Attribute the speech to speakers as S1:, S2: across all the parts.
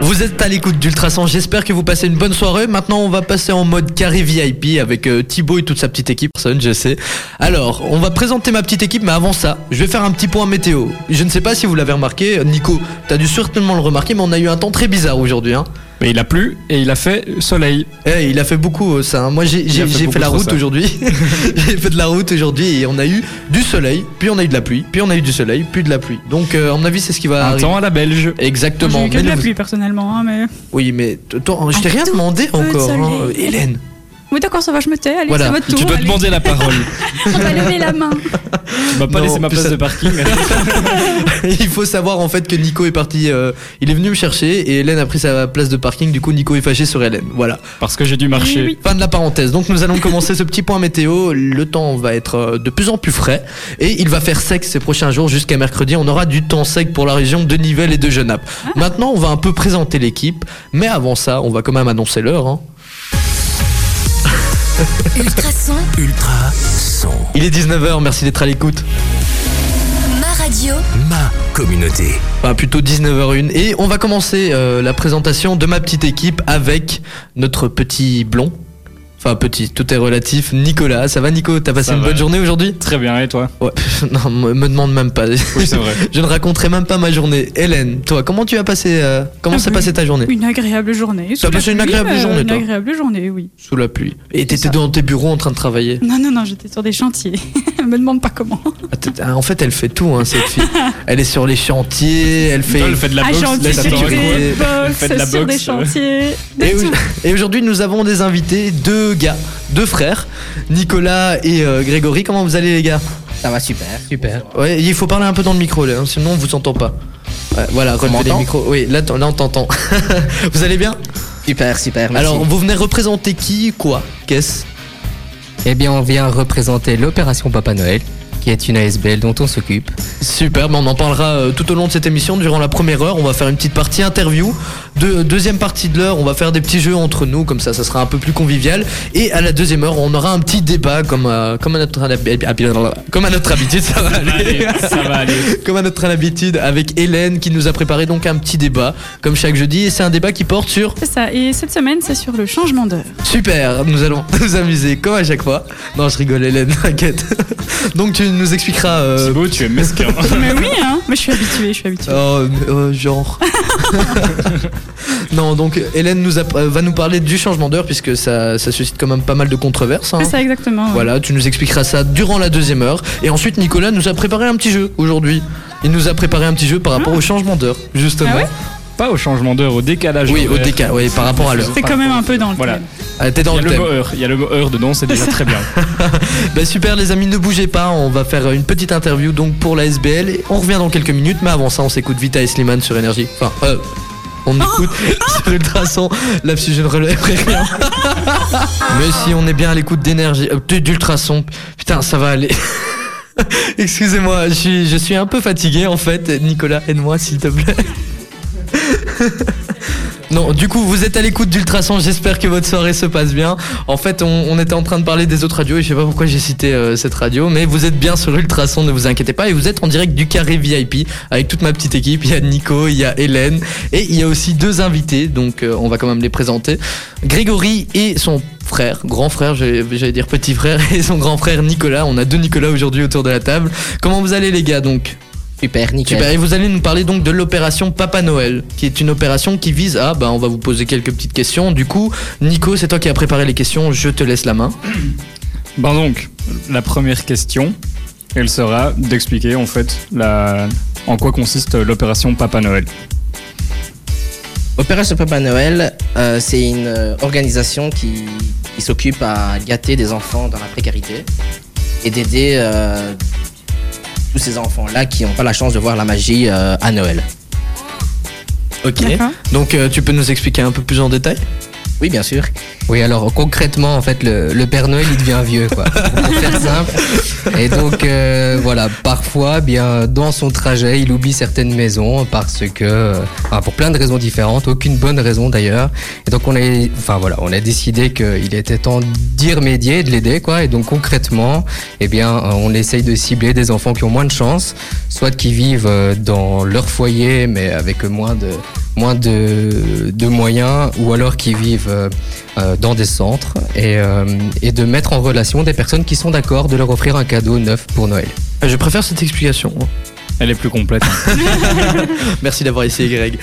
S1: Vous êtes à l'écoute d'Ultrason, j'espère que vous passez une bonne soirée. Maintenant, on va passer en mode carré VIP avec euh, Thibaut et toute sa petite équipe. Personne, je sais. Alors, on va présenter ma petite équipe, mais avant ça, je vais faire un petit point météo. Je ne sais pas si vous l'avez remarqué, Nico, t'as dû certainement le remarquer, mais on a eu un temps très bizarre aujourd'hui. Hein.
S2: Mais il a plu et il a fait soleil.
S1: Eh, il a fait beaucoup euh, ça. hein. Moi, j'ai j'ai-
S2: a fait
S1: j'ai fait,
S2: beaucoup
S1: la
S2: trop
S1: route
S2: ça.
S1: aujourd'hui. j'ai fait de la route aujourd'hui et on a eu du soleil, puis on a eu de la pluie, puis on a eu du soleil, puis de la pluie. Donc, euh, à mon avis, c'est ce qui va
S2: Un
S1: arriver.
S2: temps à la belge.
S1: Exactement.
S3: J'ai eu que
S1: Mais
S3: de
S1: ne
S3: la
S1: vous-
S3: pluie personnellement, hein, mais.
S1: Oui, mais t- toi, hein, je t'ai
S3: Un
S1: rien
S3: Ah, tout
S1: demandé
S3: peu de
S1: encore, hein,
S3: soleil.
S1: euh, Hélène.
S3: Oui, d'accord, ça va, je me tais. Allez,
S1: Voilà.
S3: c'est votre tour.
S2: Tu dois
S3: allez.
S2: demander la parole.
S3: On va lever la main.
S2: Tu m'as pas
S1: Non,
S2: laissé ma
S1: plus
S2: place
S1: ça-
S2: de parking.
S1: Il faut savoir en fait que Nico est parti. euh, il est venu me chercher et Hélène a pris sa place de parking. Du coup, Nico est fâché sur Hélène. Voilà.
S2: Parce que j'ai dû
S3: Oui,
S2: marcher.
S3: oui.
S1: Fin de la parenthèse. Donc, nous allons commencer ce petit point météo. Le temps va être euh, de plus en plus frais et il va faire sec ces prochains jours jusqu'à mercredi. On aura du temps sec pour la région de Nivelles et de Genappe.
S3: Ah.
S1: Maintenant, on va un peu présenter l'équipe, mais avant ça, on va quand même annoncer l'heure. hein.
S4: Ultrason,
S5: Ultra son.
S1: Il est 19h. Merci d'être à l'écoute.
S4: ma radio,
S5: Ma communauté.
S1: Enfin, plutôt 19h01. Et on va commencer euh, la présentation de ma petite équipe avec notre petit blond. Enfin, petit, tout est relatif. Nicolas, ça va Nico T'as passé
S2: Ça
S1: une
S2: va.
S1: bonne journée aujourd'hui
S2: Très bien, et toi
S1: Ouais, pff, non, me me demande même pas.
S2: Oui, c'est vrai.
S1: Je ne raconterai même pas ma journée. Hélène, toi, comment tu as passé euh, Comment
S3: Ah
S1: s'est
S3: oui.
S1: passée ta journée
S3: Une agréable journée. sous
S1: T'as
S3: la
S1: passé une
S3: pluie,
S1: agréable
S3: mais, euh,
S1: journée,
S3: Une
S1: toi
S3: agréable journée, oui.
S1: Sous la pluie. Et
S3: ça.
S1: t'étais dans tes bureaux en train de travailler.
S3: Non, non, non, j'étais sur des chantiers. Me demande pas comment.
S1: Ah, t'es- ah, en fait, elle fait tout, hein, cette fille. elle est sur les chantiers, elle fait.
S2: Toi, le fait de la
S3: Ah,
S2: boxe,
S3: chantier,
S1: laisse
S2: laisse Euh, la parole.
S1: circuler.
S3: des
S2: Faites de la
S3: boxe, sur des
S2: boxe, euh.
S3: chantiers.
S1: Et,
S3: des
S1: au- et aujourd'hui, nous avons des invités, deux gars, deux frères, Nicolas et euh, Grégory. Comment vous allez, les gars
S6: Ça va super. Super.
S1: Ouais, il faut parler un peu dans le micro, là, hein, sinon on vous entend pas. Ouais, voilà, relevez les
S6: m'entend
S1: micros. Oui, là, t'en- là on t'entend. vous allez bien
S6: Super, super. Merci.
S1: Alors, vous venez représenter qui, quoi, qu'est-ce
S7: Eh bien, on vient représenter l'opération Papa Noël, qui est une ASBL dont on s'occupe.
S1: Super, ben on en parlera euh, tout au long de cette émission. Durant la première heure, on va faire une petite partie interview. De, euh, deuxième partie de l'heure, on va faire des petits jeux entre nous, comme ça, ça sera un peu plus convivial. Et à la deuxième heure, on aura un petit débat, comme, euh, comme, à, notre, hab- comme à notre habitude, ça va aller.
S2: Allez, ça va aller.
S1: Comme à notre habitude, avec Hélène qui nous a préparé donc un petit débat, comme chaque jeudi, et c'est un débat qui porte sur
S3: C'est ça. Et cette semaine, c'est sur le changement d'heure.
S1: Super, nous allons nous amuser comme à chaque fois. Non, je rigole, Hélène, t'inquiète. Donc tu nous expliqueras. euh,
S2: Thibaut, tu es mesquin.
S3: Mais oui, hein. Mais je suis habituée, je suis habituée.
S1: euh, euh, genre. non, donc Hélène nous a- euh, va nous parler du changement d'heure puisque ça, ça suscite quand même pas mal de controverses. hein.
S3: C'est ça exactement. ouais.
S1: Voilà, tu nous expliqueras ça durant la deuxième heure. Et ensuite, Nicolas nous a préparé un petit jeu aujourd'hui. Il nous a préparé un petit jeu par rapport au changement d'heure, justement.
S3: Ah ouais
S2: Pas au changement d'heure, au décalage.
S1: oui, au
S2: horaire.
S1: décal, oui, par rapport à l'heure.
S3: C'est quand même un peu dans le
S2: Voilà.
S3: thème.
S1: Ah, T'es
S2: Il
S1: dans
S2: y a
S1: le
S2: le
S1: thème.
S2: mot heure. Il y a le mot heure dedans, c'est déjà très bien.
S1: Bah super les amis, ne bougez pas, on va faire une petite interview donc pour la SBL et on revient dans quelques minutes, mais avant ça on s'écoute Vita et Slimane sur énergie. Enfin, euh, on écoute sur Ultrason, l'absus je ne relèverai rien. mais si on est bien à l'écoute d'énergie, euh, d- d'Ultrason, putain ça va aller. Excusez-moi, je suis, je suis un peu fatigué en fait, Nicolas aide-moi s'il te plaît. Non, du coup, vous êtes à l'écoute d'Ultrason, j'espère que votre soirée se passe bien. En fait, on, on était en train de parler des autres radios et je sais pas pourquoi j'ai cité euh, cette radio, mais vous êtes bien sur Ultrason, ne vous inquiétez pas. Et vous êtes en direct du carré VIP avec toute ma petite équipe. Il y a Nico, il y a Hélène et il y a aussi deux invités, donc euh, on va quand même les présenter. Grégory et son frère, grand frère, j'allais j'allais dire petit frère, et son grand frère Nicolas. On a deux Nicolas aujourd'hui autour de la table. Comment vous allez les gars donc
S6: Super, nickel.
S1: Super, et vous allez nous parler donc de l'opération Papa Noël, qui est une opération qui vise à, bah on va vous poser quelques petites questions. Du coup, Nico, c'est toi qui as préparé les questions, je te laisse la main.
S2: Bon Ben donc, la première question, elle sera d'expliquer en fait la... en quoi consiste l'opération Papa Noël.
S6: Opération Papa Noël, euh, c'est une euh, organisation qui, qui s'occupe à gâter des enfants dans la précarité et d'aider euh, tous ces enfants-là qui n'ont pas la chance de voir la magie euh, à Noël.
S1: Ok.
S3: D'accord.
S1: Donc euh, tu peux nous expliquer un peu plus en détail
S6: Oui, bien sûr.
S7: Oui, alors concrètement, en fait, le, le Père Noël, il devient vieux, quoi. Pour faire simple. Et donc, euh, voilà, parfois, bien, dans son trajet, il oublie certaines maisons parce que, euh, enfin, pour plein de raisons différentes, aucune bonne raison d'ailleurs. Et donc, on a, enfin, voilà, on a décidé qu'il était temps d'y remédier, et de l'aider, quoi. Et donc, concrètement, eh bien, euh, on essaye de cibler des enfants qui ont moins de chance, soit qui vivent euh, dans leur foyer, mais avec moins de moins de, de moyens ou alors qui vivent euh, euh, dans des centres et, euh, et de mettre en relation des personnes qui sont d'accord de leur offrir un cadeau neuf pour Noël.
S1: Ah, Je préfère cette explication. hein.
S2: Elle est plus complète.
S1: Merci d'avoir essayé, Greg.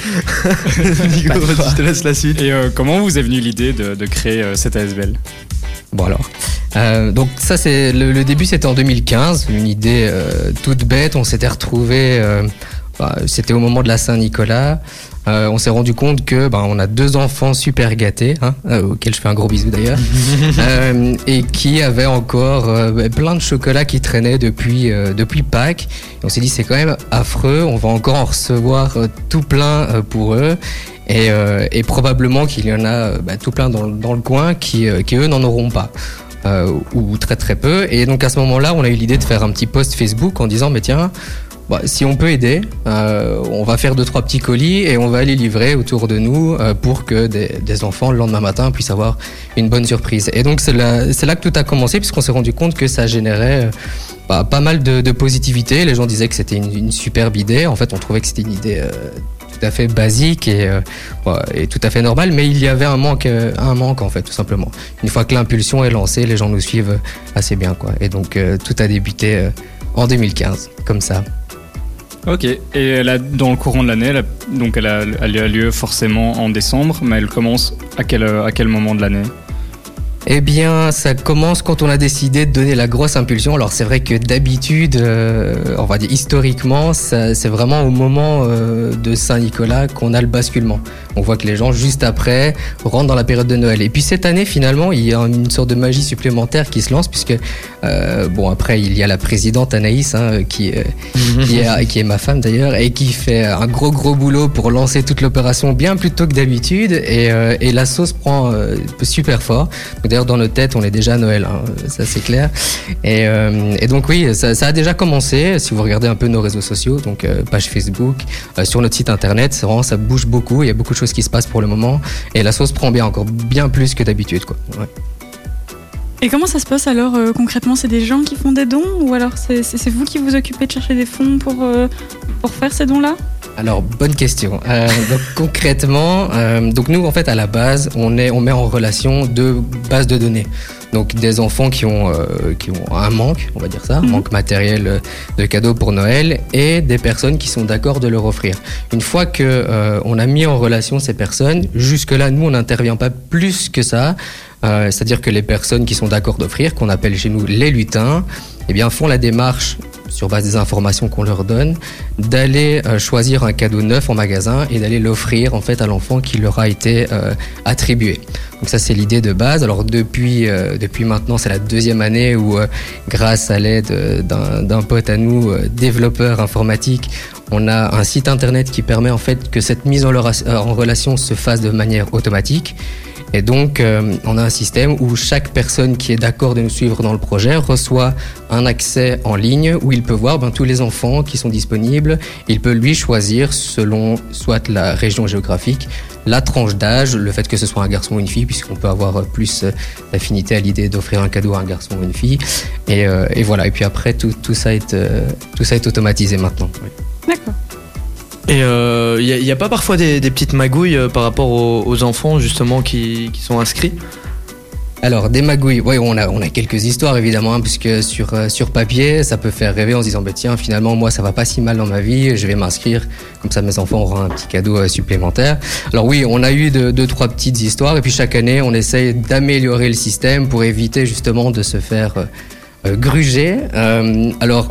S1: Nico, vas-y, je te laisse la suite.
S2: Et euh, comment vous est venue l'idée de, de créer euh, cette ASBL
S7: Bon alors. Euh, donc ça c'est le, le début c'était en 2015, une idée euh, toute bête. On s'était retrouvé, c'était au moment de la Saint-Nicolas. Euh, on s'est rendu compte que ben, on a deux enfants super gâtés, hein, euh, auxquels je fais un gros bisou d'ailleurs, euh, et qui avaient encore euh, ben, plein de chocolat qui traînait depuis euh, depuis Pâques. Et on s'est dit c'est quand même affreux, on va encore en recevoir euh, tout plein euh, pour eux. Et, euh, et probablement qu'il y en a euh, bah, tout plein dans, le- dans le coin qui, euh, qui eux n'en auront pas. euh, ou très très peu. Et donc à ce moment-là, on a eu l'idée de faire un petit post Facebook en disant mais tiens, bah, si on peut aider, euh, on va faire deux trois petits colis et on va les livrer autour de nous euh, pour que des, des enfants le lendemain matin puissent avoir une bonne surprise. Et donc c'est là, c'est là que tout a commencé puisqu'on s'est rendu compte que ça générait euh, bah, pas mal de, de positivité. Les gens disaient que c'était une, une superbe idée. En fait, on trouvait que c'était une idée euh, tout à fait basique et, euh, bah, et tout à fait normale, mais il y avait un manque, euh, un manque en fait, tout simplement. Une fois que l'impulsion est lancée, les gens nous suivent assez bien, quoi. Et donc euh, tout a débuté euh, en 2015, comme ça.
S2: Ok. Et elle a, dans le courant de l'année, elle a- donc elle a, elle a lieu forcément en décembre, mais elle commence à quel, à quel moment de l'année
S7: Eh bien, ça commence quand on a décidé de donner la grosse impulsion. Alors c'est vrai que d'habitude, euh, on va dire historiquement, ça- c'est vraiment au moment euh, de Saint-Nicolas qu'on a le basculement. On voit que les gens juste après rentrent dans la période de Noël. Et puis cette année, finalement, il y a une sorte de magie supplémentaire qui se lance puisque euh, bon après il y a la présidente Anaïs hein, qui euh, qui est, qui est ma femme d'ailleurs, et qui fait un gros gros boulot pour lancer toute l'opération bien plus tôt que d'habitude. Et, euh, et la sauce prend euh, super fort. Donc, D'ailleurs, dans nos têtes, on est déjà à Noël, hein, ça c'est clair. Et, euh, et donc oui, ça, ça a déjà commencé. Si vous regardez un peu nos réseaux sociaux, donc euh, page Facebook, euh, sur notre site internet, c'est vraiment ça bouge beaucoup. Il y a beaucoup de choses qui se passent pour le moment. Et la sauce prend bien, encore bien plus que d'habitude, quoi. Ouais.
S3: Et comment ça se passe alors euh, concrètement C'est des gens qui font des dons ou alors c'est c'est- c'est vous qui vous occupez de chercher des fonds pour, euh, pour faire ces dons-là
S7: Alors, bonne question. Euh, donc, concrètement, euh, donc nous, en fait, à la base, on, est, on met en relation deux bases de données. Donc, des enfants qui ont, euh, qui ont un manque, on va dire ça, un
S3: Mhm.
S7: manque matériel euh, de cadeaux pour Noël, et des personnes qui sont d'accord de leur offrir. Une fois que euh, on a mis en relation ces personnes, jusque-là, nous, on n'intervient pas plus que ça. Euh, C'est-à-dire que les personnes qui sont d'accord d'offrir, qu'on appelle chez nous les lutins, eh bien, font la démarche sur base des informations qu'on leur donne, d'aller euh, choisir un cadeau neuf en magasin et d'aller l'offrir en fait à l'enfant qui leur a été euh, attribué. Donc ça c'est l'idée de base. Alors depuis euh, depuis maintenant c'est la deuxième année où euh, grâce à l'aide euh, d'un d'un pote à nous euh, développeur informatique on a un site internet qui permet en fait que cette mise en, leur- euh, en relation se fasse de manière automatique. Et donc, euh, on a un système où chaque personne qui est d'accord de nous suivre dans le projet reçoit un accès en ligne où il peut voir ben, tous les enfants qui sont disponibles. Il peut lui choisir selon soit la région géographique, la tranche d'âge, le fait que ce soit un garçon ou une fille, puisqu'on peut avoir euh, plus euh, d'affinité à l'idée d'offrir un cadeau à un garçon ou une fille. Et, euh, et voilà. Et puis après, tout, tout ça, est, euh, tout ça est automatisé maintenant.
S3: D'accord.
S1: Et il n'y a, pas parfois des, des petites magouilles euh, par rapport aux, aux enfants justement qui, qui sont inscrits
S7: Alors, des magouilles, ouais, on a, on a quelques histoires évidemment, hein, puisque sur, euh, sur papier, ça peut faire rêver en se disant, bah, tiens, finalement, moi, ça va pas si mal dans ma vie, je vais m'inscrire, comme ça mes enfants auront un petit cadeau euh, supplémentaire. Alors oui, on a eu de- deux, trois petites histoires, et puis chaque année, on essaye d'améliorer le système pour éviter justement de se faire euh, euh, gruger. Euh, alors,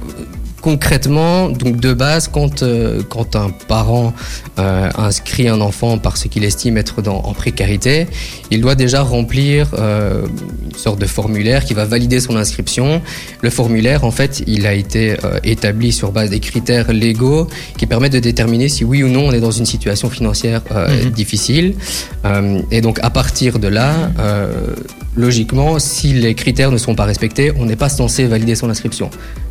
S7: concrètement, donc de base, quand, euh, quand un parent euh, inscrit un enfant parce qu'il estime être dans, en précarité, il doit déjà remplir euh, une sorte de formulaire qui va valider son inscription. Le formulaire, en fait, il a été euh, établi sur base des critères légaux qui permettent de déterminer si oui ou non on est dans une situation financière euh, difficile. Euh, et donc, à partir de là, euh, logiquement, si les critères ne sont pas respectés, on n'est pas censé valider son inscription.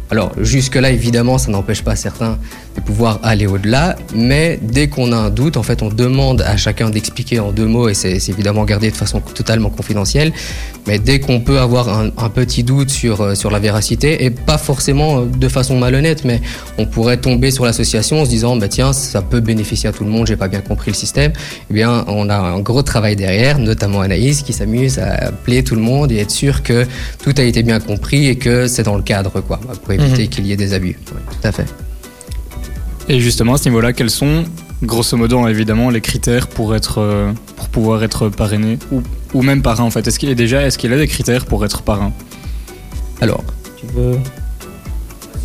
S7: Alors, jusque-là, évidemment, ça n'empêche pas certains de pouvoir aller au-delà. Mais dès qu'on a un doute, en fait, on demande à chacun d'expliquer en deux mots, et c'est c'est évidemment gardé de façon totalement confidentielle. Mais dès qu'on peut avoir un, un petit doute sur, euh, sur la véracité, et pas forcément euh, de façon malhonnête, mais on pourrait tomber sur l'association en se disant, bah tiens, ça peut bénéficier à tout le monde, j'ai pas bien compris le système. Eh bien, on a un gros travail derrière, notamment Anaïs, qui s'amuse à appeler tout le monde et être sûr que tout a été bien compris et que c'est dans le cadre, quoi, Bah, pour éviter qu'il y ait des abus. Ouais, tout à fait.
S2: Et justement, à ce niveau-là, quels sont, grosso modo, hein, évidemment, les critères pour, être, euh, pour pouvoir être parrainé ou, ou même parrain, en fait Est-ce qu'il est déjà, est-ce qu'il a des critères pour être parrain
S7: Alors,
S6: Tu veux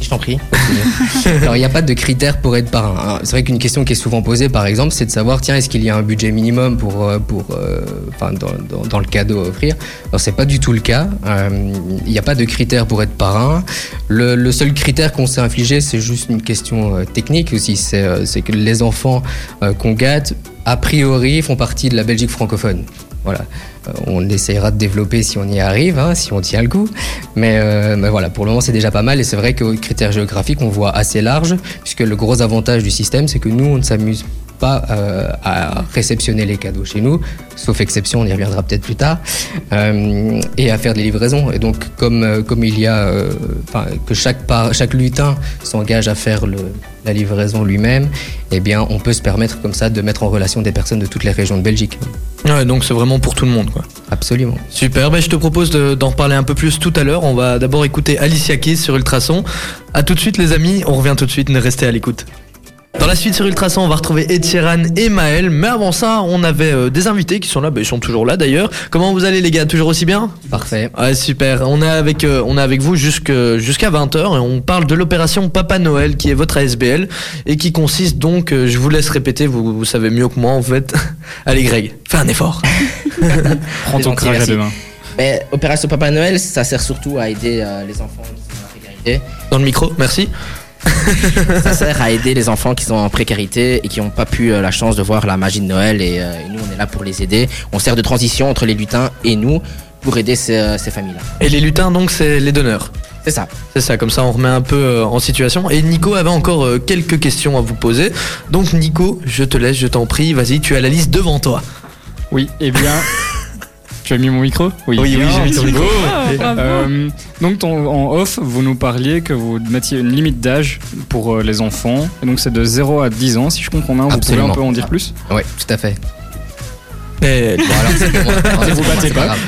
S6: Je t'en prie.
S7: Alors, il n'y a pas de critères pour être parrain. Alors, C'est vrai qu'une question qui est souvent posée, par exemple, c'est de savoir, tiens, est-ce qu'il y a un budget minimum pour, euh, pour, euh, enfin, dans, dans- dans le cadeau à offrir Alors, c'est pas du tout le cas. Euh, Il n'y a pas de critères pour être parrain. Le, le seul critère qu'on s'est infligé, c'est juste une question euh, technique aussi. C'est euh, c'est que les enfants euh, qu'on gâte, a priori, font partie de la Belgique francophone. Voilà. Euh, on essayera de développer si on y arrive, hein, si on tient le coup. Mais, euh, mais voilà, pour le moment, c'est déjà pas mal. Et c'est vrai qu'aux critères géographiques, on voit assez large, puisque le gros avantage du système, c'est que nous, on ne s'amuse pas euh, à réceptionner les cadeaux chez nous, sauf exception, on y reviendra peut-être plus tard, euh, et à faire des livraisons. Et donc, comme, euh, comme il y a, euh, enfin, que chaque, par- chaque lutin s'engage à faire le- la livraison lui-même, eh bien, on peut se permettre comme ça de mettre en relation des personnes de toutes les régions de Belgique.
S1: Ouais, donc c'est vraiment pour tout le monde, quoi.
S7: Absolument.
S1: Super, ben je te propose de- d'en reparler un peu plus tout à l'heure. On va d'abord écouter Alicia Keys sur Ultrason. A tout de suite les amis, on revient tout de suite, ne restez à l'écoute. Dans la suite sur Ultrason, on va retrouver Ed Sheeran et Maël. Mais avant ça, on avait euh, des invités qui sont là, ben, ils sont toujours là d'ailleurs. Comment vous allez les gars Toujours aussi bien
S7: Parfait.
S1: Ouais, super. On est avec, euh, on est avec vous jusque- jusqu'à 20h et on parle de l'opération Papa Noël qui est votre ASBL et qui consiste donc, euh, je vous laisse répéter, vous, vous savez mieux que moi en fait. Allez Greg, fais un effort.
S2: Prends
S6: C'est
S2: ton
S6: gentil,
S2: courage à
S6: merci.
S2: deux mains.
S6: Mais Opération Papa Noël, ça sert surtout à aider euh, les enfants qui sont en précarité.
S1: Dans le micro, merci.
S6: Ça sert à aider les enfants qui sont en précarité et qui n'ont pas pu euh, la chance de voir la magie de Noël. Et, euh, et nous, on est là pour les aider. On sert de transition entre les lutins et nous pour aider ces, euh, ces familles-là.
S1: Et les lutins donc c'est les donneurs.
S6: C'est ça.
S1: C'est ça, comme ça on remet un peu euh, en situation. Et Nico avait encore euh, quelques questions à vous poser. Donc Nico, je te laisse, je t'en prie, vas-y, tu as la liste devant toi.
S2: Oui, eh bien. tu as mis mon micro Oui, bien.
S3: Oh, bravo.
S2: Euh, donc ton- en off, vous nous parliez que vous mettiez une limite d'âge pour euh, les enfants. Et donc c'est de 0 à 10 ans, si je comprends bien. Vous
S7: Absolument.
S2: pouvez un peu en dire plus
S7: Oui, tout à fait.
S1: Et-
S7: Bon, alors, c'est pour moi. Alors, c'est
S2: vous
S7: pour moi,
S2: battez
S7: c'est
S2: pas.
S7: grave.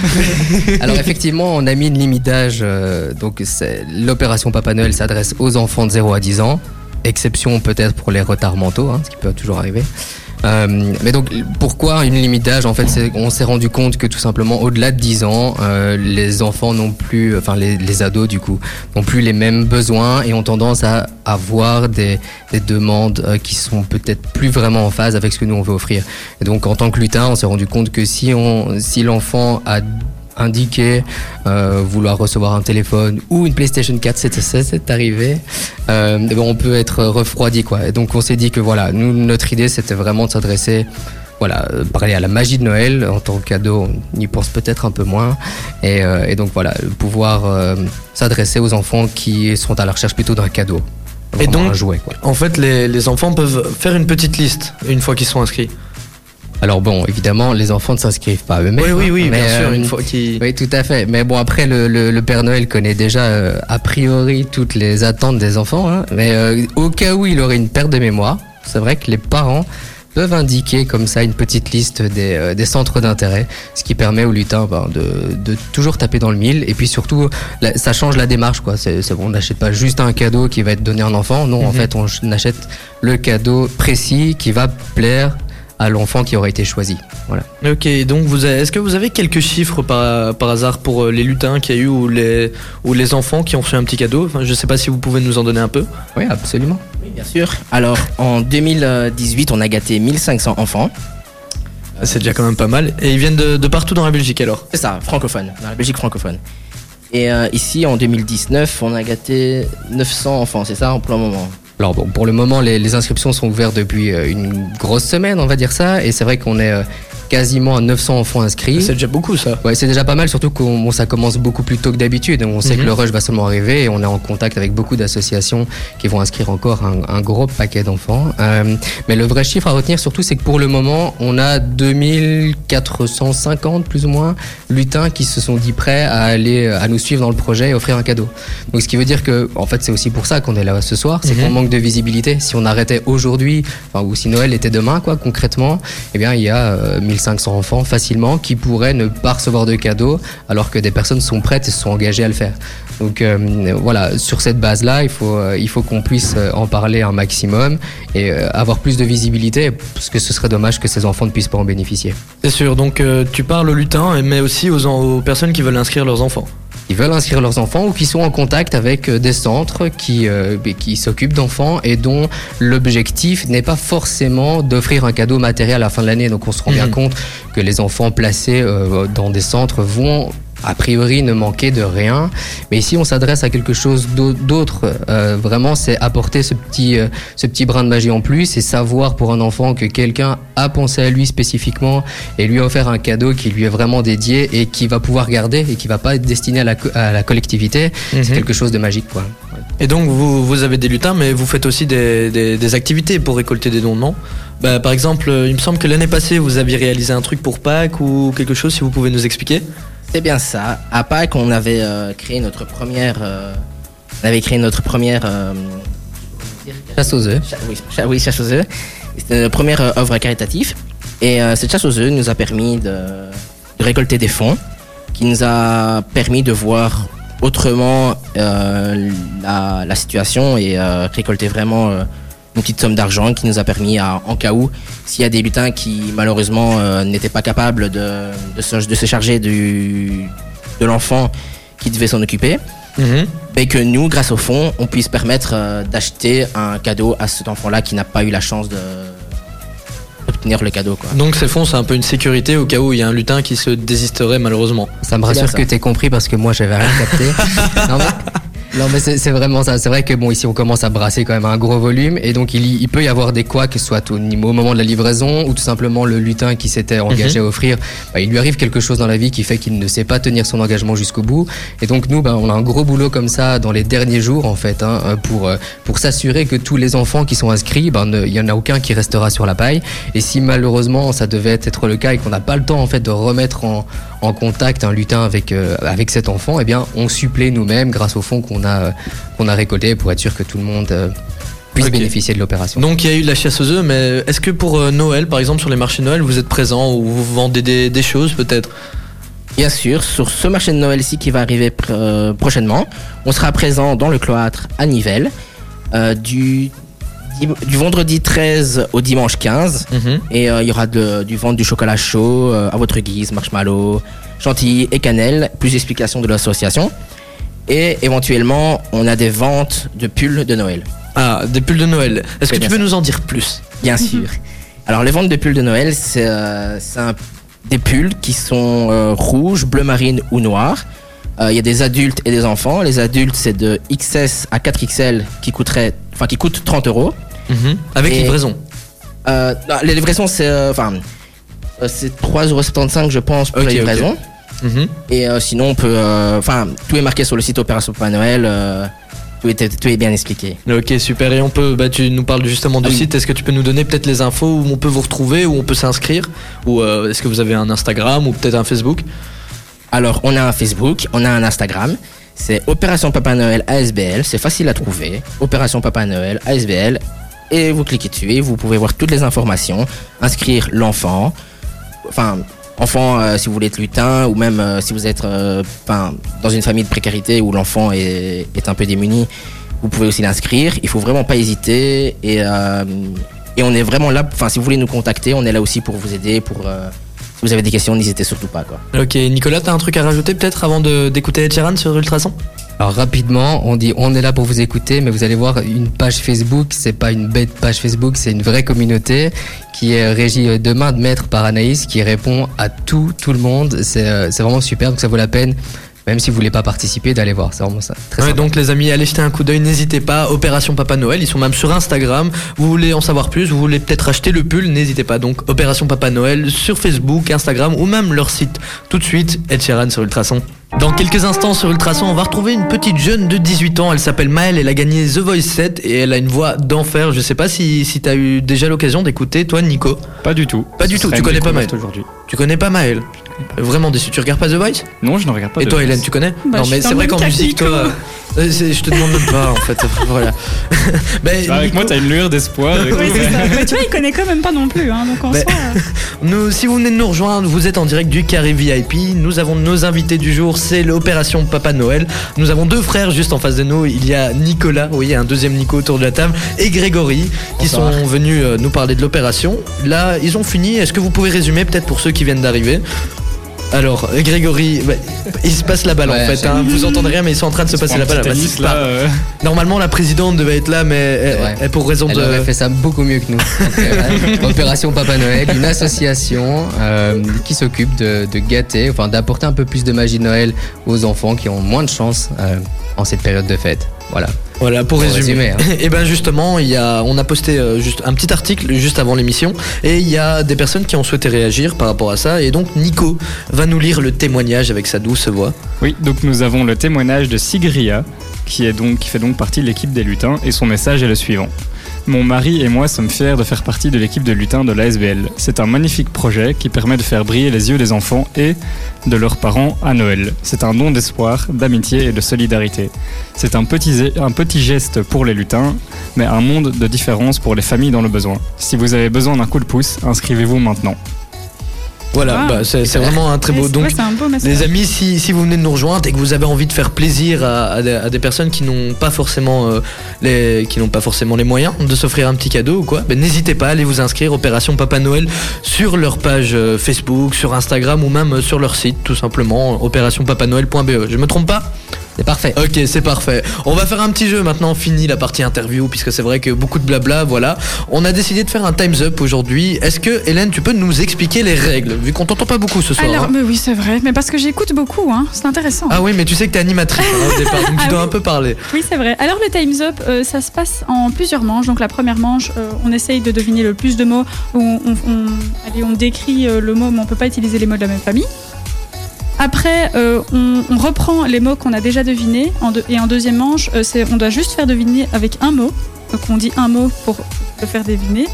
S7: Alors, effectivement, on a mis une limite d'âge. euh, donc, c'est- l'opération Papa Noël s'adresse aux enfants de 0 à 10 ans. Exception peut-être pour les retards mentaux, hein, ce qui peut toujours arriver. Euh, mais donc, pourquoi une limite d'âge En fait, c'est- on s'est rendu compte que tout simplement, au-delà de 10 ans, euh, les enfants n'ont plus, enfin les, les ados du coup, n'ont plus les mêmes besoins et ont tendance à avoir des, des demandes euh, qui sont peut-être plus vraiment en phase avec ce que nous on veut offrir. Et donc, en tant que lutin, on s'est rendu compte que si on, si l'enfant a indiqué euh, vouloir recevoir un téléphone ou une PlayStation 4, c'est, c'est, c'est arrivé, euh, eh ben, on peut être refroidi quoi. Et donc on s'est dit que voilà, nous notre idée c'était vraiment de s'adresser voilà, euh, parler à la magie de Noël en tant que cadeau, on y pense peut-être un peu moins. Et, euh, et donc voilà, pouvoir euh, s'adresser aux enfants qui sont à la recherche plutôt d'un cadeau.
S1: Et
S7: Vraiment
S1: donc-
S7: un jouet quoi.
S1: En fait, les, les enfants peuvent faire une petite liste une fois qu'ils sont inscrits.
S7: Alors bon, évidemment, les enfants ne s'inscrivent pas eux-mêmes.
S1: oui, oui, oui,
S7: hein, mais,
S1: bien sûr,
S7: euh,
S1: une fois qu'ils.
S7: Oui, tout à fait. Mais bon, après, le, le- le Père Noël connaît déjà euh, a priori toutes les attentes des enfants. hein. mais euh, au cas où il aurait une perte de mémoire, c'est vrai que les parents peuvent indiquer comme ça une petite liste des, euh, des centres d'intérêt, ce qui permet aux lutins ben, de, de toujours taper dans le mille. Et puis surtout, la- ça change la démarche. quoi. C'est c'est bon, on n'achète pas juste un cadeau qui va être donné à un enfant. Non, en
S1: Mhm.
S7: fait, on ch- on achète le cadeau précis qui va plaire à l'enfant qui aurait été choisi. Voilà.
S1: Ok, donc vous avez- est-ce que vous avez quelques chiffres par, par hasard pour euh, les lutins qu'il y a eu ou les, ou les enfants qui ont reçu un petit cadeau enfin, Je sais pas si vous pouvez nous en donner un peu.
S7: Oui, absolument.
S6: Oui, bien sûr. Alors, en 2018, on a gâté 1500 enfants.
S1: C'est déjà quand même pas mal. Et ils viennent de, de partout dans la Belgique alors
S6: C'est ça, francophone, dans la Belgique francophone. Et euh, ici, en 2019, on a gâté 900 enfants, c'est ça, en plein moment.
S7: Alors bon, pour le moment, les, les inscriptions sont ouvertes depuis euh, une grosse semaine, on va dire ça, et c'est vrai qu'on est euh, quasiment à 900 enfants inscrits.
S1: C'est déjà beaucoup ça.
S7: Ouais, c'est déjà pas mal, surtout qu'on bon, ça commence beaucoup plus tôt que d'habitude. On sait
S1: Mhm.
S7: que le rush va seulement arriver et on est en contact avec beaucoup d'associations qui vont inscrire encore un, un gros paquet d'enfants. Euh, mais le vrai chiffre à retenir surtout, c'est que pour le moment, on a 2450 plus ou moins lutins qui se sont dit prêts à aller à nous suivre dans le projet et offrir un cadeau. Donc ce qui veut dire que, en fait, c'est aussi pour ça qu'on est là ce soir, c'est
S1: Mhm.
S7: qu'on manque de visibilité. Si on arrêtait aujourd'hui, enfin, ou si Noël était demain, quoi, concrètement, eh bien, il y a euh, 1500 enfants facilement qui pourraient ne pas recevoir de cadeaux, alors que des personnes sont prêtes et se sont engagées à le faire. Donc euh, voilà, sur cette base-là, il faut, euh, il faut qu'on puisse euh, en parler un maximum et euh, avoir plus de visibilité, parce que ce serait dommage que ces enfants ne puissent pas en bénéficier.
S1: C'est sûr, donc euh, tu parles aux lutins, mais aussi aux, en- aux personnes qui veulent inscrire leurs enfants.
S7: Ils veulent inscrire leurs enfants ou qui sont en contact avec euh, des centres qui, euh, qui s'occupent d'enfants et dont l'objectif n'est pas forcément d'offrir un cadeau matériel à la fin de l'année. Donc on se rend
S6: Hmm.
S7: bien
S1: Mhm.
S7: compte que les enfants placés euh, dans des centres vont a priori ne manquer de rien. Mais ici on s'adresse à quelque chose d'au- d'autre. Euh, vraiment c'est apporter ce petit, euh, ce petit brin de magie en plus et savoir pour un enfant que quelqu'un a pensé à lui spécifiquement et lui a offert un cadeau qui lui est vraiment dédié et qui va pouvoir garder et qui va pas être destiné à la, co- à la collectivité.
S1: Mhm.
S7: C'est quelque chose de magique, quoi.
S1: Et donc vous, vous avez des lutins, mais vous faites aussi des, des- des activités pour récolter des dons, non Bah, Par exemple, euh, il me semble que l'année passée, vous aviez réalisé un truc pour Pâques ou quelque chose, si vous pouvez nous expliquer.
S6: C'est bien ça. À Pâques, on avait euh, créé notre première. euh, on avait créé notre première. euh,
S7: Chasse aux œufs.
S6: cha- oui, cha- oui, chasse aux œufs. C'était notre première euh, œuvre caritative. Et euh, cette chasse aux œufs nous a permis de, de récolter des fonds, qui nous a permis de voir autrement euh, la, la situation et euh, récolter vraiment euh, une petite somme d'argent qui nous a permis, à, en cas où, s'il y a des lutins qui malheureusement euh, n'étaient pas capables de, de se, de se charger du, de l'enfant qui devait s'en occuper, et que nous, grâce au fonds, on puisse permettre euh, d'acheter un cadeau à cet enfant-là qui n'a pas eu la chance de d'obtenir le cadeau. Quoi.
S1: Donc ces fonds, c'est un peu une sécurité au cas où il y a un lutin qui se désisterait malheureusement.
S7: Ça me
S6: C'est bien
S7: rassure
S6: ça.
S7: que t'aies compris parce que moi j'avais rien capté. non mais, non, mais c'est c'est vraiment ça. C'est vrai que bon ici on commence à brasser quand même un gros volume et donc il, y- il peut y avoir des quoi que ce soit au, niveau- au moment de la livraison ou tout simplement le lutin qui s'était engagé à offrir. bah, il lui arrive quelque chose dans la vie qui fait qu'il ne sait pas tenir son engagement jusqu'au bout. Et donc nous bah, on a un gros boulot comme ça dans les derniers jours en fait hein, euh, pour euh, pour s'assurer que tous les enfants qui sont inscrits ben ne- il y en a aucun qui restera sur la paille. Et si malheureusement ça devait être le cas et qu'on n'a pas le temps en fait de remettre en en contact un lutin avec, euh, avec cet enfant, eh bien, on supplée nous-mêmes grâce au fonds qu'on a, euh, qu'on a récolté pour être sûr que tout le monde euh, puisse
S1: Ok.
S7: bénéficier de l'opération.
S1: Donc il y a eu de la chasse aux œufs, mais est-ce que pour euh, Noël, par exemple sur les marchés de Noël, vous êtes présent ou vous vendez des, des choses peut-être
S6: Bien sûr, sur ce marché de Noël-ci qui va arriver pr- euh, prochainement, on sera présent dans le cloître à Nivelles euh, du, dim- du vendredi 13 au dimanche 15. Et euh, il y aura de- du vente du chocolat chaud euh, à votre guise, marshmallow, chantilly et cannelle, plus explications de l'association. Et éventuellement, on a des ventes de pulls de Noël.
S1: Ah, des pulls de Noël. Est-ce que
S6: C'est
S1: tu
S6: bien
S1: peux
S6: ça.
S1: nous en dire plus
S6: Bien sûr. Alors les ventes de pulls de Noël, c'est euh, c'est un- des pulls qui sont euh, rouges, bleu marine ou noirs. Euh, Il y a des adultes et des enfants. Les adultes, c'est de XS à 4XL qui coûterait, enfin qui coûte 30 euros.
S1: Mhm. Avec
S6: Et-
S1: livraison.
S6: Euh, non, les livraisons, c'est euh, enfin euh, c'est 3,75 je pense pour
S1: Ok,
S6: la
S1: ok.
S6: livraison.
S1: Mhm.
S6: Et euh, sinon, on peut, euh, enfin tout est marqué sur le site Opération Papa Noël. euh, tout, est, tout est bien expliqué.
S1: Ok, super. Et on peut, bah, tu nous parles justement du
S6: Ah oui.
S1: site. Est-ce que tu peux nous donner peut-être les infos où on peut vous retrouver, où on peut s'inscrire Ou euh, est-ce que vous avez un Instagram ou peut-être un Facebook
S6: Alors, on a un Facebook, on a un Instagram. C'est Opération Papa Noël ASBL. C'est facile à trouver. Opération Papa Noël ASBL. Et vous cliquez dessus et vous pouvez voir toutes les informations. Inscrire l'enfant. Enfin, enfant, euh, si vous voulez être lutin ou même euh, si vous êtes euh, enfin, dans une famille de précarité où l'enfant est, est un peu démuni, vous pouvez aussi l'inscrire. Il faut vraiment pas hésiter. Et, euh, et on est vraiment là. Enfin, si vous voulez nous contacter, on est là aussi pour vous aider. Pour, euh, si vous avez des questions, n'hésitez surtout pas. Quoi.
S1: Ok, Nicolas, t'as un truc à rajouter peut-être avant de- d'écouter Etcheran sur Ultrason
S7: Alors rapidement, on dit on est là pour vous écouter, mais vous allez voir une page Facebook, c'est pas une bête page Facebook, c'est une vraie communauté qui est régie euh, de main de maître par Anaïs qui répond à tout, tout le monde. C'est euh, c'est vraiment super, donc ça vaut la peine. même si vous voulez pas participer, d'aller voir. C'est vraiment ça. Très
S1: Ouais,
S7: sympa.
S1: donc les amis, allez jeter un coup d'œil, n'hésitez pas. Opération Papa Noël, ils sont même sur Instagram. Vous voulez en savoir plus, vous voulez peut-être acheter le pull, n'hésitez pas. Donc Opération Papa Noël sur Facebook, Instagram ou même leur site. Tout de suite, Ed Sheeran sur Ultrason. Dans quelques instants sur Ultrason, on va retrouver une petite jeune de 18 ans. Elle s'appelle Maëlle, elle a gagné The Voice 7 et elle a une voix d'enfer. Je sais pas si, si t'as eu déjà l'occasion d'écouter, toi Nico.
S2: Pas du tout.
S1: Pas du
S2: Ce
S1: tout,
S2: serait
S1: tu
S2: une
S1: connais pas
S2: découverte aujourd'hui.
S1: Tu connais pas Maëlle Vraiment déçu, tu regardes pas The Voice
S2: Non, je ne regarde pas.
S1: et
S2: de
S1: toi,
S2: Friends.
S1: Hélène, tu connais
S3: Bah,
S1: Non,
S3: je
S1: mais
S3: suis
S1: c'est
S3: dans
S1: vrai
S3: le
S1: qu'en
S3: même cas que
S1: musique, toi.
S3: Nico.
S1: euh, c'est- je te demande même pas, en fait. Voilà. Ben,
S2: Bah, avec
S1: Nico,
S2: moi, t'as une lueur d'espoir. et tout,
S3: Oui,
S2: mais-
S3: c'est ça. Mais tu vois, il connaît quand même pas non plus, hein, donc en
S1: Mais-
S3: soi. euh,
S1: nous, si vous venez de nous rejoindre, vous êtes en direct du Carré VIP. Nous avons nos invités du jour, c'est l'opération Papa Noël. Nous avons deux frères juste en face de nous. Il y a Nicolas, oui, un deuxième Nico autour de la table, et Grégory, qui
S6: Bonsoir.
S1: sont venus euh, nous parler de l'opération. Là, ils ont fini. Est-ce que vous pouvez résumer, peut-être pour ceux qui viennent d'arriver alors, euh, Grégory, bah, il se passe la balle
S7: Ouais,
S1: en fait.
S7: c'est-
S1: hein. Vous entendez rien, mais ils sont en train de se passer
S2: Un
S1: la balle.
S2: petit
S1: Bah,
S2: tennis,
S1: c'est
S2: là.
S1: pas-
S2: euh,
S1: Normalement, la présidente devait être là, mais elle-
S7: vrai.
S1: elle- pour raison
S7: Elle
S1: de.
S7: aurait fait ça beaucoup mieux que nous. Donc, euh, Opération Papa Noël, une association euh, qui s'occupe de, de gâter, enfin d'apporter un peu plus de magie de Noël aux enfants qui ont moins de chance euh, en cette période de fête. Voilà.
S1: Voilà, pour
S7: Pour
S1: résumer.
S7: résumer, hein.
S1: Et ben justement, il y a, on a posté euh, juste un petit article juste avant l'émission, et il y a des personnes qui ont souhaité réagir par rapport à ça, et donc Nico va nous lire le témoignage avec sa douce voix.
S2: Oui, donc nous avons le témoignage de Sigria, qui, est donc, qui fait donc partie de l'équipe des lutins, et son message est le suivant. Mon mari et moi sommes fiers de faire partie de l'équipe de lutins de l'ASBL. C'est un magnifique projet qui permet de faire briller les yeux des enfants et de leurs parents à Noël. C'est un don d'espoir, d'amitié et de solidarité. C'est un petit, un petit geste pour les lutins, mais un monde de différence pour les familles dans le besoin. Si vous avez besoin d'un coup de pouce, inscrivez-vous maintenant.
S1: Voilà,
S3: Ah.
S1: bah, c'est c'est vraiment un très
S3: ouais,
S1: beau.
S3: c'est-
S1: Donc
S3: ouais, c'est un beau message.
S1: Les amis, si, si vous venez de nous rejoindre et que vous avez envie de faire plaisir à, à des, à des personnes qui n'ont pas forcément euh, les qui n'ont pas forcément les moyens de s'offrir un petit cadeau ou quoi, ben, n'hésitez pas à aller vous inscrire Opération Papa Noël sur leur page euh, Facebook, sur Instagram ou même euh, sur leur site tout simplement opérationpapanoël.be. E. Je me trompe pas
S7: C'est parfait.
S1: Ok, c'est parfait. On va faire un petit jeu maintenant, fini la partie interview puisque c'est vrai que beaucoup de blabla, voilà. On a décidé de faire un times up aujourd'hui. Est-ce que Hélène, tu peux nous expliquer les règles vu qu'on t'entend pas beaucoup ce soir hein
S3: Alors, mais oui, c'est vrai, mais parce que j'écoute beaucoup, hein, c'est intéressant.
S1: Ah oui, mais tu sais que t'es animatrice hein, au départ, donc tu
S3: Ah
S1: dois
S3: oui.
S1: un peu parler.
S3: Oui, c'est vrai. Alors, le Time's Up, euh, ça se passe en plusieurs manches. Donc, la première manche, euh, on essaye de deviner le plus de mots. On, on, on- allez, on décrit euh, le mot, mais on peut pas utiliser les mots de la même famille. Après, euh, on, on reprend les mots qu'on a déjà devinés. En deux- et en deuxième manche, euh, c'est, on doit juste faire deviner avec un mot. Donc, on dit un mot pour le faire deviner.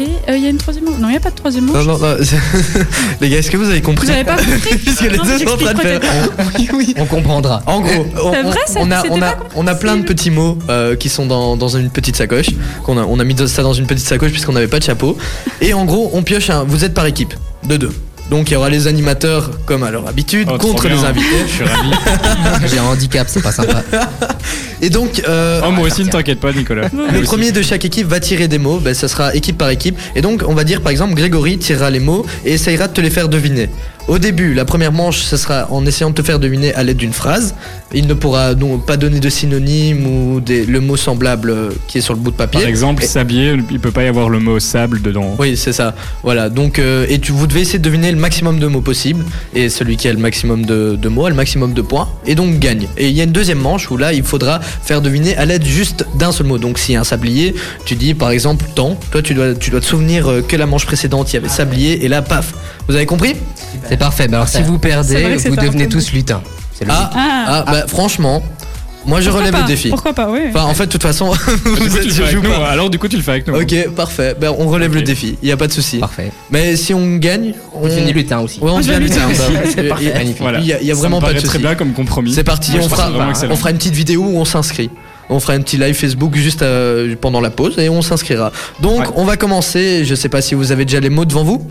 S3: Et euh, il y a une troisième manche. Non, il n'y a pas de troisième manche.
S1: Non, non, non, les gars, est-ce que vous avez compris
S3: Vous n'avez pas compris
S1: Puisque les
S3: Non,
S1: deux sont en train de
S3: j'explique
S1: faire. Oui, oui.
S7: On comprendra.
S1: En gros, on,
S3: C'est
S1: on-
S3: vrai,
S1: on a,
S3: c'était
S1: on, a,
S3: pas
S1: on a plein de
S3: compréhensible.
S1: petits mots euh, qui sont dans, dans une petite sacoche. Qu'on a, on a mis ça dans une petite sacoche puisqu'on n'avait pas de chapeau. Et en gros, on pioche un. Vous êtes par équipe, de deux. Donc il y aura les animateurs comme à leur habitude
S2: Oh, trop
S1: contre
S2: bien.
S1: les invités.
S2: Je suis ravi.
S7: J'ai un handicap, c'est pas sympa.
S1: Et donc euh,
S2: Oh, moi aussi, ne t'inquiète pas, Nicolas. Moi
S1: Le
S2: aussi.
S1: premier de chaque équipe va tirer des mots, ben, ça sera équipe par équipe. Et donc, on va dire par exemple, Grégory tirera les mots et essayera de te les faire deviner. Au début, la première manche, ça sera en essayant de te faire deviner à l'aide d'une phrase. Il ne pourra donc pas donner de synonyme ou des- le mot semblable euh, qui est sur le bout de papier.
S2: Par exemple,
S1: Et-
S2: s'habiller, il peut pas y avoir le mot sable dedans.
S1: Oui, c'est ça. Voilà. Donc, euh, et tu, vous devez essayer de deviner le maximum de mots possible. Et celui qui a le maximum de, de mots a le maximum de points. Et donc gagne. Et il y a une deuxième manche où là, il faudra faire deviner à l'aide juste d'un seul mot. Donc, s'il y a un sablier, tu dis par exemple temps. Toi, tu dois, tu dois te souvenir euh, que la manche précédente, il y avait sablier. Et là, paf. Vous avez compris
S7: C'est parfait. Mais alors, si vous
S3: C'est vrai
S7: perdez,
S3: que c'est
S7: vous
S3: pas
S7: devenez
S3: entendu.
S7: tous lutins. C'est logique.
S1: ah,
S3: Ah.
S1: ah, bah franchement, moi, je
S3: Pourquoi
S1: relève
S3: pas
S1: le défi.
S3: Pourquoi pas, oui.
S1: Enfin, en fait, de toute façon,
S2: Du
S1: vous
S2: coup, tu
S1: êtes, je
S2: le fais avec
S1: joue
S2: nous.
S1: pas.
S2: Alors, du coup, tu le fais avec nous.
S1: Ok, parfait. Ben, on relève
S2: Ok.
S1: le défi. Il n'y a pas de souci.
S7: Parfait.
S1: Mais si on gagne, on.
S7: Vous devenez lutin aussi.
S1: Ouais, on
S3: Ah,
S1: devient
S3: je vais
S1: lutin.
S3: lutter
S1: bah,
S7: aussi. C'est
S1: il-
S7: parfait.
S1: il-
S7: Magnifique.
S2: Voilà.
S1: Il y a- il y a
S2: Ça
S1: vraiment
S2: me
S1: pas
S2: paraît
S1: de
S2: très
S1: souci.
S2: bien comme compromis.
S1: C'est parti,
S2: Moi, je
S1: on,
S2: trouve
S1: fera,
S2: ça vraiment excellent.
S1: on fera une petite vidéo où on s'inscrit. On fera une petite live Facebook juste euh, pendant la pause et on s'inscrira. Donc
S2: Ouais.
S1: on va commencer. Je sais pas si vous avez déjà les mots devant vous.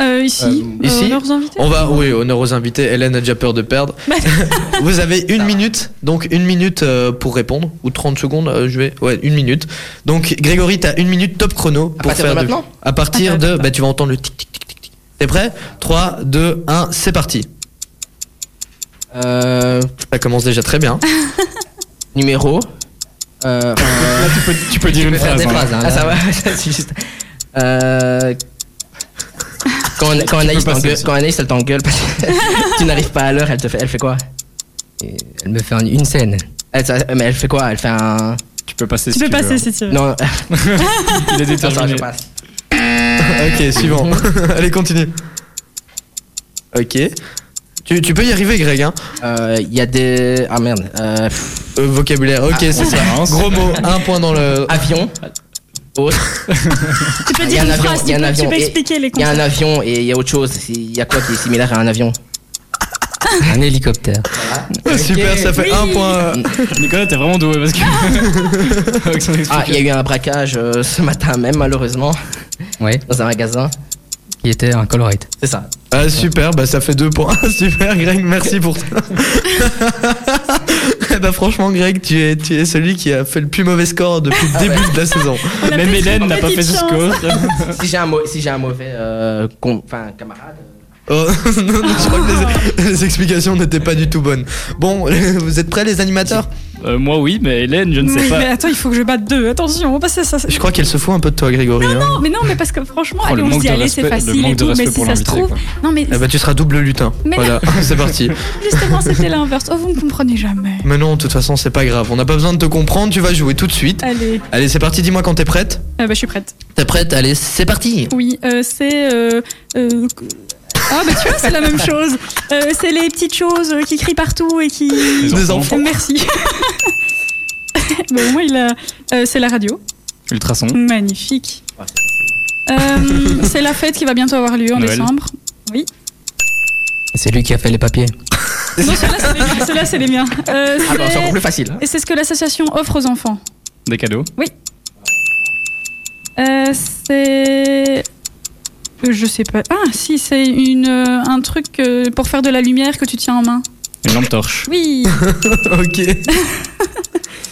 S3: Euh, ici,
S1: Euh, ici,
S3: euh, leurs invités.
S1: On va, oui, honneur aux invités. Hélène a déjà peur de perdre. vous avez une minute, donc une minute euh, pour répondre ou 30 secondes. euh, je vais, ouais, une minute. Donc Grégory, t'as une minute top chrono pour
S6: partir
S1: faire
S6: de
S1: du-
S6: maintenant
S1: À partir
S3: Attends,
S1: de,
S3: attends.
S1: bah tu vas entendre le tic tic tic tic. tic. T'es prêt 3, 2, 1, c'est parti.
S6: Euh,
S1: Ça commence déjà très bien.
S6: numéro.
S2: Là,
S6: Euh,
S2: tu, peux, tu peux dire une
S7: faire
S2: phrase.
S7: des
S2: hein.
S7: phrases, hein,
S6: ah, ça
S7: là.
S6: va, c'est juste. Euh, quand, quand, Anaïs
S2: passer
S6: t'engueule-
S2: aussi.
S6: quand Anaïs elle t'engueule parce que tu n'arrives pas à l'heure, elle te fait, elle fait quoi
S7: Et Elle me fait un- une scène.
S6: Elle, ça- mais elle fait quoi Elle fait un.
S2: Tu peux passer si
S3: Tu peux
S2: tu veux. hein.
S3: passer si tu veux.
S6: Non,
S2: Il est
S6: attends,
S2: déterminé.
S6: je passe.
S1: ok, suivant. Allez, continue. Ok. Tu, tu peux y arriver, Greg. Hein.
S6: Euh, Il y a des. Ah merde. Euh, pff,
S1: Euh, vocabulaire, ok, c'est ça.
S2: Conférence.
S1: Gros mot, un point dans le.
S6: avion.
S3: Tu peux
S6: Il y
S3: dire
S6: a un
S3: une
S6: avion,
S3: phrase,
S6: il y
S3: tu
S6: a un
S3: peux, tu
S6: avion
S3: peux
S6: et-
S3: expliquer les
S6: Il y a
S3: concepts.
S6: un avion et il y a autre chose. Il y a quoi qui est similaire à un avion
S7: Un hélicoptère.
S1: Ah, Super, ça fait
S3: Oui.
S1: un point.
S2: Nicolas, t'es vraiment doué parce que. Avec son
S6: Ah, il y a
S2: explication.
S6: eu un braquage euh, ce matin même, malheureusement,
S7: Ouais.
S6: dans un magasin.
S7: Qui était un Colorite.
S6: C'est ça.
S1: Ah, super, bah ça fait deux points. Super, Greg, merci pour ça. Eh bah, franchement, Greg, tu es, tu es celui qui a fait le plus mauvais score depuis le début de la saison.
S3: On a
S2: Même
S3: peut-être
S2: Hélène
S3: une
S2: n'a pas fait
S3: petite
S2: ce
S3: chance.
S2: score.
S6: Si j'ai un, mau- si j'ai un mauvais euh, com- enfin, camarade.
S1: Oh, non, non, je crois que les, les explications n'étaient pas du tout bonnes. Bon, vous êtes prêts, les animateurs
S2: Euh, Moi, oui, mais Hélène, je ne sais
S3: Oui,
S2: pas.
S3: mais attends, il faut que je batte deux. Attention, on passe à ça.
S1: Je crois qu'elle se fout un peu de toi, Grégory. hein.
S3: Non, Oh, mais non, mais parce que franchement,
S2: Oh,
S3: allez,
S2: le
S3: on se
S2: manque
S3: dit,
S2: de
S3: allez, c'est
S2: respect- le
S3: facile
S2: manque
S3: et
S2: de
S3: tout, mais
S2: respect
S3: si
S2: pour
S3: ça se
S2: l'invité,
S3: trouve.
S2: quoi.
S3: Non, mais
S1: Eh bah, tu seras double lutin.
S3: Mais-
S1: Voilà, c'est parti.
S3: justement, c'était l'inverse. Oh, vous me comprenez jamais.
S1: Mais non, de toute façon, c'est pas grave. On n'a pas besoin de te comprendre, tu vas jouer tout de suite.
S3: Allez,
S1: Allez, c'est parti, dis-moi quand t'es prête.
S3: Ah bah, je suis prête.
S6: T'es prête Allez, c'est parti
S3: Oui, euh, c'est. euh, euh, Ah, bah, tu vois, c'est la même chose. Euh, c'est les petites choses euh, qui crient partout et qui.
S2: Les
S1: Des enfants.
S3: Merci. bon, moi, il a. euh, c'est la radio.
S2: Ultrason.
S3: Magnifique.
S6: Ah,
S3: Euh, c'est la fête qui va bientôt avoir lieu en
S2: Noël.
S3: décembre. Oui.
S7: C'est lui qui a fait les papiers.
S3: Non, ceux-là, c'est les miens. Ceux-là, c'est les miens. Euh,
S6: Ah, bah, c'est
S3: c'est-
S6: encore plus facile. hein.
S3: Et c'est ce que l'association offre aux enfants.
S2: Des cadeaux.
S3: Euh, c'est. euh, Je sais pas. Ah, si, c'est une, euh, un truc euh, pour faire de la lumière que tu tiens en main.
S2: Une lampe torche.
S3: Oui.
S1: ok.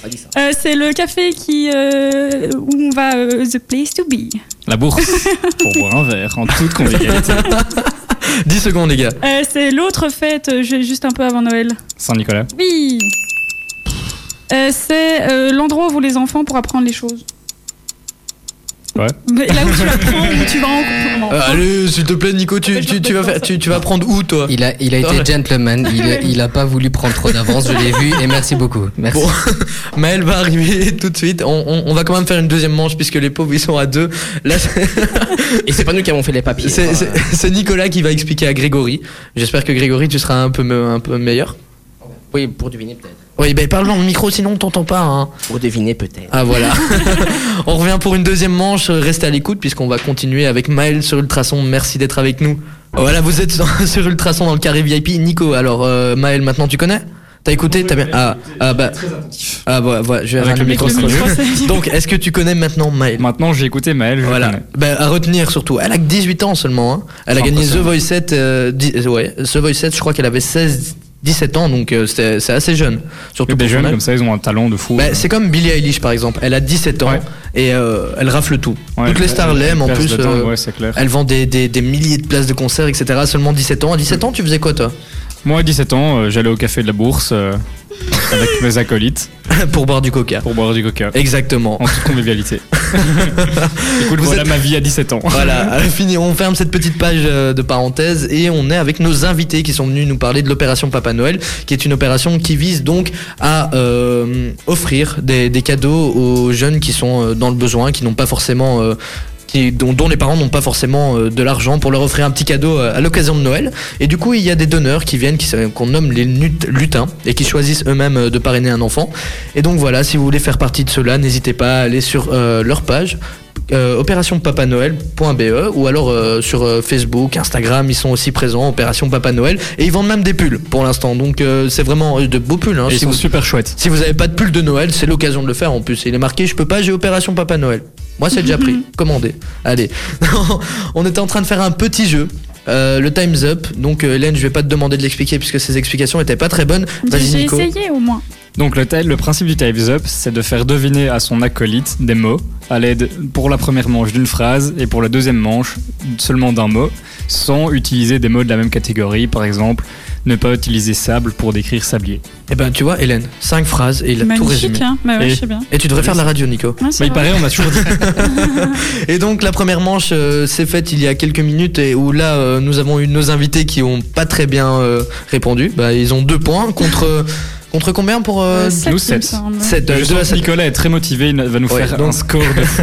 S6: Ah, dis ça.
S3: Euh, c'est le café qui, euh, où on va. euh, the place to be.
S2: La bourse. Pour boire un verre en toute convivialité.
S1: 10 secondes, les gars.
S3: Euh, c'est l'autre fête, euh, ju- juste un peu avant Noël.
S2: Saint-Nicolas.
S3: Oui. Euh, c'est euh, l'endroit où vont les enfants pour apprendre les choses.
S2: Ouais.
S3: Mais là où tu apprends, où tu vas en. non.
S1: Euh, allez, s'il te plaît, Nico, tu,
S3: Mais je
S1: tu,
S3: me
S1: tu vas,
S3: fais
S1: faire- tu, tu vas prendre où, toi
S7: Il a, il a
S1: Non,
S7: été
S1: mais-
S7: gentleman. Il, a- il a pas voulu prendre trop d'avance. Je l'ai vu. Et merci beaucoup. Merci.
S1: Bon, Maël va arriver tout de suite. On, on- on va quand même faire une deuxième manche puisque les pauvres ils sont à deux. Là, c'est-
S6: Et c'est pas nous qui avons fait les papiers.
S1: c'est
S6: hein.
S1: c'est- c'est Nicolas qui va expliquer à Grégory. J'espère que Grégory, tu seras un peu, me- un peu meilleur.
S6: Oui, pour deviner peut-être.
S1: Oui, ben parle dans le micro, sinon on t'entend pas. hein.
S6: Pour deviner peut-être.
S1: Ah voilà. on revient pour une deuxième manche. Restez à l'écoute puisqu'on va continuer avec Maël sur Ultrason. Merci d'être avec nous. Voilà, vous êtes sur, sur Ultrason dans le carré VIP. Nico, alors euh, Maël, maintenant tu connais T'as écouté T'as bien Ah, ah bah. Ah bah, voilà, je vais
S2: Avec
S1: arrêter
S2: le
S1: le micro.
S3: Avec le
S1: c'est
S3: micro,
S1: mieux.
S3: c'est-
S1: Donc, est-ce que tu connais maintenant Maël
S2: Maintenant, j'ai écouté Maël. je
S1: Voilà,
S2: connais.
S1: Ben, à retenir surtout. Elle a que 18 ans seulement. hein. Elle a gagné The
S2: Impressionnant.
S1: Voice 7. euh, dix- euh, ouais, The Voice 7, je crois qu'elle avait 16, 17 ans, donc euh, c'était- c'est assez jeune. Surtout
S2: Des
S1: pour son
S2: jeunes
S1: âge.
S2: ben, comme ça, ils ont un talent de fou.
S1: Ben, c'est comme Billie Eilish par exemple. Elle a 17 ans
S2: Ouais.
S1: et euh, elle rafle tout.
S2: Ouais,
S1: Toutes les stars
S2: elle- elle
S1: l'aiment en
S2: perce
S1: plus.
S2: le temps,
S1: euh,
S2: ouais, c'est clair.
S1: Elle vend des, des- des milliers de places de concert, etc. Seulement 17 ans. À 17 ans, tu faisais quoi toi
S2: Moi, à 17 ans, euh, j'allais au café de la bourse euh, avec mes acolytes
S1: Pour boire du coca.
S2: pour boire du coca.
S1: Exactement.
S2: En toute convivialité. Écoute,
S1: Vous
S2: voilà
S1: êtes- Ah,
S2: ma vie à 17 ans.
S1: Voilà, à la fini, on ferme cette petite page euh, de parenthèse et on est avec nos invités qui sont venus nous parler de l'opération Papa Noël, qui est une opération qui vise donc à euh, offrir des, des cadeaux aux jeunes qui sont euh, dans le besoin, qui n'ont pas forcément... euh, qui, dont, dont les parents n'ont pas forcément euh, de l'argent pour leur offrir un petit cadeau euh, à l'occasion de Noël. Et du coup, il y a des donneurs qui viennent, qui se- qu'on nomme les nut- lutins, et qui choisissent eux-mêmes euh, de parrainer un enfant. Et donc voilà, si vous voulez faire partie de cela, n'hésitez pas à aller sur euh, leur page euh, opérationpapanoël.be ou alors euh, sur euh, Facebook, Instagram, ils sont aussi présents, Opération Papa Noël, et ils vendent même des pulls pour l'instant. Donc euh, c'est vraiment euh, de beaux pulls. hein,
S2: Et ils
S1: si,
S2: sont
S1: vous,
S2: super chouettes.
S1: si vous avez pas de pull de Noël, c'est l'occasion de le faire en plus. Il est marqué, je peux pas, j'ai Opération Papa Noël. Moi c'est déjà pris, commandé. Allez, on était en train de faire un petit jeu. euh, le time's up, donc euh, Hélène, je vais pas te demander de l'expliquer puisque ses explications étaient pas très bonnes. Vas-y
S3: J'ai
S1: Nico.
S3: essayé au moins.
S2: Donc le, tile- le principe du Time's Up, c'est de faire deviner à son acolyte des mots à l'aide pour la première manche d'une phrase et pour la deuxième manche seulement d'un mot, sans utiliser des mots de la même catégorie, par exemple ne pas utiliser sable pour décrire sablier.
S1: Eh ben, tu vois, Hélène, 5 phrases et il a tout résumé.
S3: Magnifique, hein Bah ouais,
S2: Et-
S3: je sais bien.
S1: Et tu devrais faire de la radio, Nico.
S3: Ouais, c'est
S2: Mais Bah, il
S3: vrai.
S2: paraît, on a toujours dit
S1: Et donc la première manche euh, s'est faite il y a quelques minutes et où là euh, nous avons eu nos invités qui ont pas très bien euh, répondu. Bah, ils ont deux points contre contre combien pour
S3: Euh,
S1: euh,
S3: sept, il me
S2: sept.
S3: semble.
S1: sept, euh,
S2: Je
S1: deux à
S2: sens que
S1: sept.
S2: Nicolas est très motivé, il va nous
S1: Ouais,
S2: faire
S1: donc-
S2: un score de fou.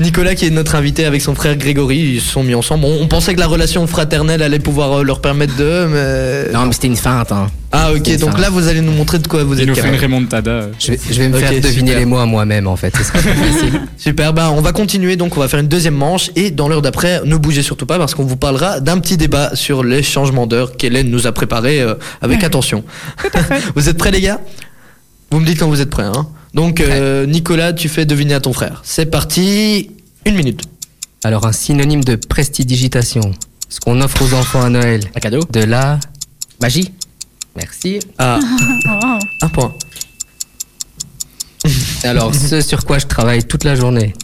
S1: Nicolas qui est notre invité avec son frère Grégory, ils se sont mis ensemble. On, on pensait que la relation fraternelle allait pouvoir euh, leur permettre de. mais-
S6: Non, mais c'était une feinte, hein.
S1: Ah ok, donc là vous allez nous montrer de quoi vous
S2: Il
S1: êtes
S2: nous fait une
S1: capable.
S2: remontada.
S7: Je vais, je vais me
S1: Ok,
S7: faire deviner
S1: super.
S7: les mots à moi-même en fait. Ce sera plus facile.
S1: Super, bah on va continuer, donc on va faire une deuxième manche et dans l'heure d'après, ne bougez surtout pas parce qu'on vous parlera d'un petit débat sur les changements d'heure qu'Hélène nous a préparé euh, avec
S3: Ouais.
S1: attention. vous êtes prêts les gars Vous me dites quand vous êtes prêts. Hein donc euh, Nicolas, tu fais deviner à ton frère. C'est parti, une minute.
S7: Alors un synonyme de prestidigitation. Ce qu'on offre aux enfants à Noël.
S6: Un cadeau.
S7: De la
S6: Magie.
S7: Merci.
S1: Ah,
S3: Wow.
S1: un point.
S7: Alors ce sur quoi je travaille toute la journée.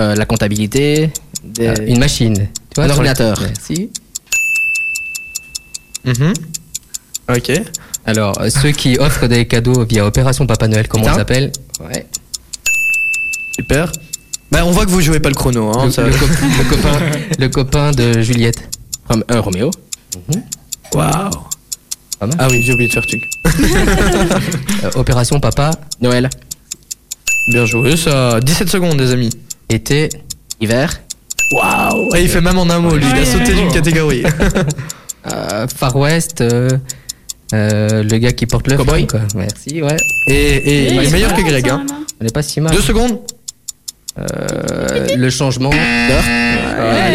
S6: Euh, la comptabilité. Des...
S7: Euh, une machine. Tu vois,
S6: Un
S7: sur la-
S6: ordinateur.
S7: Merci.
S1: Mhm. Ok.
S7: Alors euh, ceux qui offrent des cadeaux via opération Papa Noël, comment
S6: Putain.
S7: on s'appelle
S6: Ouais.
S1: Super. Bah on voit que vous jouez pas le chrono. Hein,
S7: le,
S1: ça-
S7: le cop- le copain, le copain de Juliette.
S6: Rom- euh, Roméo.
S1: Waouh.
S7: Pas mal.
S1: Ah oui, j'ai oublié de faire truc.
S7: Euh, opération Papa
S6: Noël.
S1: Bien joué ça. 17 secondes les amis.
S7: était
S6: Hiver.
S1: Waouh Et il fait même en un mot, lui, il a
S3: Ouais,
S1: sauté
S3: ouais.
S1: d'une catégorie.
S7: euh, Far West. euh, euh, le gars qui porte le
S1: Cowboy.
S7: flingue, quoi. Merci, ouais.
S1: Et, et il est
S3: c'est
S1: meilleur que
S3: pas mal,
S1: Greg.
S3: ça,
S1: Hein.
S3: là.
S7: On n'est pas si mal.
S1: Deux secondes
S7: Euh, le changement.
S3: Ouais.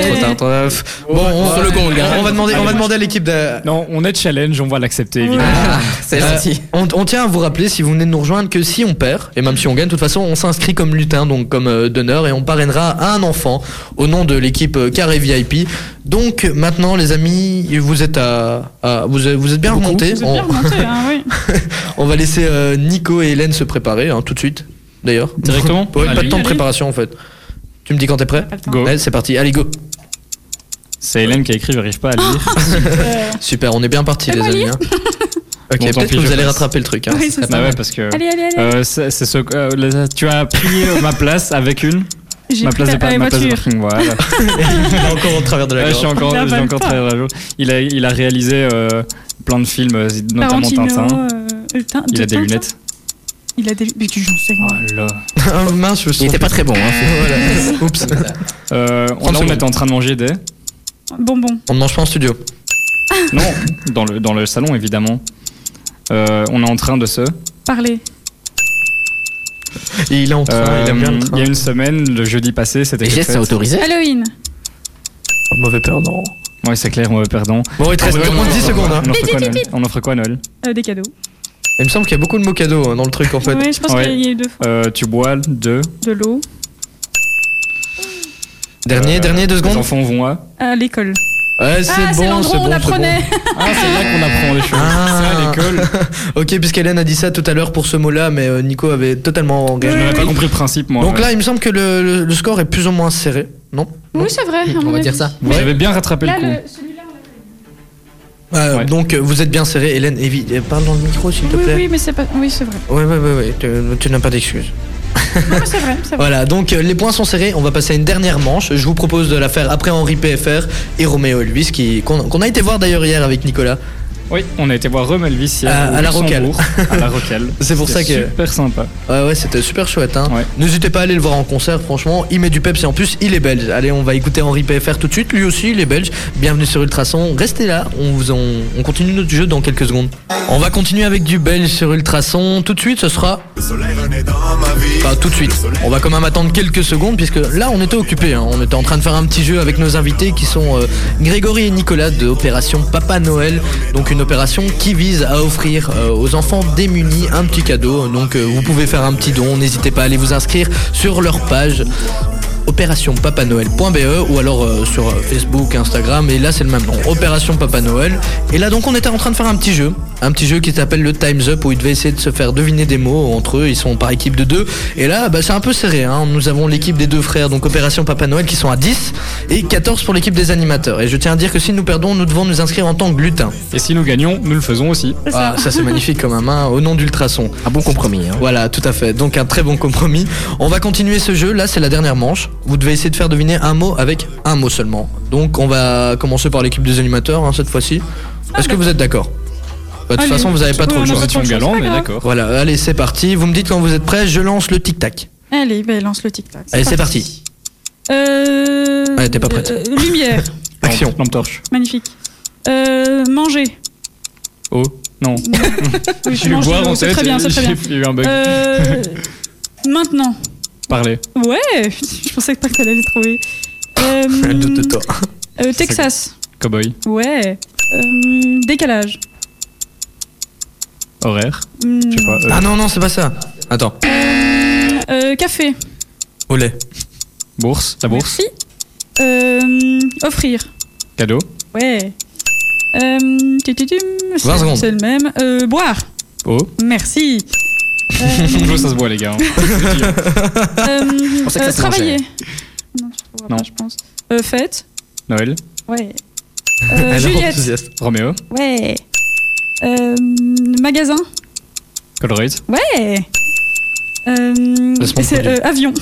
S1: Trop tard, trop tard. Euh, Bon, on,
S6: sur le gong, hein.
S1: on va demander, on va demander à l'équipe de.
S2: Non, on est challenge, on va l'accepter évidemment.
S6: Ah, c'est
S1: Euh,
S6: gentil.
S1: on, on tient à vous rappeler, si vous venez de nous rejoindre, que si on perd, et même si on gagne, de toute façon, on s'inscrit comme lutin, donc comme euh, donneur, et on parrainera un enfant au nom de l'équipe euh, Carré VIP. Donc maintenant, les amis, vous êtes à, à- vous, êtes- vous êtes bien remontés.
S3: Vous êtes
S1: On,
S3: bien remontés, hein, oui.
S1: on va laisser euh, Nico et Hélène se préparer hein, tout de suite. D'ailleurs,
S2: Directement
S1: Ouais, pas de
S2: Allez.
S1: temps de
S3: Allez.
S1: préparation en fait. Tu me dis quand t'es prêt
S3: Pas le temps.
S2: Go.
S1: Ouais, c'est parti, allez go
S2: C'est Hélène qui a écrit, j'arrive pas à lire.
S3: Euh,
S1: Super, on est bien parti les
S3: Fais-moi
S1: amis. hein. ok,
S2: Bon, tant
S1: peut-être
S2: pis,
S1: que vous
S2: je
S1: allez
S2: passe.
S1: rattraper le truc. hein.
S3: oui, c'est
S2: Ah
S3: ça.
S2: ouais, parce que.
S3: Allez, allez, allez.
S2: Euh, c'est c'est ce que- euh, là, tu as pris euh, ma place avec une
S3: J'ai
S2: ma
S3: pris
S2: place de
S3: ta-
S2: pa-
S3: euh,
S2: ma place de
S3: voiture.
S2: parking voilà
S1: Il est encore au travers de
S2: Ouais, je suis encore
S3: Là,
S2: je suis
S3: pas le
S2: encore
S3: pas.
S2: très rageau. il a il a réalisé euh, plein de films euh, notamment
S3: Tarantino,
S2: Tintin
S3: euh, euh, Tin-
S2: il
S3: de
S2: a des
S3: Tintin
S2: lunettes
S3: Il a des Mais tu j'en sais rien.
S2: oh là
S1: Ah, mince, je me suis
S6: Il était pas très bon. Hein.
S1: trompé. Oups.
S2: Euh, on, là, on
S1: secondes.
S2: était en train de manger des
S3: Bonbon.
S1: On ne mange pas en studio.
S2: non dans le dans le salon évidemment Euh, on est en train de se.
S3: Parler.
S1: Et il est en train, Ah, il aime bien
S2: Euh,
S1: le
S2: il y
S1: train.
S2: a une semaine, le jeudi passé, c'était.
S6: Les gestes
S2: fête.
S6: sont autorisés.
S3: Halloween.
S1: Mauvais perdant.
S2: Ouais, c'est clair, mauvais perdant.
S1: Bon, il te reste
S2: Ouais,
S1: vraiment
S2: on
S1: 10
S2: offre quoi
S1: secondes. hein.
S2: On offre quoi, Noël On offre quoi, Noël
S3: Euh, des cadeaux.
S1: Il me semble qu'il y a beaucoup de mots cadeaux hein, dans le truc en fait.
S3: Oui, je pense
S2: Ouais.
S3: qu'il y a eu deux fois.
S2: Euh, Tu bois deux.
S3: De l'eau.
S1: Dernier,
S2: Euh,
S1: dernier, deux
S2: Les
S1: secondes.
S2: enfants vont à.
S3: À l'école.
S1: Ouais,
S3: Ah, c'est
S1: bon,
S3: l'endroit
S1: c'est
S3: où
S1: bon,
S3: on
S1: c'est
S3: apprenait.
S2: Ah, c'est là qu'on apprend des choses.
S1: Ah.
S2: C'est à l'école.
S1: bon. Ok, puisqu'Hélène a dit ça tout à l'heure pour ce mot-là, mais euh, Nico avait totalement
S2: Je
S1: engagé.
S2: n'avais pas compris le principe, moi.
S1: Donc là, il me semble que le, le- le score est plus ou moins serré, non
S3: Oui, c'est vrai. à
S7: On
S3: mon
S7: va
S3: avis.
S7: dire ça.
S2: Vous avez bien rattrapé
S3: Là,
S2: le coup.
S3: le- celui-là, on l'a-
S1: Euh,
S2: Ouais.
S1: Donc euh, vous êtes bien serré, Hélène. évi- euh, parle dans le micro, s'il te
S3: Oui,
S1: plaît.
S3: oui, mais c'est pas. Oui, c'est vrai.
S1: Ouais, ouais, ouais, ouais, tu, tu n'as pas d'excuses.
S3: Non, mais c'est vrai, c'est vrai.
S1: Voilà, donc euh, les points sont serrés. On va passer à une dernière manche. Je vous propose de la faire après Henri PFR et Roméo Elvis, qui qu'on qu'on a été voir d'ailleurs hier avec Nicolas.
S2: Oui, on a été voir Rome Elvis hier.
S1: À-
S2: au
S1: à la Rocale.
S2: Luxembourg, À la Rocale.
S1: C'est pour
S2: C'était
S1: ça que-
S2: Super sympa.
S1: Ouais, ouais, c'était super chouette. Hein.
S2: Ouais.
S1: N'hésitez pas à aller le voir en concert, franchement. Il met du peps et en plus, il est belge. Allez, on va écouter Henri PFR tout de suite. Lui aussi, il est belge. Bienvenue sur Ultrason. Restez là, on, vous en- on continue notre jeu dans quelques secondes. On va continuer avec du belge sur Ultrason. Tout de suite, ce sera Enfin, tout de suite. On va quand même attendre quelques secondes puisque là, on était occupé. hein. On était en train de faire un petit jeu avec nos invités qui sont euh, Grégory et Nicolas de Opération Papa Noël. Donc une opération qui vise à offrir euh, aux enfants démunis un petit cadeau. Donc euh, vous pouvez faire un petit don. N'hésitez pas à aller vous inscrire sur leur page opérationpapanoël.be ou alors euh, sur euh, Facebook, Instagram et là c'est le même nom, Opération Papa Noël. Et là donc on était en train de faire un petit jeu un petit jeu qui s'appelle le Time's Up où ils devaient essayer de se faire deviner des mots entre eux. Ils sont par équipe de deux. Et là, bah, c'est un peu serré. hein. Nous avons l'équipe des deux frères, donc Opération Papa Noël, qui sont à 10 et 14 pour l'équipe des animateurs. Et je tiens à dire que si nous perdons, nous devons nous inscrire en tant que lutin.
S2: Et si nous gagnons, nous le faisons aussi.
S1: Ah, ça c'est magnifique comme un main au nom d'Ultrason.
S6: Un bon compromis. Hein.
S1: Voilà, tout à fait. Donc un très bon compromis. On va continuer ce jeu. Là, c'est la dernière manche. Vous devez essayer de faire deviner un mot avec un mot seulement. Donc on va commencer par l'équipe des animateurs hein, cette fois-ci. Est-ce que vous êtes d'accord Bah, De toute
S3: Ah, Allez.
S1: façon, vous n'avez pas trop le
S3: Ouais, on
S1: choix.
S2: Nous
S3: a
S2: étions
S3: pas de chance,
S2: galants,
S3: pas
S2: mais
S3: grave.
S2: d'accord.
S1: Voilà, allez, c'est parti. Vous me dites quand vous êtes prêts. Je lance le tic-tac.
S3: Allez, ben, lance le tic-tac.
S1: Allez, c'est parti.
S3: Euh...
S1: Allez, t'es pas prête.
S3: euh, lumière,
S1: Action.
S2: Lampe- Lampe torche.
S3: magnifique. Euh, manger.
S2: Oh. Non.
S3: Oui,
S2: J'ai eu
S3: manger,
S2: boire en
S3: c'est
S2: tête.
S3: très bien, c'est
S2: et
S3: très bien.
S2: J'ai eu un bug.
S3: Euh, maintenant.
S2: Parler.
S3: Ouais, je pensais pas que t'allais le trouver. Euh,
S1: toi.
S3: euh, Texas.
S2: Cowboy.
S3: Ouais. Euh, décalage.
S2: Horaire.
S3: Hmm,
S2: Je sais pas. euh,
S1: Ah non, non, c'est pas ça. Attends.
S3: euh, café.
S1: Au
S3: Euh,
S1: lait.
S2: Bourse. La bourse.
S3: Merci. Euh, offrir.
S2: Cadeau.
S3: Ouais. Euh, tu, tu, tu, c'est-
S1: 20 secondes.
S3: C'est le même. Euh, boire.
S2: Oh.
S3: Merci. Euh,
S2: Bonjour, ça se voit, les gars. hein.
S3: euh,
S6: pensais que
S3: euh,
S6: ça se mangeait.
S3: travailler. Non, je trouverai
S2: Non.
S3: pas, je pense. Euh, fête.
S2: Noël.
S3: Ouais. Euh,
S1: Elle est
S3: Juliette.
S1: enthousiaste.
S2: Roméo.
S3: Ouais. Euh, magasin.
S2: Colorate.
S3: Ouais. Euh,
S1: Laisse-moi
S3: c'est
S1: produire.
S3: euh, avion.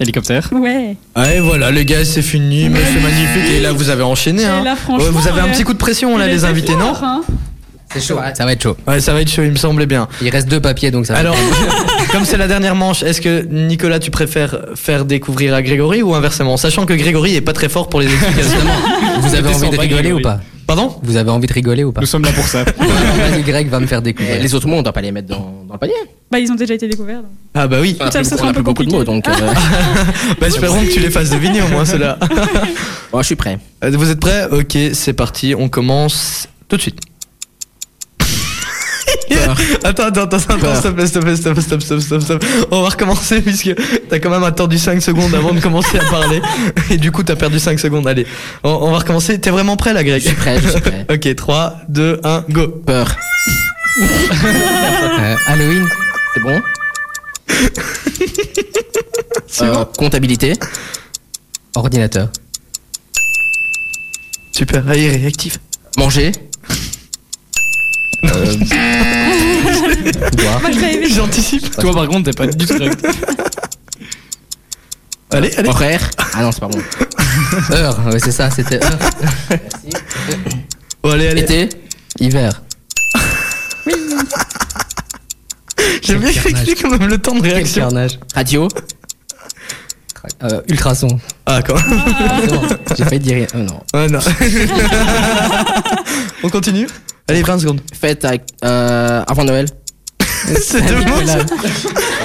S2: Hélicoptère.
S3: Ouais.
S1: Allez, Ah, voilà, les gars, c'est fini. Mais c'est magnifique. Et là, vous avez enchaîné. Hein.
S3: Et là,
S1: Ouais,
S3: franchement,
S1: vous avez un
S3: euh,
S1: petit coup de pression, là,
S3: il
S1: les
S3: était
S1: invités, non
S3: fort, hein.
S7: C'est chaud. Ça va être chaud.
S1: Ouais, ça va être chaud, il me semblait bien.
S7: Il reste deux papiers, donc ça va.
S1: Alors, comme c'est la dernière manche, est-ce que Nicolas, tu préfères faire découvrir à Grégory ou inversement Sachant que Grégory est pas très fort pour les explications.
S7: vous avez
S2: C'était
S7: envie de
S2: sympa,
S7: rigoler
S2: Grégory.
S7: ou pas
S1: Pardon
S7: Vous avez envie de rigoler ou pas
S2: Nous sommes là pour ça.
S7: Vas-y, Greg va me faire
S6: Et
S7: découvrir.
S6: les autres mots, on doit pas les mettre dans, dans le panier.
S3: Bah, ils ont déjà été découverts. donc.
S1: Ah bah oui.
S6: On a
S3: Ça,
S6: plus,
S3: ça
S6: beaucoup-
S3: sera
S6: on
S3: un
S6: a
S3: peu
S6: plus beaucoup de mots, donc euh,
S1: Bah espérons que tu les fasses deviner au moins cela.
S6: bon, je suis prêt.
S1: Vous êtes prêts Ok, c'est parti. On commence tout de suite. attends, attends, attends, attends, stop, stop, stop, stop, stop, stop, stop. On va recommencer puisque t'as quand même attendu 5 secondes avant de commencer à parler. Et du coup, t'as perdu 5 secondes. Allez, on, on va recommencer. T'es vraiment prêt là, Greg
S6: Je suis prêt, je suis prêt.
S1: Ok, 3, 2, 1, go.
S6: Peur,
S7: Euh, Halloween
S6: c'est bon Euh, Comptabilité,
S7: Ordinateur.
S1: Super, allez, réactif.
S6: manger,
S7: Boire.
S3: Moi, je l'avais vu.
S1: J'anticipe.
S2: Toi, par contre, t'es pas du tout correct.
S1: Allez, allez.
S6: horaire. Ah non, c'est pas bon.
S7: Heure. Ouais, c'est ça, c'était heure.
S1: Oh, allez, allez.
S6: Été,
S7: Hiver.
S1: J'aime bien
S7: Quel
S1: calculer quand même le temps de
S7: Quel
S1: réaction.
S7: carnage.
S6: radio,
S7: Euh, ultrason.
S1: Ah, quand même.
S7: J'ai failli dire rien. Euh, non.
S1: Ouais, non. on continue Allez, 20 secondes.
S6: fête avec, euh, avant Noël.
S1: C'est deux mots. Oh, ça.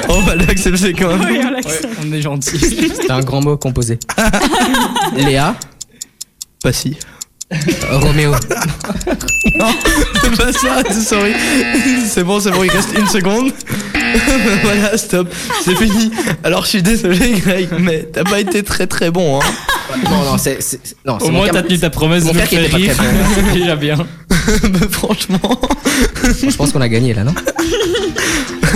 S1: On va l'accepter quand même.
S3: Oui, on l'accepte.
S2: On est gentil.
S7: C'était un grand mot composé.
S6: Léa,
S1: Pas Bah, si.
S7: Euh, Roméo.
S1: Non, c'est pas ça, sorry. C'est bon, c'est bon, il reste une seconde. voilà, stop, c'est fini. Alors, je suis désolé, Greg, mais t'as pas été très très bon. Hein.
S6: non, non, c'est. c'est- c'est- Non,
S2: Au
S6: c'est
S2: moins,
S6: mon
S2: t'as
S6: cam-
S2: tenu ta promesse de
S6: mon
S2: nous
S6: frère qui
S2: faire
S6: était
S2: rire.
S6: pas très
S2: C'est déjà bien.
S1: Mais franchement,
S7: Je pense qu'on a gagné là, non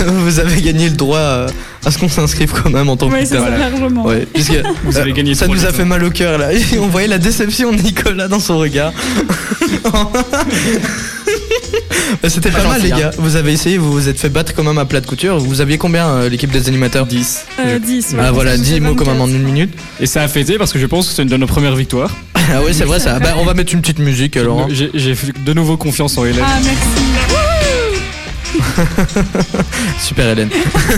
S1: vous avez gagné le droit à, à ce qu'on s'inscrive quand même en tant que
S3: Ouais, c'est
S1: leader.
S3: ça, largement.
S1: Oh, Ouais, puisque
S2: Vous avez gagné
S1: ça
S2: trop
S1: nous a
S2: longtemps.
S1: fait mal au cœur là. On voyait la déception de Nicolas dans son regard. Bah, C'était pas,
S2: Ah,
S6: Pas
S1: mal les
S6: gentil,
S1: gars.
S6: hein.
S1: Vous avez essayé, vous vous êtes fait battre quand même à plat de couture. Vous aviez combien euh, l'équipe des animateurs 10.
S3: Euh, 10. ouais.
S1: Ah voilà,
S3: J'ai
S1: 10 mots quand même en
S3: 24.
S1: une minute.
S2: Et ça a fêté parce que je pense que c'est une de nos premières victoires.
S1: Ah ouais, c'est vrai ça. Bah, on va mettre une petite musique alors. hein.
S2: J'ai j'ai de nouveau confiance en Hélène.
S3: Ah, merci.
S1: Super Hélène.
S3: Euh,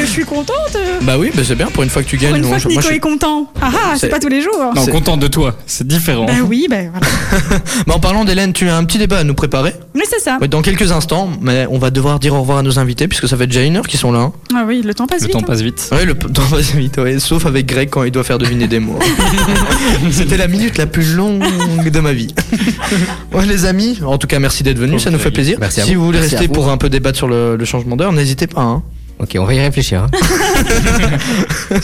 S3: Je suis contente. euh.
S1: Bah oui, bah c'est bien pour une fois que tu
S3: Pour
S1: gagnes.
S3: une
S1: moi,
S3: fois
S1: je-
S3: que
S1: moi, je
S3: Nico
S1: suis-
S3: est content. Ah ah,
S1: C'est-
S3: c'est pas tous les jours.
S2: non,
S1: c'est-
S2: content de toi, c'est différent.
S3: Bah oui, ben voilà.
S1: Bah, en parlant d'Hélène, tu as un petit débat à nous préparer.
S3: Mais c'est ça.
S1: Ouais, dans quelques instants, mais on va devoir dire au revoir à nos invités puisque ça fait déjà une heure qu'ils sont là. hein.
S3: Ah oui, le temps passe
S2: Le
S3: vite.
S2: temps
S3: hein.
S2: passe vite.
S1: Ouais, le temps passe vite, ouais, sauf avec Greg quand il doit faire deviner des mots. C'était la minute la plus longue de ma vie. Ouais, les amis, en tout cas, merci d'être venus, ça nous fait plaisir.
S7: Merci à
S1: si
S7: vous.
S1: vous voulez
S6: Merci
S1: rester
S6: à vous.
S1: pour un peu débattre sur le, le changement d'heure, n'hésitez pas. hein.
S7: Ok, on va y réfléchir. hein.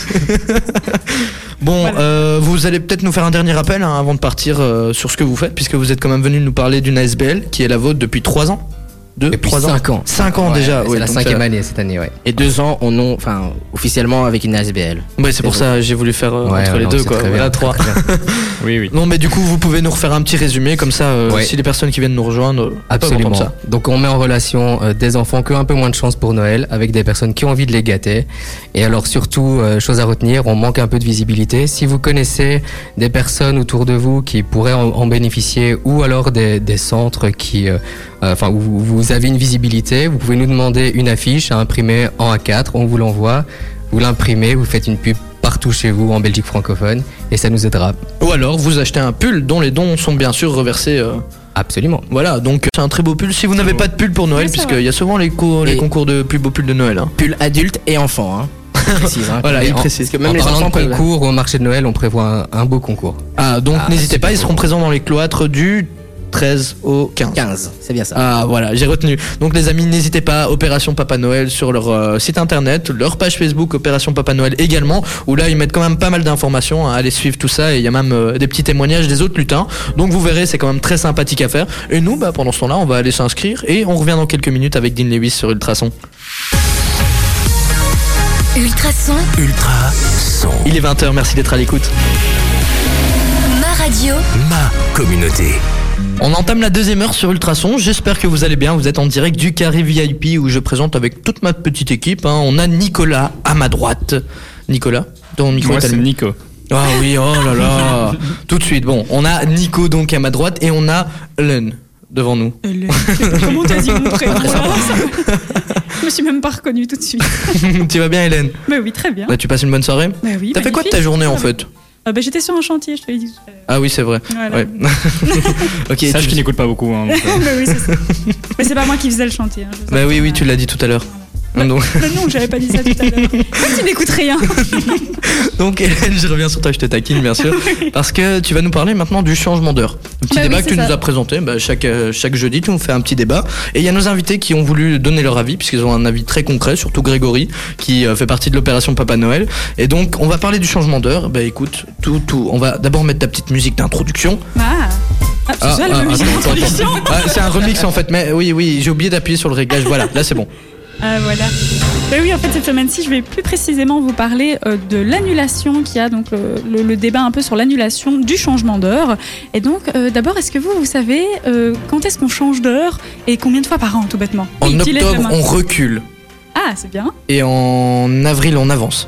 S1: Bon,
S3: Voilà.
S1: euh, vous allez peut-être nous faire un dernier rappel hein, avant de partir euh, sur ce que vous faites, puisque vous êtes quand même venu nous parler d'une ASBL qui est la vôtre depuis 3 ans.
S6: Deux,
S7: Depuis
S6: trois ans.
S7: 5 ans.
S6: 5 ans
S7: Ouais,
S6: déjà.
S7: C'est
S6: ouais,
S7: la
S6: donc,
S7: cinquième
S6: euh,
S7: année cette année, ouais.
S6: Et deux ans, on non, enfin, officiellement avec une ASBL.
S1: Ouais, c'est pour ça j'ai voulu faire euh,
S7: Ouais,
S1: entre les
S7: non,
S1: deux
S7: c'est
S1: quoi.
S7: très
S1: Voilà
S7: bien,
S1: trois.
S7: très, très bien.
S2: Oui, oui.
S1: Non mais du coup vous pouvez nous refaire un petit résumé comme ça euh,
S7: Ouais.
S1: si les personnes qui viennent nous rejoindre euh, peuvent
S7: Absolument.
S1: entendre ça.
S7: Donc on met en relation euh, des enfants qui ont un peu moins de chance pour Noël avec des personnes qui ont envie de les gâter. Et alors surtout, euh, chose à retenir, on manque un peu de visibilité. Si vous connaissez des personnes autour de vous qui pourraient en, en bénéficier ou alors des, des centres qui, euh, euh, enfin où vous- vous avez une visibilité, vous pouvez nous demander une affiche à imprimer en A4, on vous l'envoie, vous l'imprimez, vous faites une pub partout chez vous en Belgique francophone et ça nous aidera.
S1: Ou alors vous achetez un pull dont les dons sont bien sûr reversés. euh,
S7: Absolument.
S1: voilà donc euh, c'est un très beau pull. Si vous n'avez
S2: beau.
S1: pas de pull pour Noël
S3: Ouais, ça
S1: puisqu'il y a souvent les, co- les
S6: Et-
S1: concours de plus beaux pulls de Noël. hein.
S6: Pull adulte et enfant, hein. Je précise, hein.
S1: Voilà,
S7: Mais
S1: il
S7: en-
S1: précise.
S6: Parce que même
S7: en
S6: les
S7: parlant
S6: enfants
S7: de
S6: peuvent-
S7: concours, au marché de Noël, on prévoit un- un beau concours.
S1: Ah, donc
S7: Ah,
S1: n'hésitez pas,
S7: super
S1: ils seront
S7: beau.
S1: présents dans les cloîtres du 13 au 15.
S6: 15, c'est bien ça.
S1: Ah voilà, j'ai retenu. Donc les amis, n'hésitez pas, Opération Papa Noël sur leur euh, site internet, leur page Facebook Opération Papa Noël également, où là ils mettent quand même pas mal d'informations, hein, allez suivre tout ça, et il y a même euh, des petits témoignages des autres lutins. Donc vous verrez, c'est quand même très sympathique à faire. Et nous, bah, pendant ce temps-là, on va aller s'inscrire, et on revient dans quelques minutes avec Dean Lewis sur Ultrason.
S4: Ultrason,
S5: Ultra son.
S1: Il est 20h, merci d'être à l'écoute.
S4: ma radio,
S5: Ma communauté.
S1: On entame la deuxième heure sur Ultrason. J'espère que vous allez bien. Vous êtes en direct du carré VIP où je présente avec toute ma petite équipe. hein. On a Nicolas à ma droite. Nicolas, ton micro
S2: Moi,
S1: est
S2: c'est
S1: allumé.
S2: Nico.
S1: Ah oui, oh là là. Tout de suite. Bon, on a Nico donc à ma droite et on a Helen devant nous.
S3: Euh, Comment t'as dit mon prénom voilà, ça- Je me suis même pas reconnue tout de suite.
S1: tu vas bien Hélène
S3: Mais oui, très bien.
S1: Là, tu passes une bonne soirée
S3: Bah oui,
S1: T'as fait quoi de
S3: magnifique.
S1: ta journée en fait
S3: Ah bah, J'étais sur un chantier, je te l'ai dit tout à l'heure.
S1: Ah oui, c'est vrai.
S3: Voilà.
S1: Ouais. ok.
S2: Sache
S1: tu-
S2: qu'il n'écoute pas beaucoup. hein, donc, euh,
S3: Bah oui, c'est ça. Mais c'est pas moi qui faisais le chantier. hein, je vous
S1: Bah oui,
S3: assure.
S1: oui, tu l'as dit tout à l'heure. Donc,
S3: Mais non, j'avais pas dit ça tout à l'heure. Comme tu hein. n'écoutes rien.
S1: donc, Hélène, je reviens sur toi, je te taquine bien sûr. Parce que tu vas nous parler maintenant du changement d'heure. Le petit
S3: Bah oui,
S1: débat que
S3: c'est
S1: tu
S3: ça.
S1: nous as présenté, bah, chaque, euh, chaque jeudi, tu nous fais un petit débat. Et il y a nos invités qui ont voulu donner leur avis, puisqu'ils ont un avis très concret, surtout Grégory, qui euh, fait partie de l'opération Papa Noël. Et donc, on va parler du changement d'heure. Bah écoute, tout, tout. On va d'abord mettre ta petite musique d'introduction.
S3: Ah, ah c'est ça la même
S1: attends, attends, attends.
S3: introduction.
S1: Ah, c'est un remix en fait, mais oui, oui, j'ai oublié d'appuyer sur le réglage. Voilà, là c'est bon.
S3: Ah voilà. Ben oui, en fait, cette semaine-ci, je vais plus précisément vous parler euh, de l'annulation qu'il y a, donc euh, le, le débat un peu sur l'annulation du changement d'heure. Et donc, euh, d'abord, est-ce que vous, vous savez euh, quand est-ce qu'on change d'heure et combien de fois par an, tout bêtement
S1: En
S3: Oui, qui lève la
S1: octobre,
S3: main
S1: on recule.
S3: Ah, c'est bien.
S1: Et en avril, on avance.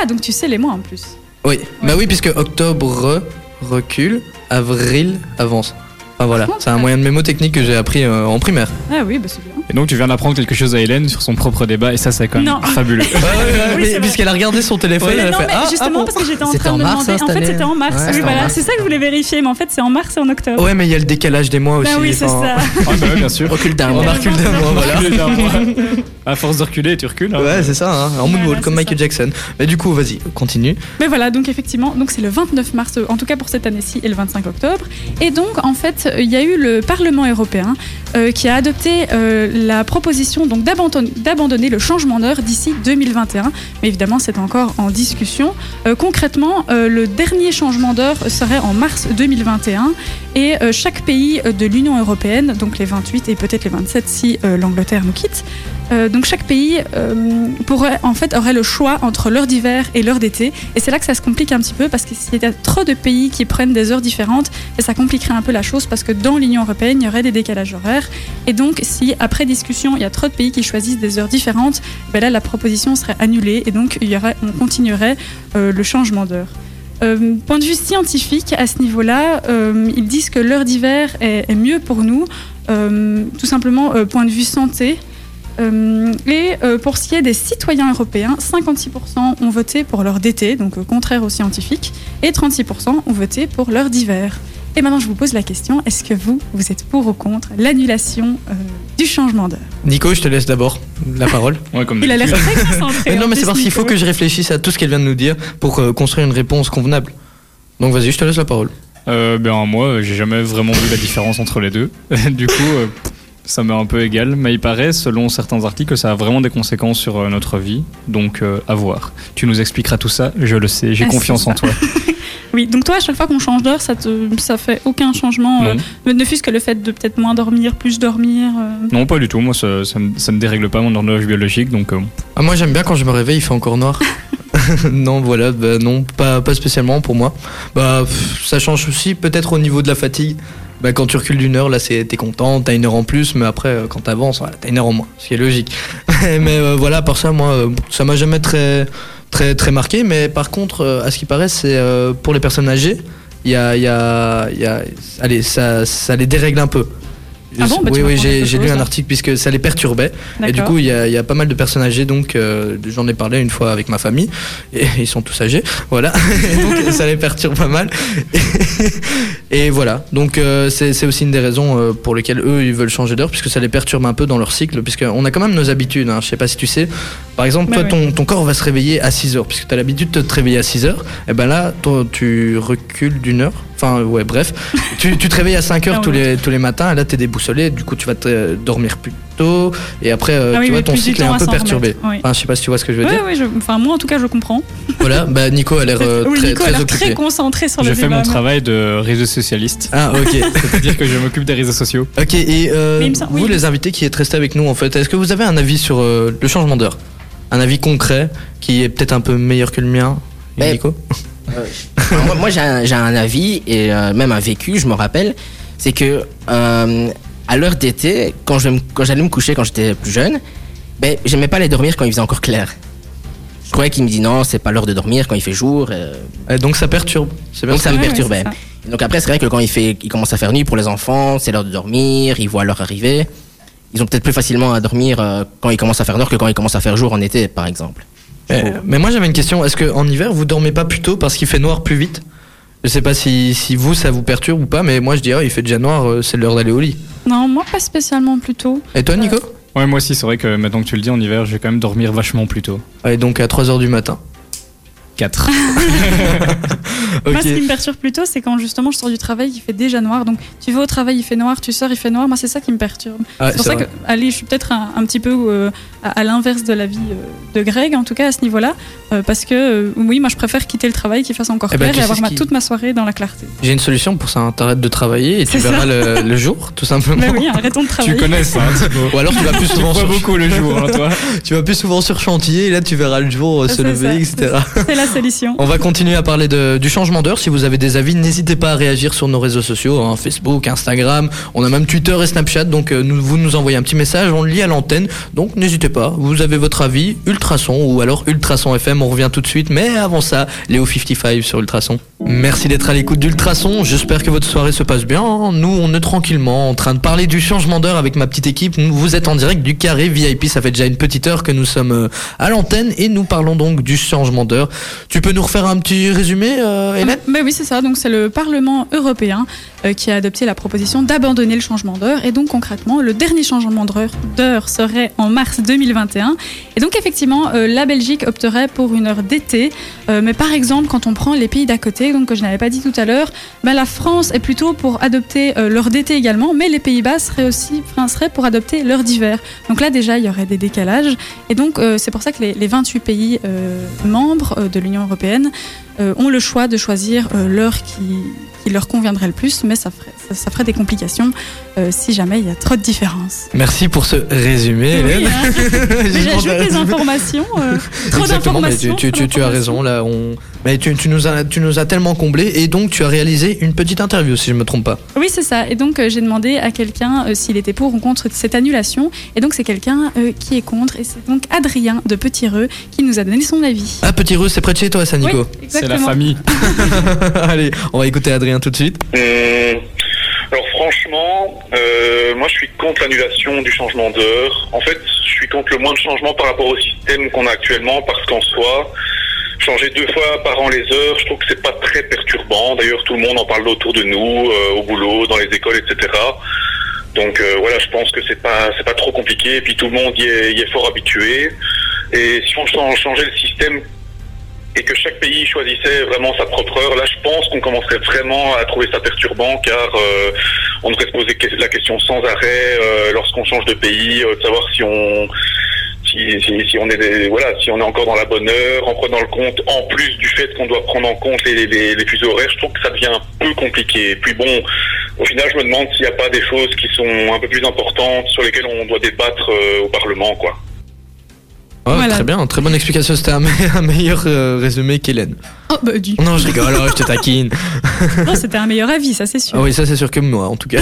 S3: Ah, donc tu sais les mois en plus.
S1: Oui, bah oui, puisque octobre recule, avril avance. Enfin voilà, c'est un moyen de mémotechnique que j'ai appris euh, en primaire.
S3: Ah oui, bah c'est bien.
S2: Et donc, tu viens d'apprendre quelque chose à Hélène sur son propre débat, et ça, c'est quand même
S3: Non.
S2: fabuleux.
S1: Ah
S3: ouais, Oui, mais c'est vrai.
S1: puisqu'elle a regardé son téléphone,
S3: Mais
S1: elle
S3: non,
S1: a fait
S3: mais
S1: Ah,
S3: justement, parce que j'étais en
S7: C'était
S3: train
S7: en
S3: de
S7: mars,
S3: me
S7: hein,
S3: demander. En
S7: cette
S3: fait, c'était en mars.
S7: Ouais,
S3: oui,
S7: c'était en
S3: voilà,
S7: mars.
S3: c'est ça que je voulais vérifier, mais en fait, c'est en mars et en octobre.
S1: Ouais, mais il y a le décalage des mois aussi.
S3: bah oui, c'est
S1: enfin,
S3: ça.
S2: Ah, bah, ouais, bien sûr.
S1: Recule d'un mois.
S3: Mais
S1: On recule
S3: non,
S1: d'un
S3: c'est
S1: mois, voilà.
S2: Reculer d'un mois. À force de reculer, tu recules. hein.
S1: Ouais, c'est ça, hein, en
S3: Voilà,
S1: moonwalk
S3: c'est
S1: comme Michael Jackson. Mais du coup, vas-y, continue.
S3: Mais voilà, donc effectivement, donc c'est le 29 mars, euh, en tout cas pour cette année-ci, et le 25 octobre. Et donc, en fait, euh, il y a eu le Parlement européen euh, qui a adopté euh, la proposition donc d'abandon- d'abandonner le changement d'heure d'ici 2021. Mais évidemment, c'est encore en discussion. Euh, concrètement, euh, le dernier changement d'heure serait en mars 2021. Et euh, chaque pays euh, de l'Union européenne, donc les 28 et peut-être les 27 si euh, l'Angleterre nous quitte, euh, donc chaque pays euh, pourrait en fait aurait le choix entre l'heure d'hiver et l'heure d'été et c'est là que ça se complique un petit peu parce que s'il y a trop de pays qui prennent des heures différentes et ça compliquerait un peu la chose parce que dans l'Union européenne il y aurait des décalages horaires et donc si après discussion il y a trop de pays qui choisissent des heures différentes ben là la proposition serait annulée et donc il y aurait, on continuerait euh, le changement d'heure. Euh, point de vue scientifique, à ce niveau-là, euh, ils disent que l'heure d'hiver est, est mieux pour nous, euh, tout simplement euh, point de vue santé. Euh, et euh, pour ce qui est des citoyens européens, 56% ont voté pour l'heure d'été, donc euh, contraire aux scientifiques, et 36% ont voté pour l'heure d'hiver. Et maintenant, je vous pose la question, est-ce que vous, vous êtes pour ou contre l'annulation euh, du changement d'heure
S1: Nico, je te laisse d'abord la parole.
S2: Ouais, comme
S3: Il a l'air
S2: d'habitude.
S3: très concentré. hein,
S1: Mais non,
S3: en
S1: mais c'est
S3: plus,
S1: parce qu'il faut
S3: Nico.
S1: que je réfléchisse à tout ce qu'elle vient de nous dire pour euh, construire une réponse convenable. Donc vas-y, je te laisse la parole.
S2: Euh, ben, moi, euh, j'ai jamais vraiment vu la différence entre les deux. du coup, euh, ça m'est un peu égal. Mais il paraît, selon certains articles, que ça a vraiment des conséquences sur euh, notre vie. Donc, euh, à voir. Tu nous expliqueras tout ça, je le sais, j'ai
S3: Ah,
S2: confiance
S3: c'est
S2: en toi.
S3: Oui, donc toi, à chaque fois qu'on change d'heure, ça te, ça fait aucun changement. euh,
S2: Non.
S3: mais ne fût-ce que le fait de peut-être moins dormir, plus dormir. euh,
S2: Non, pas du tout. Moi, ça, ça, me, ça me dérègle pas mon horloge biologique, donc euh,
S1: Ah, moi j'aime bien quand je me réveille, il fait encore noir. non, voilà, bah, non, pas, pas spécialement pour moi. Bah, pff, ça change aussi peut-être au niveau de la fatigue. Bah, quand tu recules d'une heure, là c'est- t'es content, t'as une heure en plus, mais après euh, quand t'avances, voilà, t'as une heure en moins, ce qui est logique. mais euh, voilà, par ça, moi, euh, ça m'a jamais très, très, très marqué. Mais par contre, euh, à ce qui paraît, c'est euh, pour les personnes âgées, il y a, il y a- il y a- allez, ça, ça les dérègle un peu.
S3: Ah bon Bah,
S1: oui,
S3: tu
S1: oui, j'ai
S3: m'apprends quelque
S1: j'ai lu
S3: chose,
S1: un
S3: là.
S1: article puisque ça les perturbait. Et du
S3: d'accord.
S1: coup, il y, a- il y a pas mal de personnes âgées, donc euh, j'en ai parlé une fois avec ma famille, et ils sont tous âgés, voilà, Et donc ça les perturbe pas mal. Et, voilà, donc euh, c'est c'est aussi une des raisons euh, pour lesquelles eux, ils veulent changer d'heure, puisque ça les perturbe un peu dans leur cycle, puisqu'on a quand même nos habitudes, hein. je sais pas si tu sais, par exemple,
S3: Ouais,
S1: toi, ton, ton corps va se réveiller à 6 heures, puisque tu as l'habitude de te réveiller à 6 heures, et ben là, toi, tu recules d'une heure, enfin ouais, bref, tu, tu te réveilles à 5 heures
S3: Ah
S1: tous,
S3: oui.
S1: les, tous les matins, et là, tu es déboussolé, du coup, tu vas te, euh, dormir plus tôt, et après, euh,
S3: Ah oui,
S1: tu
S3: oui,
S1: vois, ton
S3: plus du
S1: cycle est
S3: temps
S1: un
S3: à
S1: peu
S3: s'en
S1: perturbé.
S3: remettre, oui.
S1: Enfin, je sais pas si tu vois ce que je veux
S3: Ouais,
S1: dire.
S3: ouais, je- enfin moi en tout cas je comprends.
S1: Voilà, bah Nico a l'air euh,
S3: oui,
S1: très,
S3: Nico a
S1: très
S3: l'air
S1: occupé.
S3: très concentré sur
S2: je
S3: le
S2: fais
S3: débat.
S2: mon
S3: mais-
S2: travail de réseau socialiste.
S1: Ah ok,
S2: C'est-à-dire que je m'occupe des réseaux sociaux.
S1: ok et euh,
S3: Mais il me semble-
S1: vous
S3: oui.
S1: les invités qui êtes restés avec nous en fait, est-ce que vous avez un avis sur euh, le changement d'heure Un avis concret qui est peut-être un peu meilleur que le mien
S6: Ben,
S1: Nico
S6: Alors, moi, moi, j'ai un, j'ai un avis et euh, même un vécu, je m'en rappelle. C'est que euh, à l'heure d'été, quand je me- quand j'allais me coucher quand j'étais plus jeune, ben, j'aimais pas aller dormir quand il faisait encore clair. Je croyais qu'il me dit non, c'est pas l'heure de dormir quand il fait jour. euh,
S1: Eh, Donc ça perturbe, c'est bien
S6: donc ça me
S3: Ouais, ouais,
S6: perturbait.
S3: c'est ça.
S6: donc après, c'est vrai que quand il, fait, il commence à faire nuit pour les enfants, c'est l'heure de dormir, ils voient l'heure arriver. Ils ont peut-être plus facilement à dormir euh, quand il commence à faire noir que quand il commence à faire jour en été, par exemple.
S1: Eh, mais moi j'avais une question, est-ce qu'en hiver vous dormez pas plus tôt parce qu'il fait noir plus vite Je sais pas si, si vous ça vous perturbe ou pas, mais moi je dis ah, il fait déjà noir, euh, c'est l'heure d'aller au lit.
S3: Non, moi pas spécialement plutôt.
S1: Et toi Nico
S2: Ouais, moi aussi, c'est vrai que maintenant que tu le dis, en hiver, je vais quand même dormir vachement plus tôt.
S1: Ouais, donc à 3h du matin.
S2: 4.
S3: Moi,
S1: Ok.
S3: ce qui me perturbe plutôt, c'est quand justement je sors du travail, il fait déjà noir. Donc, tu vas au travail, il fait noir, tu sors, il fait noir. Moi, c'est ça qui me perturbe.
S1: Ah,
S3: c'est pour
S1: c'est
S3: ça
S1: vrai.
S3: que, allez, je suis peut-être un, un petit peu euh, à, à l'inverse de la vie euh, de Greg, en tout cas à ce niveau-là. euh, parce que, euh, oui, moi, je préfère quitter le travail, qu'il fasse encore
S1: Eh ben,
S3: clair
S1: tu
S3: et
S1: sais
S3: avoir
S1: ce
S3: ma-
S1: qui-
S3: toute ma soirée dans la clarté.
S1: J'ai une solution pour ça, hein. t'arrêtes de travailler et tu
S3: C'est ça.
S1: verras le, le jour, tout simplement.
S3: Mais Ben oui, arrêtons de travailler.
S2: tu connais ça, hein, Thibaut.
S1: Ou alors tu vas plus
S2: Tu
S1: souvent
S2: vois
S1: sur,
S2: beaucoup le jour, hein, toi.
S1: tu vas plus souvent sur chantier et là tu verras le jour euh, se
S3: C'est ça,
S1: lever,
S3: c'est
S1: etc.
S3: C'est la solution.
S1: On va continuer à parler de- du changement d'heure. Si vous avez des avis, n'hésitez pas à réagir sur nos réseaux sociaux, hein, Facebook, Instagram. On a même Twitter et Snapchat. Donc euh, nous, vous nous envoyez un petit message, on le lit à l'antenne. Donc n'hésitez pas. Vous avez votre avis, Ultrason ou alors Ultrason FM. On revient tout de suite. Mais avant ça, Léo 55 sur Ultrason. Merci d'être à l'écoute d'Ultrason. J'espère que votre soirée se passe bien. hein. Nous, on est tranquillement en train de parler du changement d'heure avec ma petite équipe. Nous, vous êtes en direct du carré VIP. Ça fait déjà une petite heure que nous sommes euh, à l'antenne et nous parlons donc du changement d'heure. Tu peux nous refaire un petit résumé, euh, Hélène
S3: Mais Ah, ben oui, c'est ça. Donc, c'est le Parlement européen euh, qui a adopté la proposition d'abandonner le changement d'heure. Et donc, concrètement, le dernier changement d'heure- d'heure serait en mars 2021. Et donc, effectivement, euh, la Belgique opterait pour une heure d'été. Euh, mais par exemple, quand on prend les pays d'à côté, donc que je n'avais pas dit tout à l'heure, ben, la France est plutôt pour adopter euh, l'heure d'été également. Mais les Pays-Bas seraient aussi enfin, seraient pour adopter l'heure d'hiver. Donc là, déjà, il y aurait des décalages. Et donc, euh, c'est pour ça que les, les 28 pays euh, membres euh, de l'Union européenne euh, ont le choix de choisir euh, l'heure qui, qui leur conviendrait le plus, mais ça ferait, ça, ça ferait des complications euh, si jamais il y a trop de différences.
S1: Merci pour ce résumé, Eh, Hélène.
S3: Oui, hein. Mais J'ajoute des informations. euh, trop
S1: Exactement, mais tu,
S3: d'informations.
S1: tu- tu-
S3: trop
S1: tu as raison, là, on... Mais tu, tu nous as, tu nous as tellement comblé et donc tu as réalisé une petite interview, si je me trompe pas.
S3: Oui, c'est ça. Et donc, euh, j'ai demandé à quelqu'un euh, s'il était pour ou contre cette annulation. Et donc, c'est quelqu'un euh, qui est contre. Et c'est donc Adrien de Petit Reux qui nous a donné son avis.
S1: Ah, petit Russe, c'est près de chez toi, ça, Nico
S3: Oui,
S2: C'est
S3: exactement.
S2: la famille.
S1: Allez, on va écouter Adrien tout de suite.
S8: Hum, Alors franchement, euh, moi je suis contre l'annulation du changement d'heure. En fait, je suis contre le moins de changements par rapport au système qu'on a actuellement parce qu'en soi, changer deux fois par an les heures, je trouve que c'est pas très perturbant. D'ailleurs, tout le monde en parle autour de nous, euh, au boulot, dans les écoles, etc. Donc euh, voilà, je pense que c'est pas c'est pas trop compliqué. Et puis tout le monde y est, y est fort habitué. Et si on chan- changeait le système et que chaque pays choisissait vraiment sa propre heure, là je pense qu'on commencerait vraiment à trouver ça perturbant car euh, on devrait se poser que- la question sans arrêt euh, lorsqu'on change de pays, euh, de savoir si on si, si, si on est des- voilà, si on est encore dans la bonne heure, en prenant le compte, en plus du fait qu'on doit prendre en compte les, les, les fuseaux horaires, je trouve que ça devient un peu compliqué. Et puis bon, au final, je me demande s'il n'y a pas des choses qui sont un peu plus importantes sur lesquelles on doit débattre euh, au Parlement, quoi.
S1: Ouais,
S3: Voilà.
S1: Ah, Très bien, très bonne explication. C'était un, me- un meilleur euh, résumé qu'Hélène.
S3: Oh, bah, dis.
S1: Non, je rigole, ouais, je te taquine.
S3: Non, c'était un meilleur avis, ça c'est sûr.
S1: Ah oui, ça c'est sûr que moi en tout cas.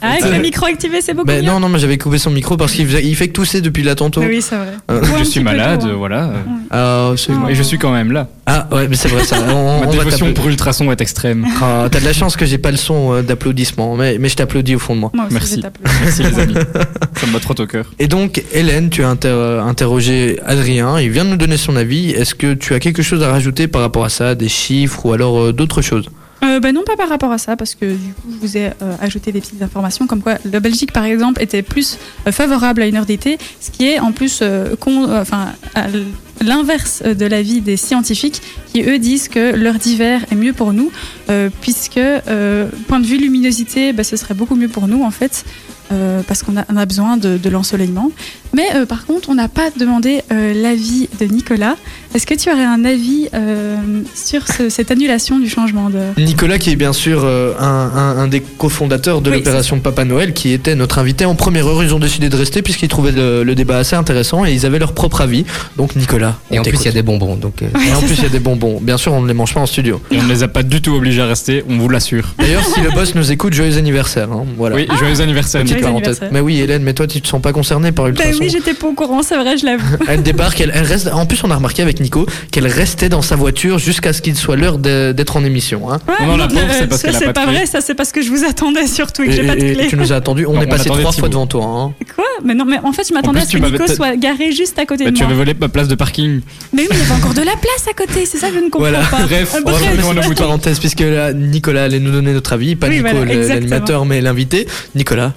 S3: Ah, Avec le micro activé, c'est beaucoup
S1: Mais
S3: mieux.
S1: ben non, non, mais j'avais coupé son micro parce qu'il faisait- il fait que tousser depuis là tantôt.
S3: Ah oui, c'est vrai.
S1: Euh,
S3: Bois un
S2: Je
S3: petit
S2: suis
S3: peu
S2: malade,
S3: d'eau, hein.
S2: voilà.
S1: Ah, absolument.
S3: Oh.
S2: Et je suis quand même là.
S1: Ah ouais, mais c'est vrai ça. On, on
S2: Ma
S1: va
S2: dévotion
S1: t'appeler.
S2: pour Ultrason est extrême.
S1: Ah, T'as de la chance que j'ai pas le son euh, d'applaudissement, mais, mais je t'applaudis au fond de moi.
S3: Moi aussi,
S2: Merci.
S3: je t'applaudis.
S2: Merci les amis. Ça me bat trop au cœur.
S1: Et donc, Hélène, tu as inter- euh, interrogé Adrien, il vient de nous donner son avis. Est-ce que tu as quelque chose à rajouter par rapport à ça, des chiffres ou alors euh, d'autres choses
S3: Euh, bah non, pas par rapport à ça, parce que du coup, je vous ai euh, ajouté des petites informations comme quoi la Belgique, par exemple, était plus euh, favorable à une heure d'été, ce qui est en plus euh, con- euh, enfin, à l- l'inverse euh, de l'avis des scientifiques qui, eux, disent que l'heure d'hiver est mieux pour nous, euh, puisque, euh, point de vue luminosité, bah, ce serait beaucoup mieux pour nous, en fait, euh, parce qu'on a, on a besoin de, de l'ensoleillement. Mais euh, par contre, on n'a pas demandé euh, l'avis de Nicolas. Est-ce que tu aurais un avis euh, sur ce- cette annulation du changement d'heure
S1: Nicolas, qui est bien sûr euh, un, un- un des cofondateurs de
S3: Oui,
S1: l'opération Papa Noël, qui était notre invité en première heure, ils ont décidé de rester puisqu'ils trouvaient le, le débat assez intéressant et ils avaient leur propre avis. Donc, Nicolas,
S7: Et
S1: on
S7: en plus,
S1: t'écoute.
S7: il y a des bonbons. Donc, euh,
S1: Et en plus, il y a des bonbons. Bien sûr, on ne les mange pas en studio.
S2: Et on ne les a pas du tout obligés à rester, on vous l'assure.
S1: D'ailleurs, si le boss nous écoute, joyeux anniversaire. hein. Voilà.
S2: Oui, Ah, joyeux anniversaire.
S1: Petite
S3: Joyeux
S1: parenthèse.
S3: anniversaire.
S1: Mais oui, Hélène, mais toi, tu te sens pas concernée par
S3: Bah
S1: Ultrason.
S3: oui, j'étais pas au courant, c'est vrai, je l'avoue.
S1: elle débarque, elle, elle reste. En plus, on a remarqué avec Nico qu'elle restait dans sa voiture jusqu'à ce qu'il soit l'heure de- d'être en émission. hein.
S3: Ouais,
S2: Non, la
S3: donc,
S2: pauvre, c'est parce
S3: ça,
S2: qu'elle a
S3: c'est
S2: pas de
S3: pas
S2: clé.
S3: vrai, ça c'est parce que je vous attendais surtout et que
S1: Et-
S3: j'ai pas de
S1: et- et
S3: clé.
S1: tu nous as attendu. On
S2: Non,
S1: est
S2: on
S1: passé
S2: attendait
S1: trois fois
S2: Thibaut.
S1: devant toi. hein.
S3: Quoi Mais non, mais en fait, je m'attendais
S2: plus,
S3: à ce
S2: tu
S3: que
S2: m'avais
S3: Nico
S2: peut-être-
S3: soit garé juste à côté
S2: Bah,
S3: de
S2: tu
S3: moi.
S2: avais volé ma place de parking.
S3: Mais oui, mais il y avait encore de la place à côté, c'est ça que je ne comprends
S1: Voilà.
S3: pas.
S2: Bref,
S3: Ah,
S2: on va
S3: bref.
S2: revenir à nos
S1: Petite
S2: moutons.
S1: parenthèse, puisque là, Nicolas allait nous donner notre avis, pas
S3: Oui,
S1: Nico
S3: voilà,
S1: le-
S3: exactement.
S1: l'animateur, mais l'invité. Nicolas,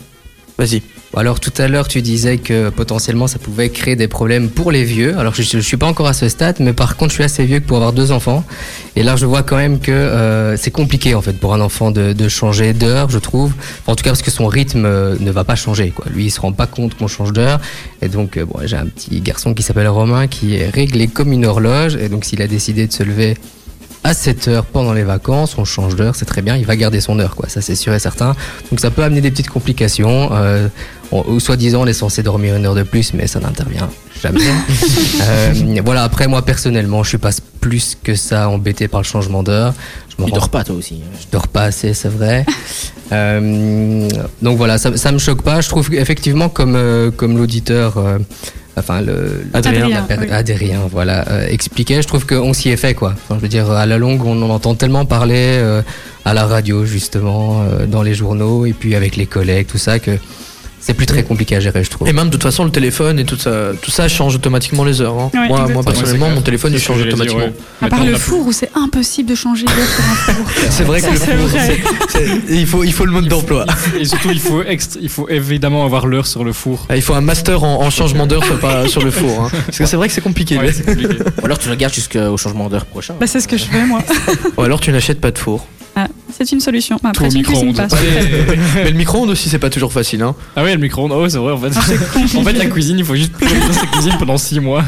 S1: vas-y.
S7: alors tout à l'heure, tu disais que potentiellement, ça pouvait créer des problèmes pour les vieux. Alors, je, je suis pas encore à ce stade, mais par contre, je suis assez vieux pour avoir deux enfants. Et là, je vois quand même que euh, c'est compliqué en fait pour un enfant de, de changer d'heure, je trouve. En tout cas, parce que son rythme euh, ne va pas changer. Quoi. Lui, il se rend pas compte qu'on change d'heure. Et donc, euh, bon, j'ai un petit garçon qui s'appelle Romain qui est réglé comme une horloge. Et donc, s'il a décidé de se lever à 7 heures pendant les vacances, on change d'heure, c'est très bien. Il va garder son heure, quoi. Ça, c'est sûr et certain. Donc, ça peut amener des petites complications. Euh, on- ou soi-disant, on est censé dormir une heure de plus, mais ça n'intervient jamais. Euh, voilà. Après, moi personnellement, je suis pas plus que ça embêté par le changement d'heure. Je m'en
S6: Tu
S7: rends
S6: dors pas toi aussi. hein.
S7: je dors pas assez, c'est vrai. Euh, donc voilà, ça, ça me choque pas. Je trouve effectivement comme euh, comme l'auditeur, euh, enfin le
S3: Adrien.
S7: la per-
S3: oui.
S7: Adrien, voilà, euh, expliquait. Je trouve qu'on s'y est fait quoi. Enfin, je veux dire, à la longue, on en entend tellement parler euh, à la radio justement, euh, dans les journaux et puis avec les collègues, tout ça que c'est plus très compliqué à gérer, je trouve.
S1: Et même, de toute façon, le téléphone et tout ça, tout ça change automatiquement les heures. hein.
S3: Ouais,
S1: moi, moi,
S3: exactement.
S1: personnellement, mon téléphone,
S2: C'est
S1: il
S2: ce que
S1: change
S2: j'allais dire,
S1: automatiquement.
S2: ouais.
S3: À part
S2: Maintenant, on
S3: le
S2: a-
S3: four où c'est impossible de changer d'heure sur un four.
S1: C'est vrai que
S3: Ça,
S1: le
S3: c'est
S1: four,
S3: vrai.
S1: c'est- c'est- il, faut, il faut le mode d'emploi.
S2: Et surtout, il faut, ext- il faut évidemment avoir l'heure sur le four.
S1: Ah, Il faut un master en, en changement d'heure sur, pas- sur le four. hein. Parce que c'est vrai que c'est compliqué.
S2: Ouais, c'est compliqué.
S6: Ou alors tu le gardes jusqu'au changement d'heure prochain.
S3: Bah, c'est ce que je fais, moi.
S1: Ou alors tu n'achètes pas de four.
S3: Ah, c'est une solution.
S2: Tout
S3: Après,
S2: au
S3: tu ne cuisines
S2: micro-ondes.
S3: pas. c'est vrai.
S1: Mais le micro-ondes aussi, c'est pas toujours facile. Hein.
S2: Ah ouais, le micro-ondes, oh, c'est vrai en fait. en fait, la cuisine, il faut juste plus aller dans sa cuisine pendant 6 mois.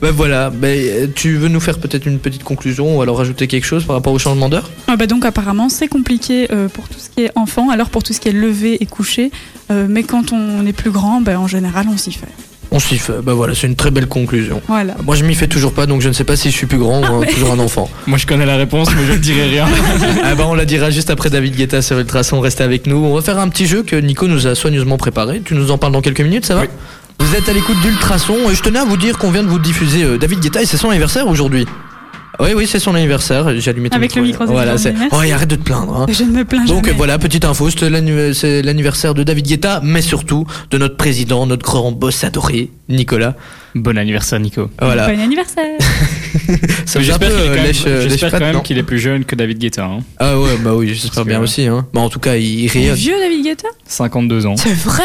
S1: Bah voilà, bah, euh, tu veux nous faire peut-être une petite conclusion ou alors rajouter quelque chose par rapport au changement d'heure
S3: Ah bah donc apparemment c'est compliqué euh, pour tout ce qui est enfant, alors pour tout ce qui est lever et coucher, euh, mais quand on est plus grand, bah, en général on s'y fait.
S1: On s'y fait, bah voilà, c'est une très belle conclusion.
S3: Voilà.
S1: Moi je m'y fais toujours pas, donc je ne sais pas si je suis plus grand ou hein, toujours un enfant.
S2: Moi, je connais la réponse, mais je ne dirai rien.
S1: ah bah on la dira juste après David Guetta sur Ultrason, restez avec nous. On va faire un petit jeu que Nico nous a soigneusement préparé. Tu nous en parles dans quelques minutes, ça va
S2: Oui.
S1: Vous êtes à l'écoute d'Ultrason et je tenais à vous dire qu'on vient de vous diffuser euh, David Guetta et c'est son anniversaire aujourd'hui. Oui, oui, c'est son anniversaire. J'ai allumé ton
S3: Avec le micro,
S1: Voilà,
S3: c'est
S1: c'est.
S3: son
S1: Oh, et arrête de te plaindre.
S2: Ah.
S1: hein.
S3: Je ne me plains
S1: Donc
S3: jamais.
S1: voilà, petite info, c'est l'annu- c'est l'anniversaire de David Guetta, mais surtout de notre président, notre grand boss adoré, Nicolas.
S2: Bon anniversaire, Nico.
S1: Voilà.
S3: Bon anniversaire.
S1: Ça
S2: Mais
S1: faisait un peu
S2: J'espère qu'il est
S1: euh,
S2: quand même-
S1: lèche- euh,
S2: j'espère
S1: lèche-patte,
S2: quand même
S1: non
S2: qu'il est plus jeune que David Guetta. hein.
S1: Ah ouais, bah oui, j'espère
S2: Parce
S1: bien
S2: que-
S1: aussi. Hein. Bah en tout cas, il
S3: Il est
S1: rayonne.
S3: Vieux David Guetta
S2: 52 ans.
S3: C'est vrai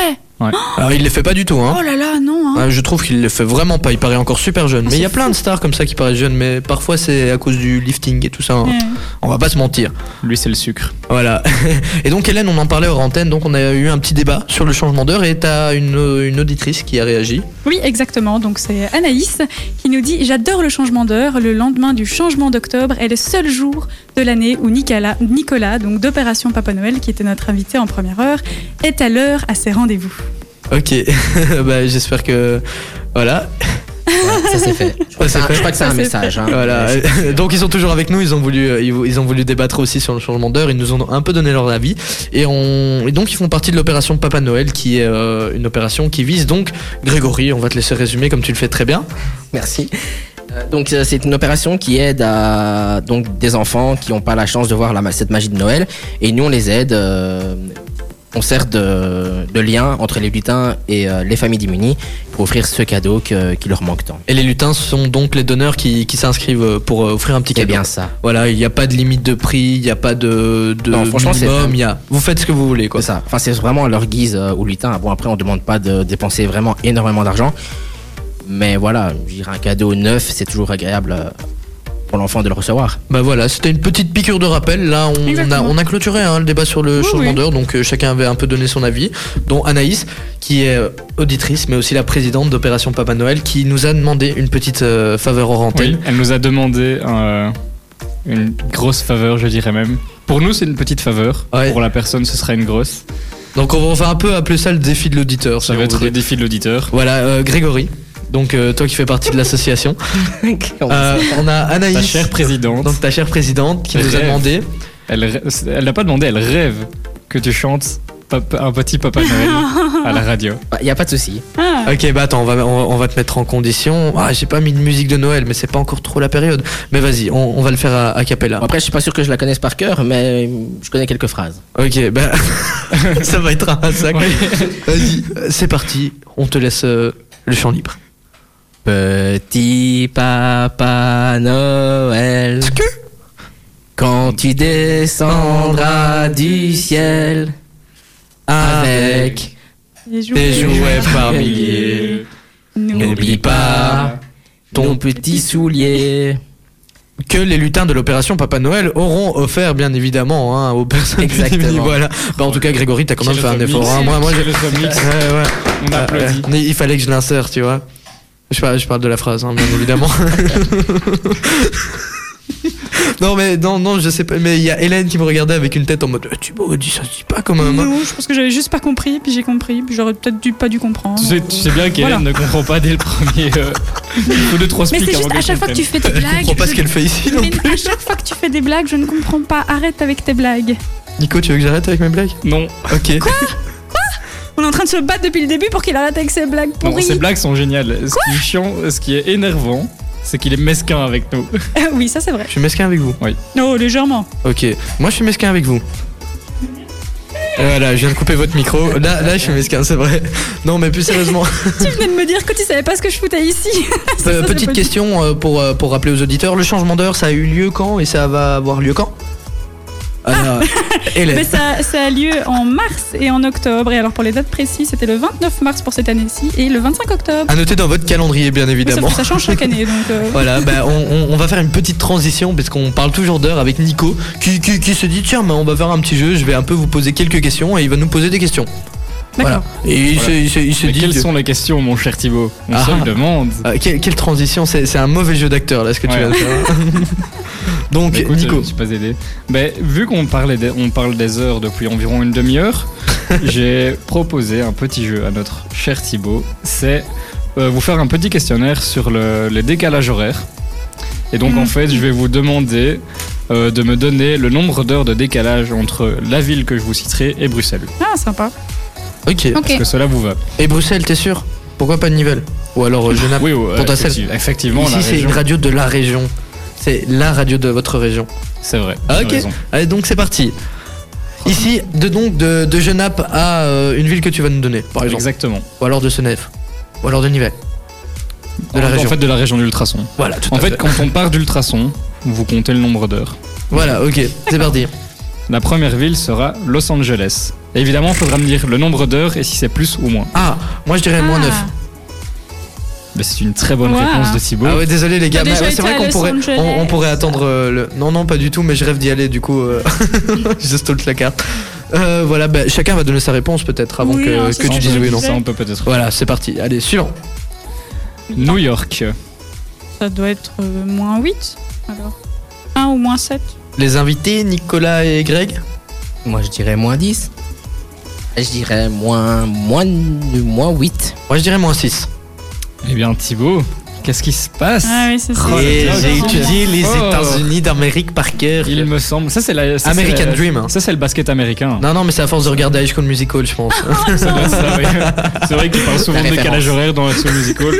S1: Alors, il les fait pas du tout, hein.
S3: Oh là là, non. Hein.
S1: Ouais, je trouve qu'il le fait vraiment pas, il paraît encore super jeune.
S3: Ah,
S1: mais il y a
S3: c'est
S1: plein
S3: fou.
S1: de stars comme ça qui paraissent jeunes, mais parfois c'est à cause du lifting et tout ça. hein.
S3: Ouais.
S1: On va pas se mentir.
S2: Lui, c'est le sucre.
S1: Voilà. Et donc Hélène, on en parlait hors antenne, donc on a eu un petit débat sur le changement d'heure et t'as une, euh, une auditrice qui a réagi.
S3: Oui, exactement. Donc c'est Anaïs qui nous dit J'adore le changement d'heure. Le lendemain du changement d'octobre est le seul jour de l'année où Nicolas, Nicolas donc d'Opération Papa Noël, qui était notre invité en première heure, est à l'heure à ses rendez-vous.
S1: Ok, bah, j'espère que... Voilà,
S6: Voilà, ça c'est fait. Je crois que
S1: Ça, c'est
S6: c'est un-
S1: fait.
S6: je crois que c'est
S3: Ça,
S6: un
S3: c'est
S6: message. hein.
S1: voilà. Donc ils sont toujours avec nous, ils ont voulu, euh, ils vou- ils ont voulu débattre aussi sur le changement d'heure, ils nous ont un peu donné leur avis. Et, on, et donc ils font partie de l'opération Papa Noël, qui est euh, une opération qui vise donc Grégory, on va te laisser résumer comme tu le fais très bien.
S6: Merci. Euh, Donc euh, c'est une opération qui aide à donc des enfants qui n'ont pas la chance de voir la, ma- cette magie de Noël et nous on les aide. euh, on sert de, de lien entre les lutins et euh, les familles démunies pour offrir ce cadeau que- qui leur manque tant.
S1: Et les lutins sont donc les donneurs qui, qui s'inscrivent euh, pour euh, offrir un petit
S6: C'est
S1: cadeau.
S6: Eh bien ça.
S1: Voilà, il n'y a pas de limite de prix, il n'y a pas de, de
S6: Non, franchement, c'est
S1: minimum,
S6: vrai.
S1: il y a... vous faites ce que vous voulez quoi.
S6: C'est ça. Enfin, c'est vraiment à leur guise euh, aux lutins. Bon, après, on demande pas de dépenser vraiment énormément d'argent. Mais voilà, je dirais un cadeau neuf, c'est toujours agréable euh, pour l'enfant de le recevoir.
S1: Bah voilà, c'était une petite piqûre de rappel. Là, on, on a,
S3: Exactement.
S1: on a clôturé hein, le débat sur le
S3: Oui,
S1: changement
S3: oui.
S1: d'heure, donc euh, chacun avait un peu donné son avis, dont Anaïs, qui est euh, auditrice, mais aussi la présidente d'Opération Papa Noël, qui nous a demandé une petite euh, faveur hors antenne.
S2: Oui, elle nous a demandé euh, une grosse faveur, je dirais même. Pour nous, c'est une petite faveur.
S1: Ouais.
S2: Pour la personne, ce sera une grosse.
S1: Donc on va, on va un peu appeler ça le défi de l'auditeur.
S2: Ça
S1: si
S2: va
S1: on
S2: être
S1: voulait.
S2: le défi de l'auditeur.
S1: Voilà, euh, Grégory. Donc euh, toi qui fais partie de l'association. Euh, on a Anaïs.
S2: Ta chère présidente,
S1: donc ta chère présidente qui
S2: Elle
S1: nous a
S2: rêve.
S1: demandé.
S2: elle rê- elle n'a pas demandé, elle rêve que tu chantes Papa- un petit Papa Noël à la radio.
S6: Il n'y Bah, a pas de souci.
S3: Ah,
S1: Ok, bah attends, on va, on va- on va te mettre en condition. Ah, j'ai pas mis de musique de Noël, mais c'est pas encore trop la période. Mais vas-y, on, on va le faire à, à capella.
S6: Bon, après, je suis pas sûr que je la connaisse par cœur, mais euh, je connais quelques phrases.
S1: Ok, bah ça va être un sac.
S2: Ouais.
S1: Vas-y, euh, c'est parti. On te laisse euh, le champ libre.
S6: Petit papa Noël, quand tu descendras du ciel avec,
S3: les jouets.
S1: Des jouets par milliers.
S6: milliers,
S3: Nous.
S6: n'oublie pas ton petit soulier.
S1: Que les lutins de l'opération Papa Noël auront offert, bien évidemment, hein, aux personnes. qui
S6: Exactement.
S1: disent, Voilà. Bah, en tout cas, Grégory, t'as quand même
S2: Quel
S1: fait un
S2: remix.
S1: effort. hein. Moi, moi, j'ai-
S2: Quel remix.
S1: Ouais, ouais.
S2: On applaudit.
S1: Euh, mais il fallait que je l'insère, tu vois. Je parle, je parle de la phrase, hein, bien évidemment. non, mais non, non, je sais pas. Mais il y a Hélène qui me regardait avec une tête en mode Eh, Tu me dis ça, se dit pas quand même. hein.
S3: Nous, je pense que j'avais juste pas compris, puis j'ai compris, puis j'aurais peut-être dû, pas dû comprendre.
S2: Tu sais, tu sais bien qu'Hélène ne
S3: Voilà.
S2: comprend pas dès le premier. euh, il faut deux, trois
S3: Mais
S2: speaks
S3: c'est
S2: avant
S3: juste à
S2: qu'elle
S3: chaque fois que tu
S2: comprenne.
S3: fais des
S1: Je
S3: blagues.
S1: comprends pas ce
S3: je-
S1: qu'elle fait ici. non.
S3: Mais à chaque fois que tu fais des blagues, je ne comprends pas. Arrête avec tes blagues.
S1: Nico, tu veux que j'arrête avec mes blagues
S2: Non,
S1: Ok.
S3: On est en train de se battre depuis le début pour qu'il arrête avec ses blagues
S2: non,
S3: pourries.
S2: ces blagues sont géniales. Ce qui est chiant, ce qui est énervant, c'est qu'il est mesquin avec nous.
S3: oui, ça c'est vrai.
S1: je suis mesquin avec vous.
S3: Non, légèrement.
S1: Ok. Moi, je suis mesquin avec vous. Et Voilà, je viens de couper votre micro. Là, là, je suis mesquin, c'est vrai. Non, mais plus sérieusement.
S3: tu venais de me dire que tu savais pas ce que je foutais ici. Ça,
S1: Euh,
S3: ça, c'est
S1: petite
S3: pas-
S1: question euh, pour, euh, pour rappeler aux auditeurs, le changement d'heure ça a eu lieu quand et ça va avoir lieu quand Ah, Hélène.
S3: Mais ça, ça a lieu en mars et en octobre. Et alors pour les dates précises, c'était le 29 mars pour cette année-ci et le 25 octobre.
S1: À noter dans votre calendrier bien
S3: Oui, sauf
S1: évidemment.
S3: que ça change chaque année, donc euh,
S1: Voilà, bah, on, on- on va faire une petite transition parce qu'on parle toujours d'heure avec Nico qui, qui, qui se dit tiens mais on va faire un petit jeu, je vais un peu vous poser quelques questions et il va nous poser des questions.
S3: d'accord.
S1: Voilà. Et il se, il se- il se
S2: Mais
S1: dit
S2: quelles
S1: que-
S2: sont les questions, mon cher Thibaut On se
S1: Ah.
S2: le demande.
S1: Euh, quelle, quelle transition, c'est c'est un mauvais jeu d'acteur là ce que tu
S2: Ouais. Bah,
S1: viens de faire. Donc
S2: Écoute,
S1: Nico,
S2: euh, Je suis pas aidé. Mais vu qu'on parlait des- on parle des heures depuis environ une demi-heure, j'ai proposé un petit jeu à notre cher Thibaut. C'est euh, vous faire un petit questionnaire sur le, les décalages horaires. Et donc en fait, je vais vous demander euh, de me donner le nombre d'heures de décalage entre la ville que je vous citerai et Bruxelles.
S3: Ah, sympa.
S2: euh,
S1: ok.
S3: Ok.
S2: Est-ce que cela vous va
S1: Et Bruxelles, t'es sûr Pourquoi pas de Nivelles Ou alors euh, Genappe
S2: Oui, oui,
S1: Pour ta
S2: effective- effectivement, la
S1: Ici, c'est
S2: région.
S1: une radio de la région. C'est la radio de votre région.
S2: C'est vrai.
S1: Ah,
S2: t'as
S1: ok.
S2: raison.
S1: Allez, donc c'est parti. Ici, de donc de, de Genappe à euh, une ville que tu vas nous donner, par exemple.
S2: Exactement.
S1: Ou alors de Senef. Ou alors de Nivelles. De la
S2: en, en
S1: région.
S2: fait, de la région d'Ultrason.
S1: Voilà, tout
S2: En
S1: à fait.
S2: fait, quand on part d'Ultrason, vous comptez le nombre d'heures.
S1: Voilà, ok, c'est parti.
S2: La première ville sera Los Angeles. Et évidemment, il faudra me dire le nombre d'heures et si c'est plus ou moins.
S1: Ah, moi je dirais moins 9.
S3: Ah,
S2: Mais c'est une très bonne
S3: Wow.
S2: réponse de Thibaut.
S1: Ah ouais, désolé les gars,
S3: T'as
S1: mais
S3: déjà
S1: ouais,
S3: été
S1: c'est vrai
S3: à
S1: qu'on
S3: Los
S1: pourrait,
S3: Angeles.
S1: on, on pourrait attendre euh, le. Non, non, pas du tout, mais je rêve d'y aller du coup. euh, je stolte la carte. Euh, voilà, bah, chacun va donner sa réponse peut-être avant
S3: Oui, hein,
S1: que,
S3: c'est
S1: que
S2: Ça,
S1: tu
S2: on
S1: dises
S2: peut-
S1: oui ou non.
S2: Ça, on peut peut-être.
S1: Voilà, c'est parti. Allez, suivant.
S2: New York.
S3: Ça doit être euh, moins 8, alors. 1 ou moins 7.
S1: Les invités, Nicolas et Greg
S7: Moi, je dirais moins 10.
S6: Je dirais moins, moins, moins 8.
S1: Moi je dirais moins 6.
S2: Eh bien, Thibaut, qu'est-ce qui se passe
S3: Ah oui, c'est ça.
S2: Oh,
S1: et
S2: là là,
S1: j'ai
S2: c'est
S1: étudié les
S2: Oh.
S1: États-Unis d'Amérique par cœur.
S2: Il me semble. Ça, c'est la. ça, c'est
S1: American
S2: la-
S1: Dream. hein.
S2: Ça, c'est le basket américain.
S1: Non, non, mais c'est à force de regarder High School Musical, je pense.
S2: C'est vrai, ça, oui. C'est vrai qu'il parle souvent de
S6: La
S2: décalage
S6: référence.
S2: horaire dans l'action musicale.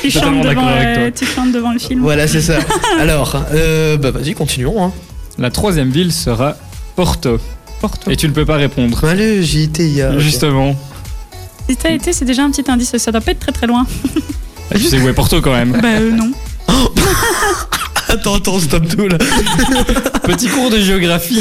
S3: Tu
S2: suis totalement
S3: chantes, devant,
S2: d'accord avec
S3: euh,
S2: toi.
S3: tu chantes devant le film.
S1: voilà, c'est ça. Alors, euh, bah vas-y, continuons. Hein.
S2: La troisième ville sera Porto.
S1: Porto.
S2: Et tu ne peux pas répondre.
S1: Allez, j'y étais il y a.
S2: Justement.
S3: Si t'as été, c'est déjà un petit indice, ça doit pas être très très loin.
S2: Ah, Tu sais où est Porto quand même.
S3: bah euh, non.
S1: Attends, attends, stop tout là.
S2: Petit cours de géographie.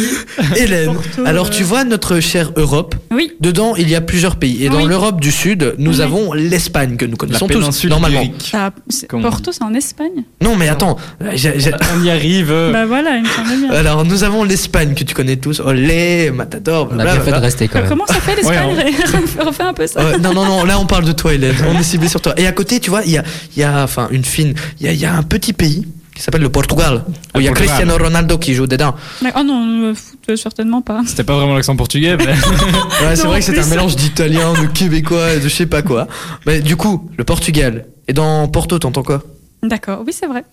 S1: Hélène,
S3: Porto,
S1: alors
S3: euh,
S1: tu vois notre chère Europe,
S3: Oui,
S1: dedans il y a plusieurs pays. Et dans
S3: Oui.
S1: l'Europe du Sud, nous
S3: Oui.
S1: avons l'Espagne que nous
S2: La
S1: connaissons tous,
S2: péninsule
S1: normalement.
S2: ibérique.
S3: ça- c'est-
S2: Comment on
S3: Porto, c'est en Espagne.
S1: Non, mais attends, j'ai- j'ai-
S2: On y arrive. euh,
S3: Bah voilà, il me semble bien.
S1: alors nous avons l'Espagne que tu connais tous. Olé, Matador,
S7: On a bien fait de
S1: blablabla.
S7: rester quand
S3: Alors,
S7: même.
S3: comment ça fait l'Espagne Refais un peu ça.
S1: Ouais, Euh, non, non, non, là on parle de toi, Hélène. On est ciblé sur toi. Et à côté, tu vois, il y a, il y a, enfin, une fine, il y a, il y a un petit pays qui s'appelle le Portugal. Où il y a
S2: Le Portugal.
S1: Cristiano Ronaldo qui joue dedans.
S3: Mais- Oh non, euh, foot, euh, certainement pas.
S2: C'était pas vraiment l'accent portugais, mais
S1: Ouais, c'est
S3: Non,
S1: vrai
S3: en
S1: que c'est
S3: plus.
S1: un mélange d'italien, de québécois, et de je sais pas quoi. Mais du coup, le Portugal. Et dans Porto, t'entends quoi
S3: D'accord, oui, c'est vrai.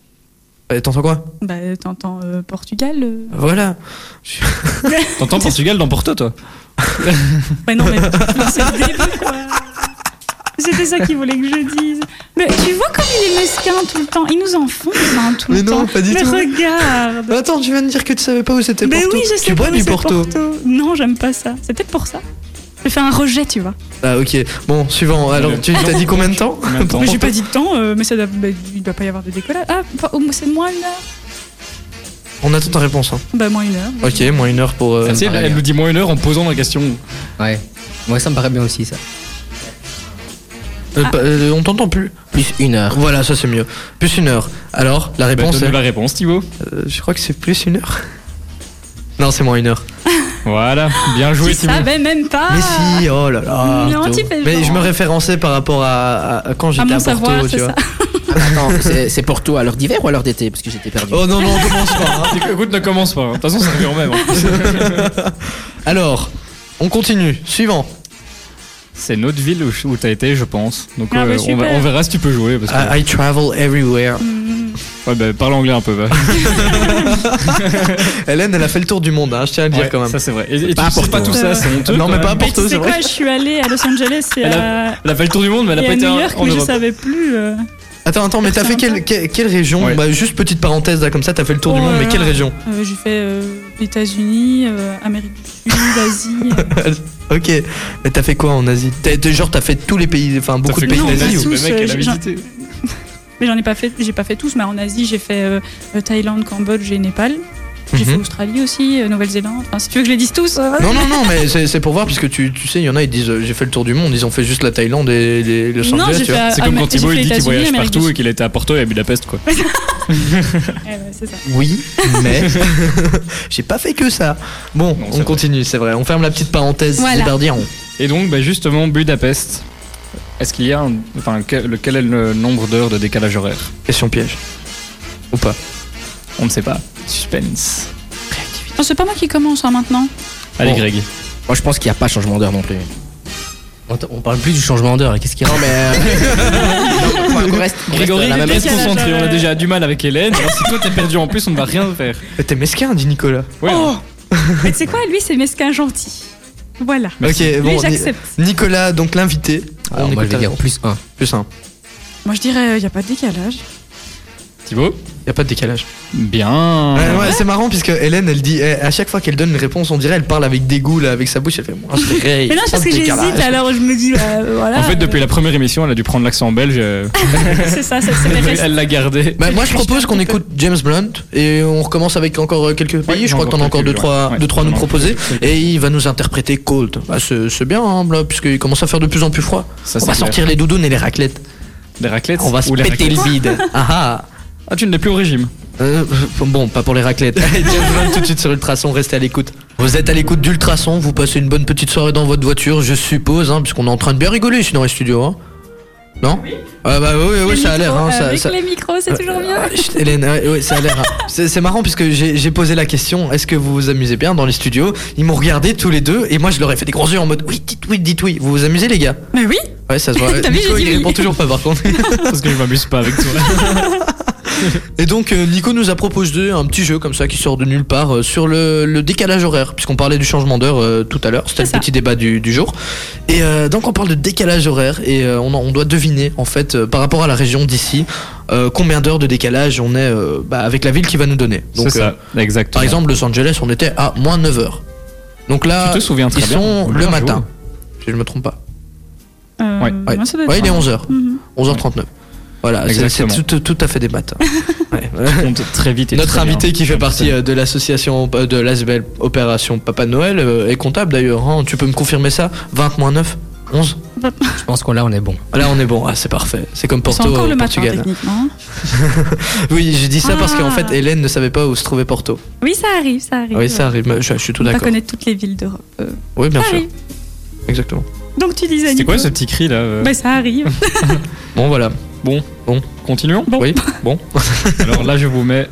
S1: Euh, T'entends quoi
S3: Bah t'entends euh, Portugal. euh.
S1: Voilà.
S2: t'entends Portugal dans Porto, toi.
S3: Bah non, mais c'est le début, quoi. C'était ça qu'il voulait que je dise. Mais tu vois comme il est mesquin tout le temps. Il nous enfonce hein, tout
S1: Mais
S3: le
S1: non,
S3: temps.
S1: pas du
S3: mais
S1: tout.
S3: regarde.
S1: Bah, Attends, tu viens de dire que tu savais pas où c'était
S3: Mais
S1: Porto.
S3: oui, je sais
S1: tu bois
S3: pas,
S1: du
S3: c'est
S1: Porto.
S3: Non, j'aime pas ça. C'est peut-être pour ça. Je fais un rejet, tu vois.
S1: Ah ok. Bon, suivant. Alors, tu t'as dit combien de temps
S2: Combien de temps
S3: Mais j'ai pas dit de temps, euh, mais ça doit, bah, il doit pas y avoir de décollage. Ah, enfin, au moins, c'est moins une heure.
S1: On attend ta réponse. hein.
S3: Bah moins une heure.
S1: Ok, moins une heure pour. euh,
S2: Ah, si, elle,
S7: pareil,
S2: elle
S7: hein.
S2: nous dit moins une heure en posant la question.
S7: Ouais. Moi, ça me paraît bien aussi, ça.
S1: euh, pas- euh, on t'entend plus.
S6: Plus une heure.
S1: Voilà, ça c'est mieux. Plus une heure. Alors, la
S2: Bah,
S1: réponse.
S2: Donne-nous
S1: est-
S2: la réponse, Thibaut.
S1: euh, je crois que c'est plus une heure. Non, c'est moins une heure.
S2: Voilà, bien joué,
S3: Tu
S2: Thibaut.
S3: savais même pas.
S1: Mais si, oh là là.
S3: Ah. Mais non, tu fais
S1: Mais
S3: genre.
S1: je me référençais par rapport à, à- à quand
S3: À
S1: j'étais à,
S3: mon
S1: Porto,
S3: savoir,
S1: tu
S3: c'est
S1: vois.
S3: ça.
S6: Attends, c'est c'est Porto à l'heure d'hiver ou à l'heure d'été Parce que j'étais perdu.
S1: Oh non, non, on commence pas. hein.
S2: Écoute, ne commence pas. hein. De toute façon, ça revient au même. hein.
S1: hein. Alors, on continue. Suivant.
S2: C'est notre ville où, où t'as été, je pense. Donc,
S3: Ah,
S2: euh,
S3: bah,
S2: on, va-
S3: super.
S2: on verra si tu peux jouer. Parce que...
S1: I, I travel everywhere.
S3: Hmm.
S2: Ouais, bah, parle anglais un peu. va.
S1: Hélène, elle a fait le tour du monde, hein, je tiens à le dire
S2: Ouais,
S1: quand même.
S2: Ça, c'est vrai. Et, et tu
S1: Pas
S2: ne sais pas
S1: important.
S2: tout ça, c'est honteux.
S1: Non,
S2: quand
S1: mais pas
S2: même.
S1: important.
S3: Mais tu
S1: Porto,
S3: sais
S1: c'est
S3: quoi,
S1: vrai.
S3: je suis allée à Los Angeles et
S2: Elle
S3: à,
S2: Elle a fait le tour du monde, mais elle
S3: et
S2: a
S3: à
S2: pas été
S3: New
S2: en-
S3: York,
S2: en
S3: mais je
S2: Europe.
S3: savais plus. euh.
S1: Attends, attends, mais t'as fait quelle, quelle- quelle région
S2: Ouais.
S1: bah, Juste petite parenthèse, là, comme ça, t'as fait le tour du
S3: Oh
S1: monde,
S3: là
S1: mais
S3: là.
S1: quelle région
S3: Euh, j'ai fait euh, États-Unis, euh, Amérique du Sud, Asie. euh.
S1: Ok, mais t'as fait quoi en Asie T'as- t'as- Genre, t'as fait tous les pays, enfin, beaucoup
S2: fait
S1: de pays
S3: quoi en
S1: d'Asie
S3: Asie
S1: ou-
S2: Le
S3: tous,
S2: mec,
S3: euh,
S2: elle a
S3: j'ai-
S2: visité.
S3: Mais j'en ai pas fait, j'ai pas fait tous. Mais en Asie, j'ai fait euh, euh, Thaïlande, Cambodge et Népal. J'ai
S1: Mhm.
S3: fait Australie aussi, euh, Nouvelle-Zélande. Enfin, si tu veux que je les dise tous. euh,
S1: Non, non, non, mais c'est c'est pour voir, parce que tu, tu sais, il y en a, ils disent euh, j'ai fait le tour du monde, ils ont fait juste la Thaïlande et les, Los
S3: Non,
S1: Angeles,
S3: j'ai
S1: tu
S3: fait.
S1: vois.
S3: euh,
S2: C'est comme
S3: Am-
S2: quand
S3: j'ai
S2: Thibaut
S3: fait
S2: il dit qu'il
S3: États-Unis,
S2: voyage
S3: Amérique du
S2: partout et
S3: Sud.
S2: qu'il était à Porto et à Budapest, quoi.
S3: Ouais, Eh ouais, c'est ça.
S1: Oui, mais j'ai pas fait que ça. Bon,
S2: Non, c'est
S1: on
S2: vrai.
S1: continue, c'est vrai. On ferme la petite parenthèse,
S3: Voilà.
S1: c'est parti. on-
S2: Et donc, bah, justement, Budapest. Est-ce qu'il y a un. Enfin, que- le- quel est le nombre d'heures de décalage horaire
S1: Question piège. Ou pas
S2: On ne sait pas. Suspense.
S3: Non, c'est pas moi qui commence hein, maintenant.
S2: Allez,
S6: Bon.
S2: Greg.
S6: Moi, je pense qu'il n'y a pas changement d'heure non plus.
S7: On, t- on parle plus du changement d'heure, là. Qu'est-ce qu'il y a
S6: Non, mais. euh, non, enfin, on reste, on reste
S2: Grégory,
S6: à la
S2: il est
S6: même
S2: très
S3: décalage
S2: concentré. On a
S3: horaire.
S2: déjà du mal avec Hélène. Alors, si toi t'es perdu en plus, on ne va rien faire.
S1: Mais T'es mesquin, dit Nicolas.
S2: Ouais,
S3: Oh
S1: hein.
S3: Mais tu sais quoi, lui, c'est mesquin gentil. Voilà.
S2: Merci.
S1: Ok,
S3: lui,
S1: bon. Ni-
S3: j'accepte.
S1: Nicolas, donc l'invité.
S7: Alors, moi, je
S1: écoute
S7: vais
S1: ta
S7: dire
S1: réponse.
S7: plus 1.
S1: plus simple.
S3: euh, Moi, je dirais, il n'y a pas de décalage.
S2: Thibaut
S1: Y a pas de décalage.
S2: Bien.
S1: Ouais, ouais, c'est marrant puisque Hélène, elle dit, elle- à chaque fois qu'elle donne une réponse, on dirait elle parle avec dégoût, là, avec sa bouche, elle fait moi, je dirais,
S3: Mais non,
S1: pas
S3: parce
S1: de
S3: que j'hésite,
S1: décalage.
S3: alors je me dis, bah, voilà.
S2: En fait, depuis la première émission, elle a dû prendre l'accent belge. euh,
S3: C'est ça, ça c'est mes restes.
S2: elle l'a gardé.
S1: Bah, moi je propose qu'on écoute James Blunt et on recommence avec encore euh, quelques pays.
S2: il y
S1: je
S2: a
S1: crois que t'en as encore
S2: encore
S1: deux
S2: quelques,
S1: trois,
S2: ouais. Ouais,
S1: deux, trois à nous
S2: on en a encore
S1: proposer et il va nous interpréter Cold. Bah, c'est c'est bien, hein, là, puisqu'il commence à faire de plus en plus froid.
S2: Ça,
S1: on va
S2: c'est clair.
S1: sortir les doudounes et les raclettes.
S2: Des raclettes
S1: On va se
S2: ou les
S1: péter le
S2: raclettes.
S1: bide. ah ah.
S2: Ah, tu ne l'es plus au régime.
S1: Euh, bon, pas pour les raclettes. Allez, James Blunt tout de suite sur Ultrason, restez à l'écoute. Vous êtes à l'écoute d'Ultrason, vous passez une bonne petite soirée dans votre voiture, je suppose, hein, puisqu'on est en train de bien rigoler sinon les studios. Hein. Non Ah bah oui, oui,
S3: Les
S1: ça a l'air.
S3: micros, euh,
S1: hein, ça-
S3: avec
S1: ça-
S3: les micros, c'est toujours mieux.
S1: Ah, chut, Hélène, ouais, ouais, ça a l'air. hein. C'est c'est marrant puisque j'ai j'ai posé la question est-ce que vous vous amusez bien dans les studios Ils m'ont regardé tous les deux et moi je leur ai fait des gros yeux en mode oui, dites oui, dites oui. Vous vous amusez les gars
S3: Mais oui,
S1: Ouais, ça se voit.
S3: T'as vu,
S1: Nico,
S3: j'ai dit
S1: il
S3: oui.
S1: répond toujours pas par contre.
S2: Parce que je m'amuse pas avec toi.
S1: Et donc euh, Nico nous a proposé un petit jeu comme ça qui sort de nulle part euh, sur le, le décalage horaire, puisqu'on parlait du changement d'heure euh, tout à l'heure, c'était le
S3: C'est ça.
S1: petit débat du, du jour. Et euh, donc on parle de décalage horaire et euh, on, en- on doit deviner en fait euh, par rapport à la région d'ici euh, combien d'heures de décalage on est euh, bah, avec la ville qui va nous donner.
S2: C'est
S1: Donc euh,
S2: ça, exactement.
S1: par exemple Los Angeles on était à moins 9h. Donc là
S2: tu te souviens très
S1: ils
S2: bien.
S1: sont
S2: Bien
S1: le
S2: joué.
S1: matin, si je me trompe pas.
S3: Euh,
S2: Ouais.
S1: Ouais.
S3: moi, ça doit être
S1: Ouais, il est
S3: ça.
S1: 11h,
S3: Mhm.
S1: 11h39. Voilà, c'est- c'est
S2: Exactement.
S1: tout, tout à fait des matins. Ouais.
S2: Compte très vite. et
S1: Notre
S2: très bien.
S1: invité qui fait partie euh, de l'association euh, de l'Asbel Opération Papa Noël euh, est comptable d'ailleurs. hein. Tu peux me confirmer ça 20 moins 9 11
S7: Je pense qu'on là, on est bon.
S1: Là on est bon, ah, c'est parfait. C'est comme
S3: C'est
S1: Porto
S3: encore
S1: au
S3: le matin,
S1: Portugal.
S3: techniquement.
S1: oui, j'ai dit ça parce qu'en
S3: Ah.
S1: fait Hélène ne savait pas où se trouvait Porto. Ah
S3: Oui, ça arrive, ça arrive.
S1: Oui, ça arrive, mais je, je suis tout
S3: On va
S1: d'accord.
S3: connaître toutes les villes d'Europe. Euh,
S1: Oui, bien
S3: ça
S1: sûr.
S3: arrive.
S1: Exactement.
S3: Donc tu disais.
S2: C'était
S3: Nico.
S2: quoi ce petit cri là euh,
S3: Bah, ça arrive.
S1: Bon, voilà.
S2: Continuons.
S3: Bon.
S1: Oui, bon.
S2: Alors là, je vous mets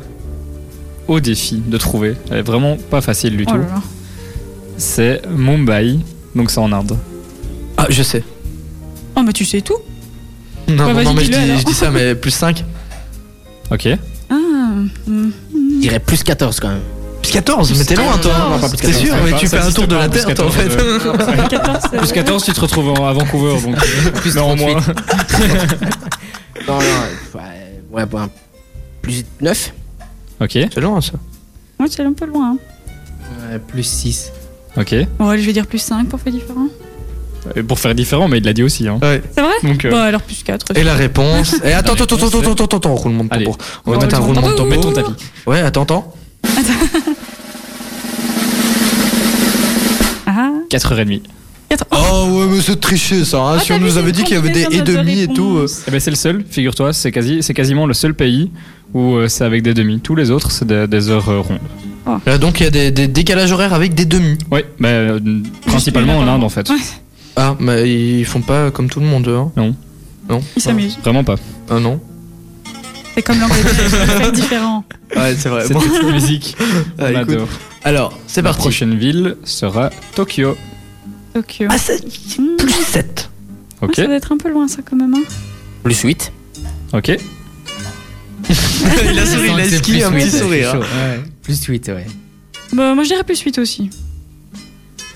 S2: au défi de trouver. Elle est vraiment pas facile du
S3: Oh
S2: tout.
S3: là là.
S2: C'est Mumbai, donc c'est en Inde.
S1: Ah, je sais.
S3: Oh, mais tu sais tout.
S1: Non,
S3: Bah,
S1: non,
S3: vas-y,
S1: non, mais je
S3: dis-le
S1: dis,
S3: alors.
S1: je dis ça, mais plus 5.
S2: Ok.
S3: Ah, hmm.
S6: Je dirais plus 14 quand même.
S1: Plus 14, mais t'es loin,
S6: Non,
S1: toi.
S6: non, pas plus
S1: T'es
S6: 14,
S1: sûr,
S2: ça
S1: mais
S2: va
S1: tu
S2: pas,
S1: fais
S2: ça
S1: un tour
S2: existe
S1: de la
S2: pas, plus
S1: Terre, toi, en
S2: 14,
S1: fait.
S3: Ouais, 14, c'est
S2: Plus
S3: vrai.
S2: 14, tu te retrouves en- à Vancouver, donc euh,
S7: Plus
S2: mais en moins.
S6: Non, non, ouais, ouais, bon, plus 9.
S2: Ok,
S1: C'est loin, ça.
S3: Ouais, tu es un peu loin. hein.
S7: plus 6.
S2: ok.
S3: Bon, allez, je vais dire plus 5 pour faire différent.
S2: Et pour faire différent, mais il l'a dit aussi. Hein.
S1: Ouais.
S3: C'est vrai
S2: Donc, euh,
S3: Bon, alors plus 4.
S1: Et la réponse. Et attends, attends,
S2: réponse,
S1: attends,
S2: c'est-
S1: attends, attends, attends, roulement de
S2: Allez.
S1: tambour. On
S2: Oh,
S1: va mettre un roulement de tambour.
S2: mets ton tapis.
S1: Ouais, attends, attends.
S3: Ah,
S2: 4h30.
S1: Oh ouais, mais c'est triché ça. hein.
S3: Ah,
S1: si on
S3: t'as vu,
S1: nous
S3: c'est
S1: avait dit qu'il y avait des et
S3: compliqué comme
S1: demi et tout. euh,
S3: réponse.
S2: Eh ben, c'est le seul, figure-toi, c'est quasi, c'est quasiment le seul pays où euh, c'est avec des demi. Tous les autres, c'est des, des heures euh, rondes.
S1: Là, donc il y a des, des décalages horaires avec des demi.
S2: Ouais, bah, euh, principalement en Inde en fait.
S3: Ouais.
S1: Ah, mais ils font pas comme tout le monde. Hein.
S2: Non.
S1: Non.
S3: Il s'amuse.
S2: Vraiment pas.
S1: Ah non.
S3: C'est comme l'anglais, c'est différent.
S1: Ouais, c'est vrai. bah,
S2: Cette petite musique, on adore.
S1: Alors, c'est
S2: La
S1: Ah, parti.
S2: prochaine ville sera Tokyo.
S3: Tokyo.
S1: Ah, c'est
S3: Hmm.
S1: plus 7.
S3: Ah,
S2: Ok,
S3: Ça doit être un peu loin, ça, quand même. hein.
S6: Plus 8.
S2: ok.
S1: il a souri, il a esquivé un petit sourire. hein.
S7: Plus 8, ouais.
S3: Bah, moi, je dirais plus 8 aussi.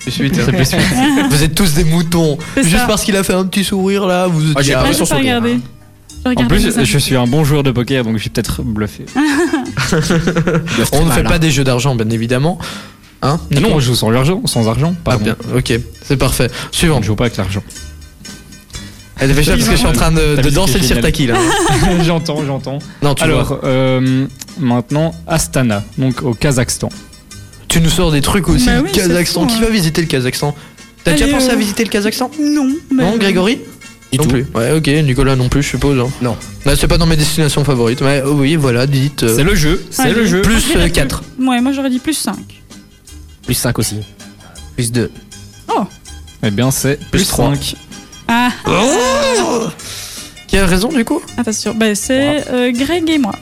S2: C'est
S1: hein.
S2: plus huit.
S1: Vous êtes tous des moutons.
S3: C'est
S1: Juste
S3: ça.
S1: parce qu'il a fait un petit sourire là, vous êtes
S6: Ah, j'ai
S1: Ah,
S6: pas
S3: Ah,
S1: ouais.
S6: ils
S3: je
S6: sont
S3: pas
S6: soudés,
S3: regardé. Je
S2: En
S3: regarde
S2: plus,
S3: les
S2: je suis un bon joueur de poker, donc j'ai peut-être bluffé.
S3: Ah,
S1: On ne
S6: hein.
S1: fait pas des jeux d'argent, bien évidemment. Hein
S2: Ah
S1: Nico
S2: non, on joue sans argent, sans argent,
S1: Ah
S2: pardon.
S1: bien, ok, c'est parfait.
S2: On
S1: Suivant.
S2: ne joue pas avec l'argent.
S1: Elle fait ça parce que je suis en train de,
S2: Ta
S1: de
S2: musique
S1: danser
S2: est
S1: le
S2: géniale.
S1: sirtaki là.
S2: j'entends, j'entends.
S1: Non, tu vois.
S2: Alors, euh, maintenant, Astana, donc au Kazakhstan.
S1: Tu nous sors des trucs aussi.
S3: Bah
S1: le
S3: oui, c'est
S1: Kazakhstan.
S3: fou,
S1: Qui
S3: hein.
S1: va visiter le Kazakhstan T'as déjà
S3: Allez,
S1: pensé à
S3: euh,
S1: visiter le Kazakhstan
S3: Non, mais-
S1: Non, Grégory non
S6: tout.
S1: plus. Ouais, ok, Nicolas non plus, je suppose. hein.
S6: Non.
S1: Bah, c'est pas dans mes destinations favorites. Mais euh, oui, voilà, dites. euh,
S2: C'est le jeu, c'est
S3: Allez.
S2: le jeu.
S1: Plus euh,
S3: Moi, je dirais
S1: 4.
S3: Ouais, moi, j'aurais dit plus 5.
S6: Plus 5 aussi. Plus 2.
S2: Eh bien, c'est plus Oh.
S1: Plus trois.
S2: 5.
S3: Ah,
S1: Qui a raison du coup
S3: attention. Bah, c'est euh, Greg et moi.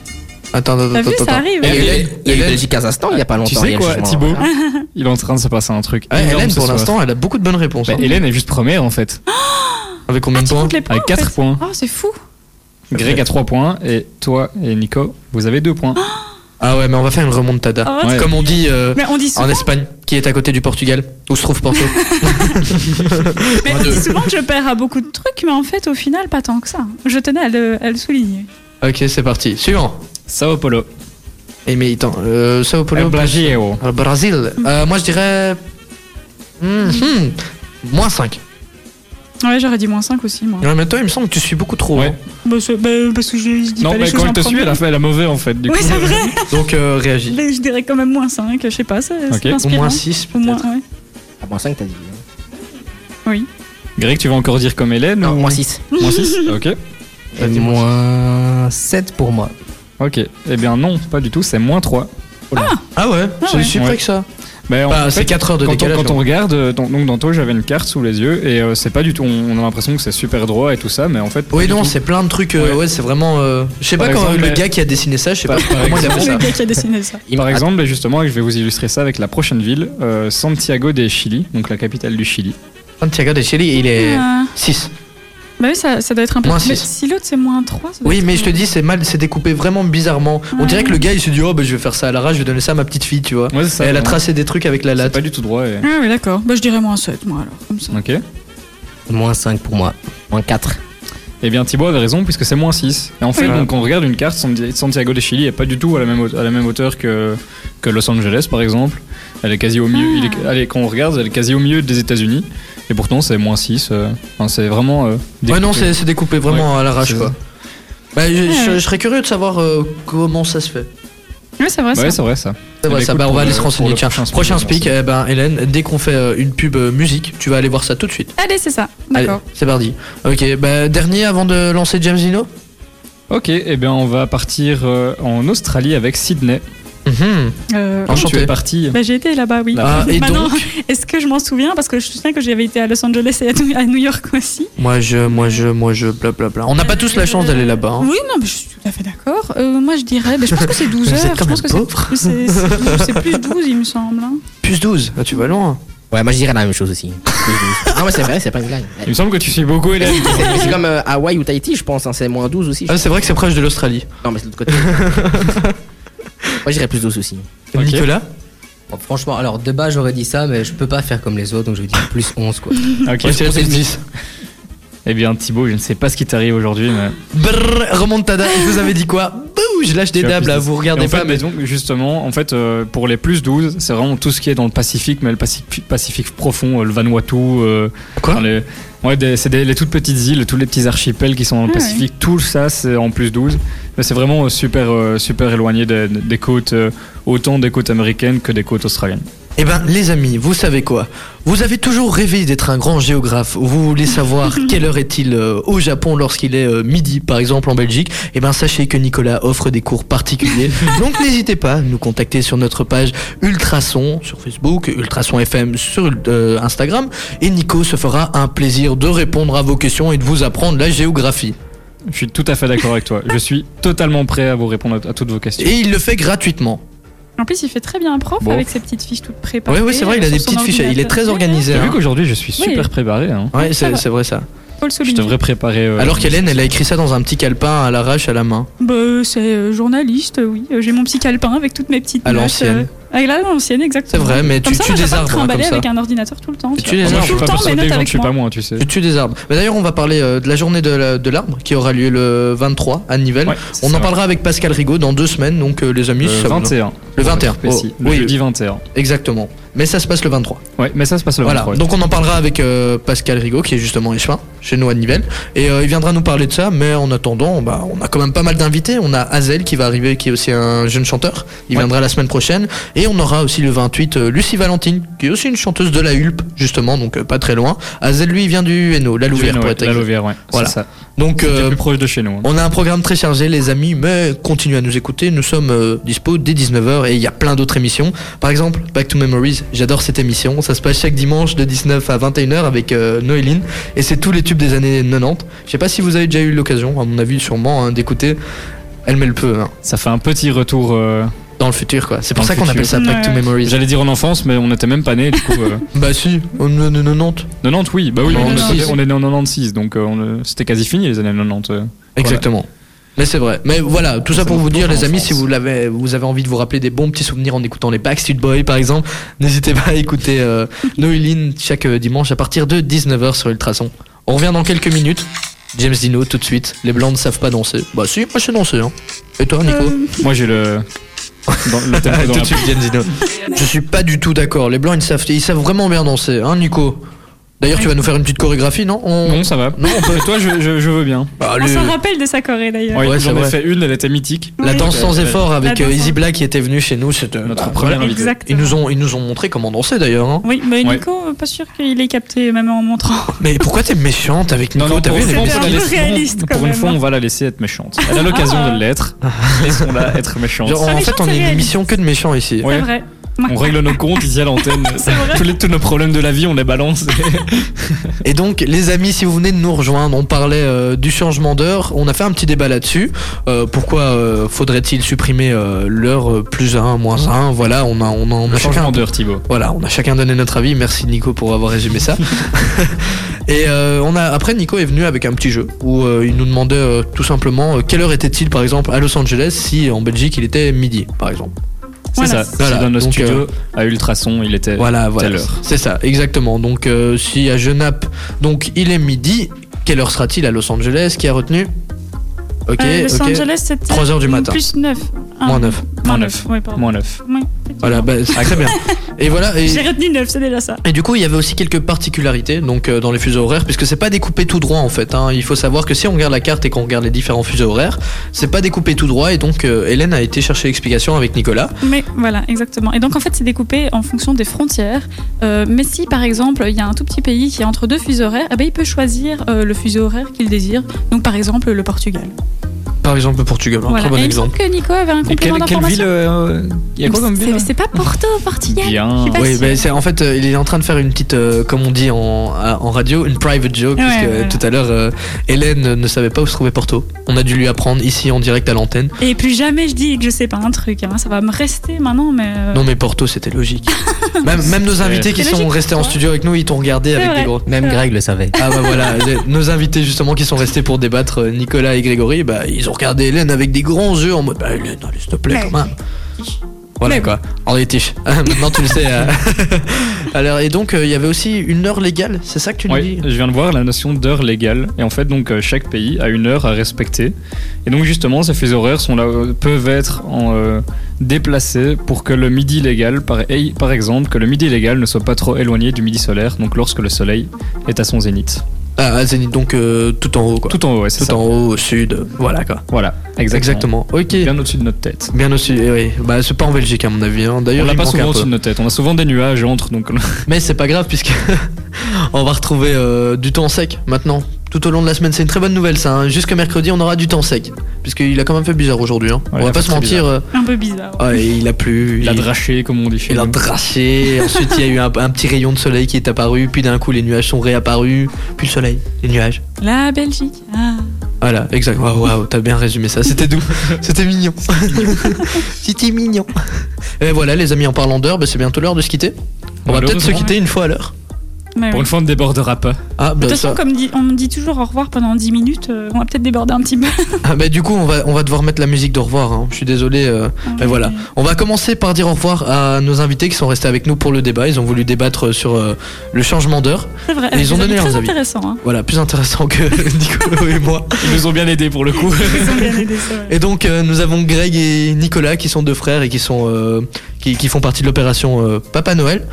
S1: Attends, attends,
S3: T'as vu,
S1: attends.
S3: ça
S1: attends.
S3: arrive.
S6: Il y a eu,
S1: Hélène-
S6: il y a eu
S1: Hélène-
S6: Belgique-Kazakhstan il y a pas longtemps.
S2: Ah, Tu
S6: il y
S2: sais
S6: a
S2: quoi,
S6: le changement.
S2: Thibaut Il est en train de se passer un truc.
S1: Ouais,
S2: énorme
S1: Ah, Hélène,
S2: ce
S1: pour
S2: soir.
S1: l'instant, elle a beaucoup de bonnes réponses.
S2: Bah,
S1: hein.
S2: Hélène est juste première en fait,
S1: Avec combien
S3: Ah,
S1: de
S3: tu
S1: points
S3: comptes les points
S2: avec
S3: en
S2: 4
S3: fait.
S2: points.
S3: Oh, c'est fou.
S2: Greg a 3 points et toi et Nico, vous avez 2 points.
S1: Ah ouais, mais on va faire une remontada.
S3: Oh,
S2: Ouais.
S1: Comme Ah, on dit euh,
S3: Mais on dit souvent,
S1: en Espagne, qui est à côté du Portugal, où se trouve Porto.
S3: mais on dit souvent que je perds à beaucoup de trucs, mais en fait, au final, pas tant que ça. Je tenais à le, à le souligner.
S1: ok, c'est parti. Suivant.
S2: Sao Paulo.
S1: Et mais attends, euh, Sao Paulo,
S2: El Brasil.
S1: Brésil. Brésil.
S3: Mm.
S1: Euh, moi je dirais. Hmm, hmm, moins 5.
S3: Ouais, j'aurais dit moins 5 aussi, moi.
S1: Ouais, mais toi, il me semble que tu suis beaucoup trop.
S2: Ouais.
S1: hein.
S3: Bah, c'est- bah, parce que je, je dis
S2: Non,
S3: pas les
S2: mais
S3: choses
S2: quand il
S3: en
S2: te suit,
S3: premier.
S2: elle a fait la mauvaise en fait. Du
S3: Oui,
S2: coup.
S3: c'est vrai.
S1: Donc euh, réagis.
S3: Mais je dirais quand même moins 5, je sais pas, c'est
S2: Ok.
S3: c'est
S2: Au
S1: Au
S3: inspirant.
S1: moins 6.
S3: Au moins, ouais.
S6: À moins 5, t'as dit. hein.
S2: Greg, tu vas encore dire comme Hélène
S6: Non,
S2: ou-
S6: moins 6.
S2: Moins 6 Ok.
S7: Et Euh, moins 7 pour moi.
S2: Ok. Eh bien, non, pas du tout, c'est moins 3.
S1: Ah ouais,
S3: Ah
S1: je
S3: ouais.
S1: suis prêt
S2: Ouais.
S1: que ça.
S2: Mais en
S1: Bah,
S2: fait,
S1: c'est 4 heures de
S2: quand
S1: décalage.
S2: On, quand on
S1: donc.
S2: regarde, euh, donc, donc dans toi, j'avais une carte sous les yeux et euh, c'est pas du tout. On, on a l'impression que c'est super droit et tout ça, mais en fait. pas
S1: Oui,
S2: du
S1: non,
S2: tout.
S1: c'est plein de trucs. euh,
S2: Ouais.
S1: ouais, c'est vraiment. euh, Je sais
S2: Par
S1: pas quand
S2: exemple,
S1: le
S2: mais-
S1: gars qui a dessiné ça, je sais pas
S2: Par- par
S1: comment il a fait ça.
S3: Le gars qui a dessiné ça.
S2: Par exemple, et justement, je vais vous illustrer ça avec la prochaine ville, euh, Santiago de Chili, donc la capitale du Chili.
S1: Santiago de Chili, il est
S3: Ah.
S1: 6.
S3: Bah oui, ça, ça doit être un peu.
S1: Moins
S3: mais
S1: six.
S3: si l'autre c'est moins 3, ça doit
S1: Oui,
S3: être-
S1: mais je te dis, c'est mal, c'est découpé vraiment bizarrement. On
S3: Ouais.
S1: dirait que le gars, il se dit, oh, bah, je vais faire ça à la rage, je vais donner ça à ma petite fille, tu vois.
S2: Ouais, c'est ça.
S1: Et elle a
S2: vraiment.
S1: tracé des trucs avec la
S2: C'est
S1: latte.
S2: pas du tout droit. et-
S3: Ah oui, d'accord. Bah je dirais moins 7, moi alors, comme ça.
S2: Ok.
S7: Moins 5 pour moi.
S6: Moins 4.
S2: Eh bien, Thibaut avait raison puisque c'est moins 6. Et en fait,
S1: Oui.
S2: donc, quand on regarde une carte, San- Santiago de Chili est pas du tout à la même, haute- à la même hauteur que, que Los Angeles, par exemple. Elle est quasi au milieu. il
S1: Ah.
S2: est- elle est- quand on regarde, elle est quasi au milieu des États-Unis. Et pourtant, c'est moins 6. euh, enfin, c'est vraiment. euh,
S1: Ouais, non,
S2: découpé.
S1: c'est c'est découpé vraiment à la rage,
S2: c'est
S1: quoi.
S2: ça.
S1: Bah, je, je-
S3: Ouais.
S1: je serais curieux de savoir euh, comment ça se fait.
S3: Oui, c'est vrai, ça.
S2: Bah, Ouais, c'est vrai ça.
S1: C'est vrai,
S2: bah,
S1: ça,
S2: écoute,
S1: bah, on
S2: pour
S1: va
S2: le-
S1: aller se
S2: pour le
S1: renseigner. Tiens,
S2: prochain speak,
S1: prochain
S2: merci.
S1: speak, eh ben, Hélène, dès qu'on fait euh, une pub euh, musique, tu vas aller voir ça tout de suite.
S3: Allez, c'est ça.
S1: Allez,
S3: D'accord.
S1: c'est parti. Ok, bah, dernier avant de lancer James Dino
S2: Ok, eh bien, on va partir euh, en Australie avec Sydney. Mm-hmm.
S1: Mhm.
S3: Euh,
S2: Quand
S1: Enchanté.
S2: tu es parti.
S3: Bah, j'ai été là-bas, oui.
S1: Ah, et
S3: Maintenant,
S1: donc,
S3: est-ce que je m'en souviens Parce que je me souviens que j'avais été à Los Angeles et à New- à New York aussi.
S1: moi je, moi je, moi je, blablabla. On n'a pas tous la chance d'aller là-bas. hein.
S3: Oui, non, mais je suis tout à fait d'accord. Euh, moi, je dirais, bah, je pense que c'est 12
S1: Vous êtes
S3: heures. Je
S1: quand
S3: pense que
S1: même pauvre.
S3: c'est- c'est c'est- c'est plus 12, il me semble. hein.
S1: Plus 12, ah, tu vas loin.
S6: Ouais, moi je dirais la même chose aussi. ah, ouais, c'est vrai, c'est pas une blague.
S2: Il me semble que tu suis beaucoup Hélène.
S6: C'est c'est comme euh, Hawaï ou Tahiti, je pense. hein, c'est moins 12 aussi. je
S1: Ah, c'est vrai que c'est proche de l'Australie.
S6: Non, mais c'est de l'autre côté. Moi, j'irais plus d'eau aussi.
S2: Ok.
S1: Nicolas
S7: Bon, franchement, alors de base j'aurais dit ça, mais je peux pas faire comme les autres, donc je vais dire plus 11 quoi.
S2: Ok.
S1: Ouais, c'est la 10.
S2: Eh bien, Thibaut, je ne sais pas ce qui t'arrive aujourd'hui, mais.
S1: Brrr, remontada, je vous avais dit quoi Bouh, je lâche des
S2: Tu as
S1: dables
S2: plus
S1: là,
S2: de-
S1: vous
S2: Et
S1: regardez
S2: en fait,
S1: pas, mais.
S2: mais donc, justement, en fait, euh, pour les plus 12, c'est vraiment tout ce qui est dans le Pacifique, mais le Pacifique, Pacifique profond, euh, le Vanuatu. euh,
S1: Quoi
S2: enfin, les- Ouais, des- c'est des- les toutes petites îles, tous les petits archipels qui sont dans le
S3: Ah ouais.
S2: Pacifique, tout ça, c'est en plus 12. Mais c'est vraiment euh, super, euh, super éloigné des, des côtes, euh, autant des côtes américaines que des côtes australiennes.
S1: Eh ben, les amis, vous savez quoi Vous avez toujours rêvé d'être un grand géographe. Vous voulez savoir quelle heure est-il euh, au Japon lorsqu'il est euh, midi, par exemple, en Belgique Eh ben, sachez que Nicolas offre des cours particuliers. Donc, n'hésitez pas à nous contacter sur notre page Ultrason sur Facebook, Ultrason FM sur euh, Instagram. Et Nico se fera un plaisir de répondre à vos questions et de vous apprendre la géographie.
S2: Je suis tout à fait d'accord avec toi. Je suis totalement prêt à vous répondre à, à toutes vos questions.
S1: Et il le fait gratuitement.
S3: En plus, il fait très bien un prof
S2: Bon.
S3: avec ses petites fiches toutes
S1: Oui,
S3: préparées.
S1: oui, c'est vrai, il a
S3: sur
S1: des
S3: son
S1: petites fiches. Il est très
S3: ordinateur.
S1: organisé.
S2: T'as
S1: hein.
S2: vu qu'aujourd'hui, je suis
S3: Oui.
S2: super préparé. hein.
S1: Ouais, c'est
S3: va.
S1: c'est vrai ça.
S3: Faut le
S2: Je
S3: souligner.
S2: devrais préparer. euh,
S1: Alors qu'Hélène, elle a écrit ça dans un petit calepin à l'arrache à la main.
S3: Bah, euh, c'est euh, journaliste, euh, oui. Euh, J'ai mon petit calepin avec toutes mes petites.
S1: À
S3: notes,
S1: l'ancienne.
S3: euh, avec la l'ancienne, exactement.
S1: C'est vrai, mais
S3: Comme
S1: tu
S3: ça,
S1: tues
S3: moi, j'ai
S1: des
S3: pas de
S1: arbres hein,
S3: trimballer
S1: comme ça.
S3: avec un ordinateur tout le temps.
S1: Tu
S3: tu
S1: tues
S3: vois.
S1: des
S2: Moi,
S3: J'ai
S1: arbres.
S2: je suis
S3: tout le
S2: pas
S3: temps
S2: persuadé
S3: mes notes
S2: que j'en
S3: avec
S2: suis
S3: moi.
S2: pas moins, tu sais.
S1: Tu tues des arbres. Mais d'ailleurs, on va parler euh, de la journée de la- de l'arbre qui aura lieu le 23 à Nivelles.
S2: Ouais, c'est
S1: on en
S2: ça.
S1: parlera avec Pascal Rigaud dans deux semaines, donc euh, les amis. si
S2: Le
S1: ça vous-
S2: 21.
S1: Le 21.
S2: Précis.
S1: oh,
S2: le
S1: oui,
S2: jeudi 21.
S1: exactement. Mais ça se passe le 23.
S2: Ouais, mais ça se passe le
S1: voilà.
S2: 23.
S1: Donc on en parlera avec euh, Pascal Rigaud, qui est justement échevin chez nous à Nivelles, et euh, il viendra nous parler de ça. Mais en attendant, bah, on a quand même pas mal d'invités. On a Hazel qui va arriver, qui est aussi un jeune chanteur. Il
S2: Ouais.
S1: viendra la semaine prochaine, et on aura aussi le 28 euh, Lucie Valentine, qui est aussi une chanteuse de la Hulpe, justement, donc euh, pas très loin. Hazel lui il vient du Hainaut, la Louvière pour être
S2: La
S1: exact.
S2: Louvière, ouais.
S1: Voilà.
S2: C'est ça.
S1: Donc
S2: C'était
S1: euh,
S2: plus proche de chez nous. hein.
S1: on a un programme très chargé, les amis, mais continuez à nous écouter. Nous sommes euh, dispo dès 19h et il y a plein d'autres émissions. Par exemple, Back to Memories, j'adore cette émission. Ça se passe chaque dimanche de 19 à 21h avec euh, Noéline et c'est tous les tubes des années 90. Je sais pas si vous avez déjà eu l'occasion, à mon avis, sûrement, hein, d'écouter. Elle met le peu hein,
S2: Ça fait un petit retour. euh,
S1: dans le futur, quoi. C'est pour
S2: Dans
S1: ça
S2: le
S1: qu'on
S2: futur.
S1: appelle ça Back to
S3: Ouais.
S1: Memories.
S2: J'allais dire en enfance, mais on n'était même pas nés, du coup. euh,
S1: Bah si, on est de 90.
S2: 90, oui. Bah oui, on,
S1: 96.
S2: est, on est né en 96, donc euh, on, euh, c'était quasi fini les années 90. euh.
S1: Exactement. Mais c'est vrai. Mais voilà, tout ça
S2: C'est
S1: pour
S2: notre
S1: vous dire,
S2: pauvre
S1: les amis, si
S2: enfance.
S1: vous, l'avez, vous avez envie de vous rappeler des bons petits souvenirs en écoutant les Backstreet Boys, par exemple, n'hésitez pas à écouter euh, Noéline chaque euh, dimanche à partir de 19h sur Ultrason. On revient dans quelques minutes. James Dino, tout de suite. Les blancs ne savent pas danser. Bah si, moi je sais danser. Hein. Et toi, Nico Ah,
S3: Euh,
S2: Moi, j'ai le. dans- le tempo dans
S1: Tout
S2: la
S1: de suite, James Dino. Je suis pas du tout d'accord. Les blancs, ils savent, ils savent vraiment bien danser, hein, Nico D'ailleurs, tu vas nous faire une petite chorégraphie, non On-
S2: Non, ça va.
S1: Non, on peut-
S2: Et toi, je, je- je veux bien.
S3: on
S1: Allez.
S3: s'en rappelle de sa choré d'ailleurs.
S2: Ouais,
S1: Ouais, c'est
S2: J'en ai
S1: vrai.
S2: fait une, elle était mythique.
S1: La
S3: Oui.
S1: danse sans
S2: Ouais.
S1: effort avec
S3: La danse
S1: euh, Easy
S3: sans-
S1: Black qui était venu chez nous, c'était
S2: Notre
S1: bah,
S2: première invitée.
S1: Ils
S3: Exactement.
S1: nous ont ils nous ont montré comment danser d'ailleurs. hein.
S3: Oui, mais
S2: Ouais.
S3: Nico, euh, pas sûr qu'il ait capté même en montrant.
S1: Mais pourquoi t'es méchante avec Nico
S2: Non, non,
S1: T'as
S2: pour
S1: vu
S2: une
S1: les
S2: fois, on
S3: C'était
S2: peut
S1: messages
S2: la
S3: un peu
S2: laisser-
S3: réaliste, quand
S2: pour une
S3: même.
S2: fois, on va la laisser être méchante. Elle a l'occasion
S3: Ah.
S2: de l'être. Laissons-la être méchante.
S1: Genre,
S3: Ça,
S1: En
S3: les
S1: fait,
S3: gens,
S1: on
S3: c'est
S1: est une
S3: réaliste.
S1: émission que de méchants ici.
S2: Ouais.
S3: C'est vrai.
S2: On règle nos comptes ici à l'antenne.
S3: C'est vrai.
S2: tous, les- tous nos problèmes de la vie, on les balance.
S1: Et donc, les amis, si vous venez de nous rejoindre, on parlait euh, du changement d'heure. On a fait un petit débat là-dessus. Euh, pourquoi euh, faudrait-il supprimer euh, l'heure euh, plus 1, moins 1 Voilà, on a, on a, on a
S2: Le
S1: chacun
S2: changement d'heure, Thibaut.
S1: Voilà, on a chacun donné notre avis. Merci Nico pour avoir résumé ça. Et euh, on a après Nico est venu avec un petit jeu où euh, il nous demandait euh, tout simplement euh, quelle heure était-il par exemple à Los Angeles si en Belgique il était midi par exemple.
S2: C'est
S3: Voilà.
S2: ça.
S1: Voilà.
S2: C'est dans nos
S1: Donc,
S2: studios
S1: euh,
S2: à Ultrason, il était.
S1: Voilà, voilà.
S2: Telle heure.
S1: C'est ça, exactement. Donc euh, si à Genappe donc il est midi, quelle heure sera-t-il à Los Angeles Qui a retenu Ok,
S3: Euh, Los
S1: ok.
S3: Angeles, c'était.
S1: 3 heures du matin.
S3: Plus 9.
S1: Moins 9.
S2: Moins
S3: Moins
S2: neuf.
S3: 9. Oui, pardon.
S2: Moins 9.
S3: Oui.
S1: Voilà, bah, c'est très bien. Et voilà. Et...
S3: J'ai retenu 9, c'est déjà ça.
S1: Et du coup, il y avait aussi quelques particularités donc euh, dans les fuseaux horaires, puisque c'est pas découpé tout droit en fait. hein. Il faut savoir que si on regarde la carte et qu'on regarde les différents fuseaux horaires, c'est pas découpé tout droit. Et donc, euh, Hélène a été chercher l'explication avec Nicolas.
S3: Mais voilà, exactement. Et donc en fait, c'est découpé en fonction des frontières. Euh, mais si par exemple, il y a un tout petit pays qui est entre deux fuseaux horaires, eh ben, il peut choisir euh, le fuseau horaire qu'il désire. Donc par exemple, le Portugal.
S1: Par exemple, le Portugal, un
S3: voilà.
S1: très bon
S3: Et il me
S1: exemple.
S3: semble que Nico avait un
S2: Et quelle,
S3: complément
S2: quelle ville.
S3: d'information.
S2: euh, Il y a quoi comme ville
S3: C'est- C'est pas Porto, au Portugal.
S2: Bien.
S3: Je sais pas
S1: Oui,
S3: si-
S1: mais c'est en fait, euh, il est en train de faire une petite, euh, comme on dit en, à- en radio, une private joke,
S3: Ouais,
S1: puisque
S3: voilà.
S1: tout à l'heure, euh, Hélène ne savait pas où se trouvait Porto. On a dû lui apprendre ici en direct à l'antenne.
S3: Et plus jamais je dis que je sais pas un truc. hein. Ça va me rester maintenant, mais. euh,
S1: Non, mais Porto, c'était logique. même, même nos invités qui
S3: C'est
S1: sont
S3: logique,
S1: restés en
S3: toi.
S1: studio avec nous, ils t'ont regardé avec
S3: vrai.
S1: des gros.
S7: Même Greg le savait.
S1: Ah bah voilà, les- nos invités justement qui sont restés pour débattre, euh, Nicolas et Grégory, bah ils ont regardé Hélène avec des grands yeux en mode bah Hélène, allez s'il te plaît
S3: Mais-
S1: quand même. Voilà quoi, en réalité. Maintenant tu le sais. euh. Alors et donc euh, il y avait aussi une heure légale, c'est ça que tu nous
S2: Oui,
S1: dis
S2: je viens de voir la notion d'heure légale. Et en fait, donc, euh, chaque pays a une heure à respecter. Et donc, justement, ces fuseaux horaires sont là, euh, peuvent être en, euh, déplacés pour que le midi légal, par, et- par exemple, que le midi légal ne soit pas trop éloigné du midi solaire, donc lorsque le soleil est à son zénith.
S1: Ah à Zénith, donc euh, tout en haut quoi. Tout,
S2: Tout en haut, ouais, c'est ça.
S1: en haut, au sud, euh, voilà quoi.
S2: Voilà, exactement.
S1: Exactement. Ok. Bien,
S2: Bien au-dessus de notre tête.
S1: au sud, eh oui. Bah c'est pas en Belgique à mon avis. hein.
S2: On
S1: D'ailleurs
S2: n'a
S1: il
S2: pas
S1: manque un
S2: souvent
S1: peu.
S2: au-dessus de notre tête. On a souvent des nuages entre, donc
S1: Mais c'est pas grave puisque on va retrouver euh, du temps sec maintenant. Tout au long de la semaine, c'est une très bonne nouvelle ça. hein. Jusque mercredi, on aura du temps sec. Puisqu'il a quand même fait bizarre aujourd'hui. hein.
S2: Ouais,
S1: on
S2: il
S1: va
S2: a
S1: pas
S2: fait
S1: se
S2: très
S1: mentir. euh,
S3: Un peu bizarre. ouais.
S1: ah, et il a plu.
S2: il a
S1: il-
S2: draché, comme on dit chez
S1: Il a
S2: nous.
S1: draché. Ensuite, il y a eu un, un petit rayon de soleil qui est apparu. Puis d'un coup, les nuages sont réapparus. Puis le soleil, les nuages.
S3: La Belgique. Ah.
S1: Voilà, exact. Waouh, waouh, t'as bien résumé ça. C'était doux. C'était mignon. C'était mignon. Et voilà, les amis, en parlant d'heure, bah, c'est bientôt l'heure de se quitter. On va peut-être se
S2: Malheureusement.
S1: quitter une fois à l'heure.
S3: Mais
S2: Pour
S3: ouais.
S2: une fois, on ne débordera pas.
S1: Ah,
S3: De
S1: bah,
S3: toute
S1: ça-
S3: façon, comme dit, on me dit toujours au revoir pendant 10 minutes, euh, on va peut-être déborder un petit peu.
S1: Ah bah du coup on va on va devoir mettre la musique d'au revoir. hein. Je suis désolé. euh, mais voilà. On va commencer par dire au revoir à nos invités qui sont restés avec nous pour le débat. Ils ont voulu débattre sur euh, le changement d'heure.
S3: C'est vrai.
S1: Et ils ont
S3: des
S1: donné
S3: avis
S1: leurs
S3: très
S1: avis.
S3: intéressant. hein.
S1: Voilà, plus intéressant que Nicolas et moi.
S2: Ils nous ont bien aidés pour le coup.
S3: Ils ont bien aidé ça. ouais.
S1: Et donc euh, nous avons Greg et Nicolas qui sont deux frères et qui sont euh, qui, qui font partie de l'opération euh, Papa Noël.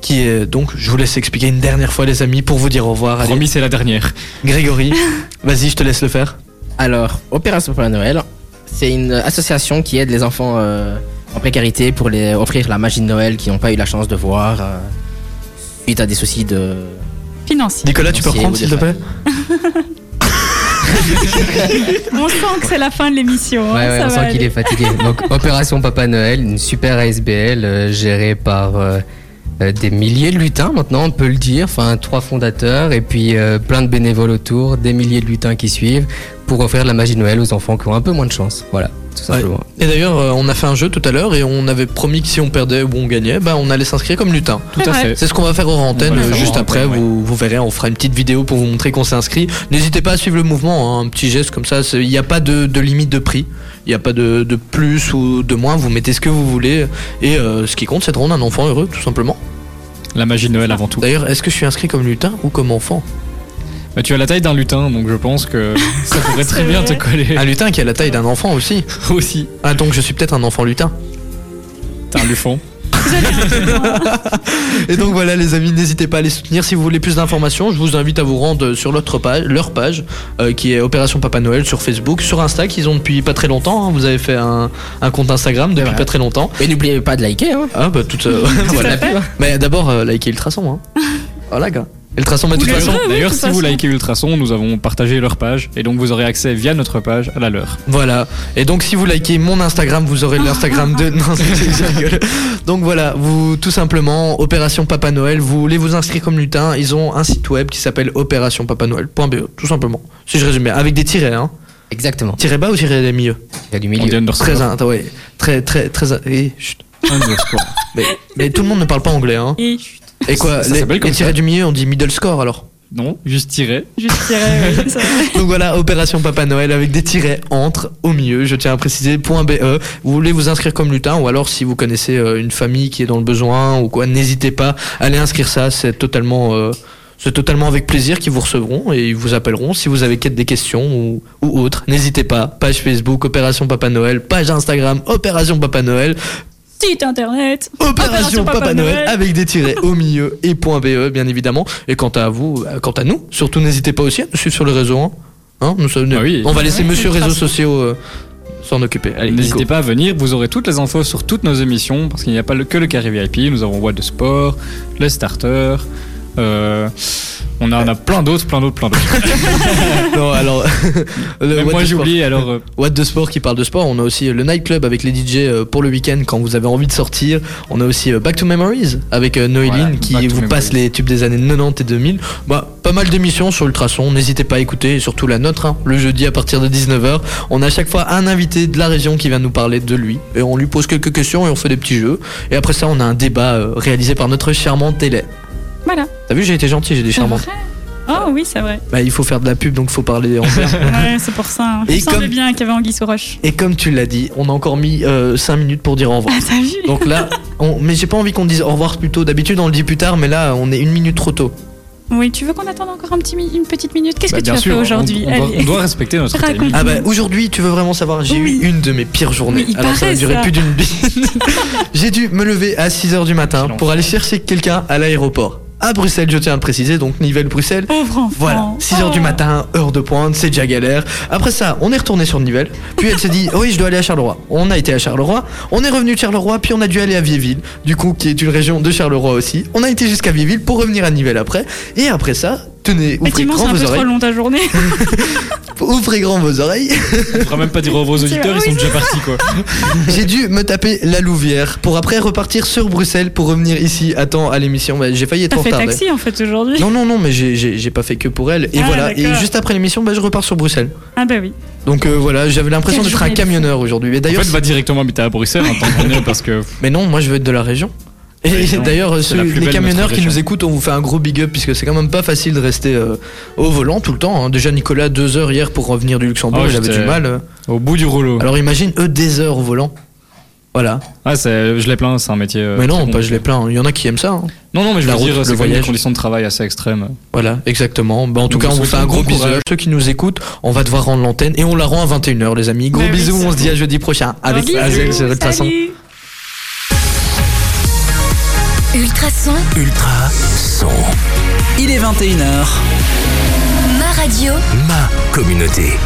S1: Qui est donc, je vous laisse expliquer une dernière fois les amis pour vous dire au revoir. Allez,
S2: Promis, c'est la dernière.
S1: Grégory, vas-y, je te laisse le faire.
S6: Alors, Opération pour la Noël, c'est une association qui aide les enfants euh, en précarité pour les offrir la magie de Noël qui n'ont pas eu la chance de voir euh, suite à des soucis de.
S3: Financier.
S1: Nicolas, tu peux
S6: Merci,
S1: reprendre
S6: vous
S1: s'il te
S6: êtes
S1: plaît
S3: On sent que c'est la fin de l'émission.
S7: Ouais,
S3: hein,
S7: ouais,
S3: ça
S7: on
S3: va
S7: sent qu'il
S3: aller.
S7: est fatigué. Donc, Opération Papa Noël, une super ASBL euh, gérée par euh, euh, des milliers de lutins, maintenant, on peut le dire. Enfin, trois fondateurs et puis euh, plein de bénévoles autour, des milliers de lutins qui suivent pour offrir de la magie de Noël aux enfants qui ont un peu moins de chance. Voilà, tout simplement.
S1: Et d'ailleurs, euh, on a fait un jeu tout à l'heure et on avait promis que si on perdait ou on gagnait, bah, on allait s'inscrire comme lutin.
S2: Tout
S3: C'est
S2: à
S3: vrai.
S2: fait.
S1: C'est ce qu'on va faire hors antenne
S2: va le
S1: euh,
S2: faire
S1: juste
S2: hors
S1: après.
S2: antenne, ouais.
S1: vous, vous verrez, on fera une petite vidéo pour vous montrer qu'on s'est inscrit. N'hésitez pas à suivre le mouvement, hein, un petit geste comme ça. c'est- Il n'y a pas de, de limite de prix. Il n'y a pas de, de plus ou de moins. Vous mettez ce que vous voulez. Et euh, ce qui compte, c'est de rendre un enfant heureux, tout simplement.
S2: La magie de Noël avant tout.
S1: D'ailleurs, est-ce que je suis inscrit comme lutin ou comme enfant
S2: Bah, tu as la taille d'un lutin, donc je pense que ça pourrait très
S3: C'est
S2: bien te
S3: vrai. Ah.
S2: coller
S1: Un lutin qui a la taille d'un enfant aussi.
S2: aussi.
S1: Ah, donc je suis peut-être un enfant lutin.
S2: T'as un lufon.
S1: Et donc voilà les amis, n'hésitez pas à les soutenir. Si vous voulez plus d'informations, je vous invite à vous rendre sur l'autre page, leur page, euh, qui est Opération Papa Noël sur Facebook, sur Insta, qu'ils ont depuis pas très longtemps. hein. Vous avez fait un, un compte Instagram depuis pas très longtemps.
S6: Et n'oubliez pas de liker. Hein.
S1: Ah bah tout. euh, voilà. Mais d'abord euh, likez Ultrason. Hein. Voilà gars. Ultrason, bah, de toute façon.
S3: deux, oui,
S2: D'ailleurs,
S3: de
S2: si
S3: toute
S2: vous
S3: façon.
S2: likez Ultrason, nous avons partagé leur page et donc vous aurez accès via notre page à la leur.
S1: Voilà. Et donc si vous likez mon Instagram, vous aurez l'Instagram de. Non, c'est- je rigole. Donc voilà, vous tout simplement Opération Papa Noël. Vous voulez vous inscrire comme lutin Ils ont un site web qui s'appelle opérationpapanoël.be, E, tout simplement. Si je résumais, avec des tirets, hein.
S7: Exactement.
S1: Tiret bas ou tiret des milieux
S7: Il y a du
S2: On dit
S7: milieu.
S2: underscore.
S1: Très, un- ouais, très, très, très. un- eh, chut.
S2: Underscore.
S1: Mais, mais tout le monde ne parle pas anglais, hein.
S3: Et chut,
S1: Et quoi
S2: Ça
S1: Les,
S2: s'appelle comme
S1: les tirets du milieu, on dit middle score alors.
S2: Non, juste tirer.
S3: je dirais. ouais, ça.
S1: Donc voilà, opération Papa Noël avec des tirets entre au milieu, je tiens à préciser, point .be. Vous voulez vous inscrire comme lutin ou alors si vous connaissez euh, une famille qui est dans le besoin ou quoi, n'hésitez pas, allez inscrire ça, c'est totalement... euh, c'est totalement avec plaisir qu'ils vous recevront et ils vous appelleront si vous avez quête des questions ou, ou autre. N'hésitez pas. Page Facebook Opération Papa Noël, page Instagram Opération Papa Noël,
S3: Site internet.
S1: Opération Papa, Noël, Ah, avec des tirets au milieu et point .be bien évidemment. Et quant à vous, euh, quant à nous, surtout n'hésitez pas aussi à nous suivre sur le réseau. Hein. Hein, nous sommes-
S2: Ah oui.
S1: on va laisser
S3: Ouais,
S1: Monsieur
S3: c'est
S1: réseaux
S3: trace.
S1: sociaux euh, s'en occuper. Allez,
S2: N'hésitez
S1: Nico.
S2: pas à venir, vous aurez toutes les infos sur toutes nos émissions, parce qu'il n'y a pas le- que le carré VIP, nous avons What de Sport, le Starter, euh, on, a, on a plein d'autres, plein d'autres, plein d'autres.
S1: Non, alors le
S2: Même
S1: What
S2: moi
S1: the
S2: j'ai
S1: Sport.
S2: oublié, alors euh,
S1: What the Sport qui parle de sport. On a aussi euh, le Night Club avec les DJ euh, pour le week-end quand vous avez envie de sortir. On a aussi euh, Back to Memories avec euh, Noéline
S2: Voilà,
S1: qui
S2: Back to
S1: vous passe
S2: Memories.
S1: les tubes des années 90 et 2000. Bah, pas mal d'émissions sur Ultrason. N'hésitez pas à écouter et surtout la nôtre. hein. Le jeudi à partir de 19h, on a à chaque fois un invité de la région qui vient nous parler de lui. Et on lui pose quelques questions et on fait des petits jeux. Et après ça, on a un débat euh, réalisé par notre charmante télé.
S3: Voilà.
S1: T'as vu, j'ai été gentil, j'ai des
S3: C'est
S1: charmantes.
S3: vrai. Oh oui, c'est vrai.
S1: Bah, il faut faire de la pub donc faut parler en verbe.
S3: Ouais, c'est pour ça.
S1: Et
S3: Il semblait
S1: comme-
S3: bien qu'il y avait Anguille sous roche.
S1: Et comme tu l'as dit, on a encore mis 5 minutes pour dire au revoir.
S3: Ah, t'as vu
S1: Donc là, on- mais j'ai pas envie qu'on dise au revoir plus tôt. D'habitude, on le dit plus tard, mais là, on est une minute trop tôt.
S3: Oui, tu veux qu'on attende encore un petit mi- une petite minute Qu'est-ce
S2: bah,
S3: que tu
S2: bien
S3: as fait
S2: sûr, on-
S3: aujourd'hui
S2: on, doit,
S3: Allez.
S2: on doit respecter notre
S3: Raconte.
S2: timing.
S1: Ah bah aujourd'hui, tu veux vraiment savoir, j'ai
S3: Oui.
S1: eu une de mes pires journées.
S3: Oui, il
S1: Alors ça a
S3: paraît,
S1: duré
S3: ça.
S1: plus d'une bite. j'ai dû me lever à 6h du matin
S2: Quel
S1: pour aller chercher quelqu'un à l'aéroport. À Bruxelles, je tiens à le préciser, donc Nivelles-Bruxelles.
S3: Pauvre enfant.
S1: Voilà, 6h du
S3: Oh.
S1: matin, heure de pointe, c'est déjà galère. Après ça, on est retourné sur Nivelles. Puis elle s'est dit, oui, je dois aller à Charleroi. On a été à Charleroi, on est revenu de Charleroi, puis on a dû aller à Vieville, du coup, qui est une région de Charleroi aussi. On a été jusqu'à Vieville pour revenir à Nivelles après. Et après ça, tenez, ouvrez
S3: Effectivement, c'est
S1: grand
S3: un
S1: vos
S3: peu trop
S1: oreilles.
S3: long ta journée.
S1: Ouvrez grand vos oreilles.
S2: On pourra même pas dire au revoir aux auditeurs, ils
S3: vrai,
S2: sont
S3: oui,
S2: déjà partis quoi.
S1: J'ai dû me taper la Louvière pour après repartir sur Bruxelles pour revenir ici à temps à l'émission. Bah, j'ai failli être
S3: T'as
S1: en
S3: fait
S1: retard. d'ailleurs.
S3: taxi en fait aujourd'hui.
S1: Non, non, non, mais j'ai- j'ai j'ai pas fait que pour elle. Et
S3: Ah,
S1: voilà, et
S3: d'accord.
S1: juste après l'émission, bah, je repars sur Bruxelles.
S3: Ah bah oui.
S1: Donc euh, voilà, j'avais l'impression
S3: Quelle
S1: d'être un
S3: journée de
S1: camionneur aujourd'hui. Mais
S2: En
S1: d'ailleurs,
S2: fait, va directement habiter à Bruxelles, hein, tant qu'on y est, parce que
S1: mais non, moi je veux être de la région. Et
S2: Oui, non,
S1: d'ailleurs, euh,
S2: c'est
S1: ceux-
S2: la plus
S1: les
S2: belle
S1: camionneurs
S2: notre
S1: qui nous
S2: région.
S1: écoutent, on vous fait un gros big up puisque c'est quand même pas facile de rester euh, au volant tout le temps. hein. Déjà, Nicolas, deux heures hier pour revenir du Luxembourg,
S2: Oh,
S1: j'avais
S2: j'étais-
S1: du mal. euh.
S2: au bout du rouleau.
S1: Alors imagine eux des heures au volant. Voilà.
S2: Ah, c'est- je l'ai plains, c'est un métier. euh,
S1: mais non,
S2: très
S1: pas je
S2: compliqué.
S1: les plains. Il y en a qui aiment ça. hein.
S2: Non, non, mais je
S1: La
S2: veux
S1: route, le
S2: dire, c'est quand même
S1: voyage.
S2: des conditions de travail assez extrêmes.
S1: Voilà, exactement. Bah, en tout
S2: Nous
S1: cas,
S2: vous
S1: on vous fait
S2: souhaitons
S1: un gros
S2: bon
S1: bisou.
S2: courage.
S1: Ceux qui nous écoutent, on va devoir rendre l'antenne et on la rend à 21h, les amis. Gros
S3: Mais Bah oui,
S1: bisous,
S3: c'est
S1: on se dit à jeudi prochain avec
S3: Bisous,
S1: Azel sur Ultrason.
S3: salut.
S4: Ultrason,
S5: Ultra son.
S9: Il est 21h.
S4: ma radio.
S5: Ma communauté.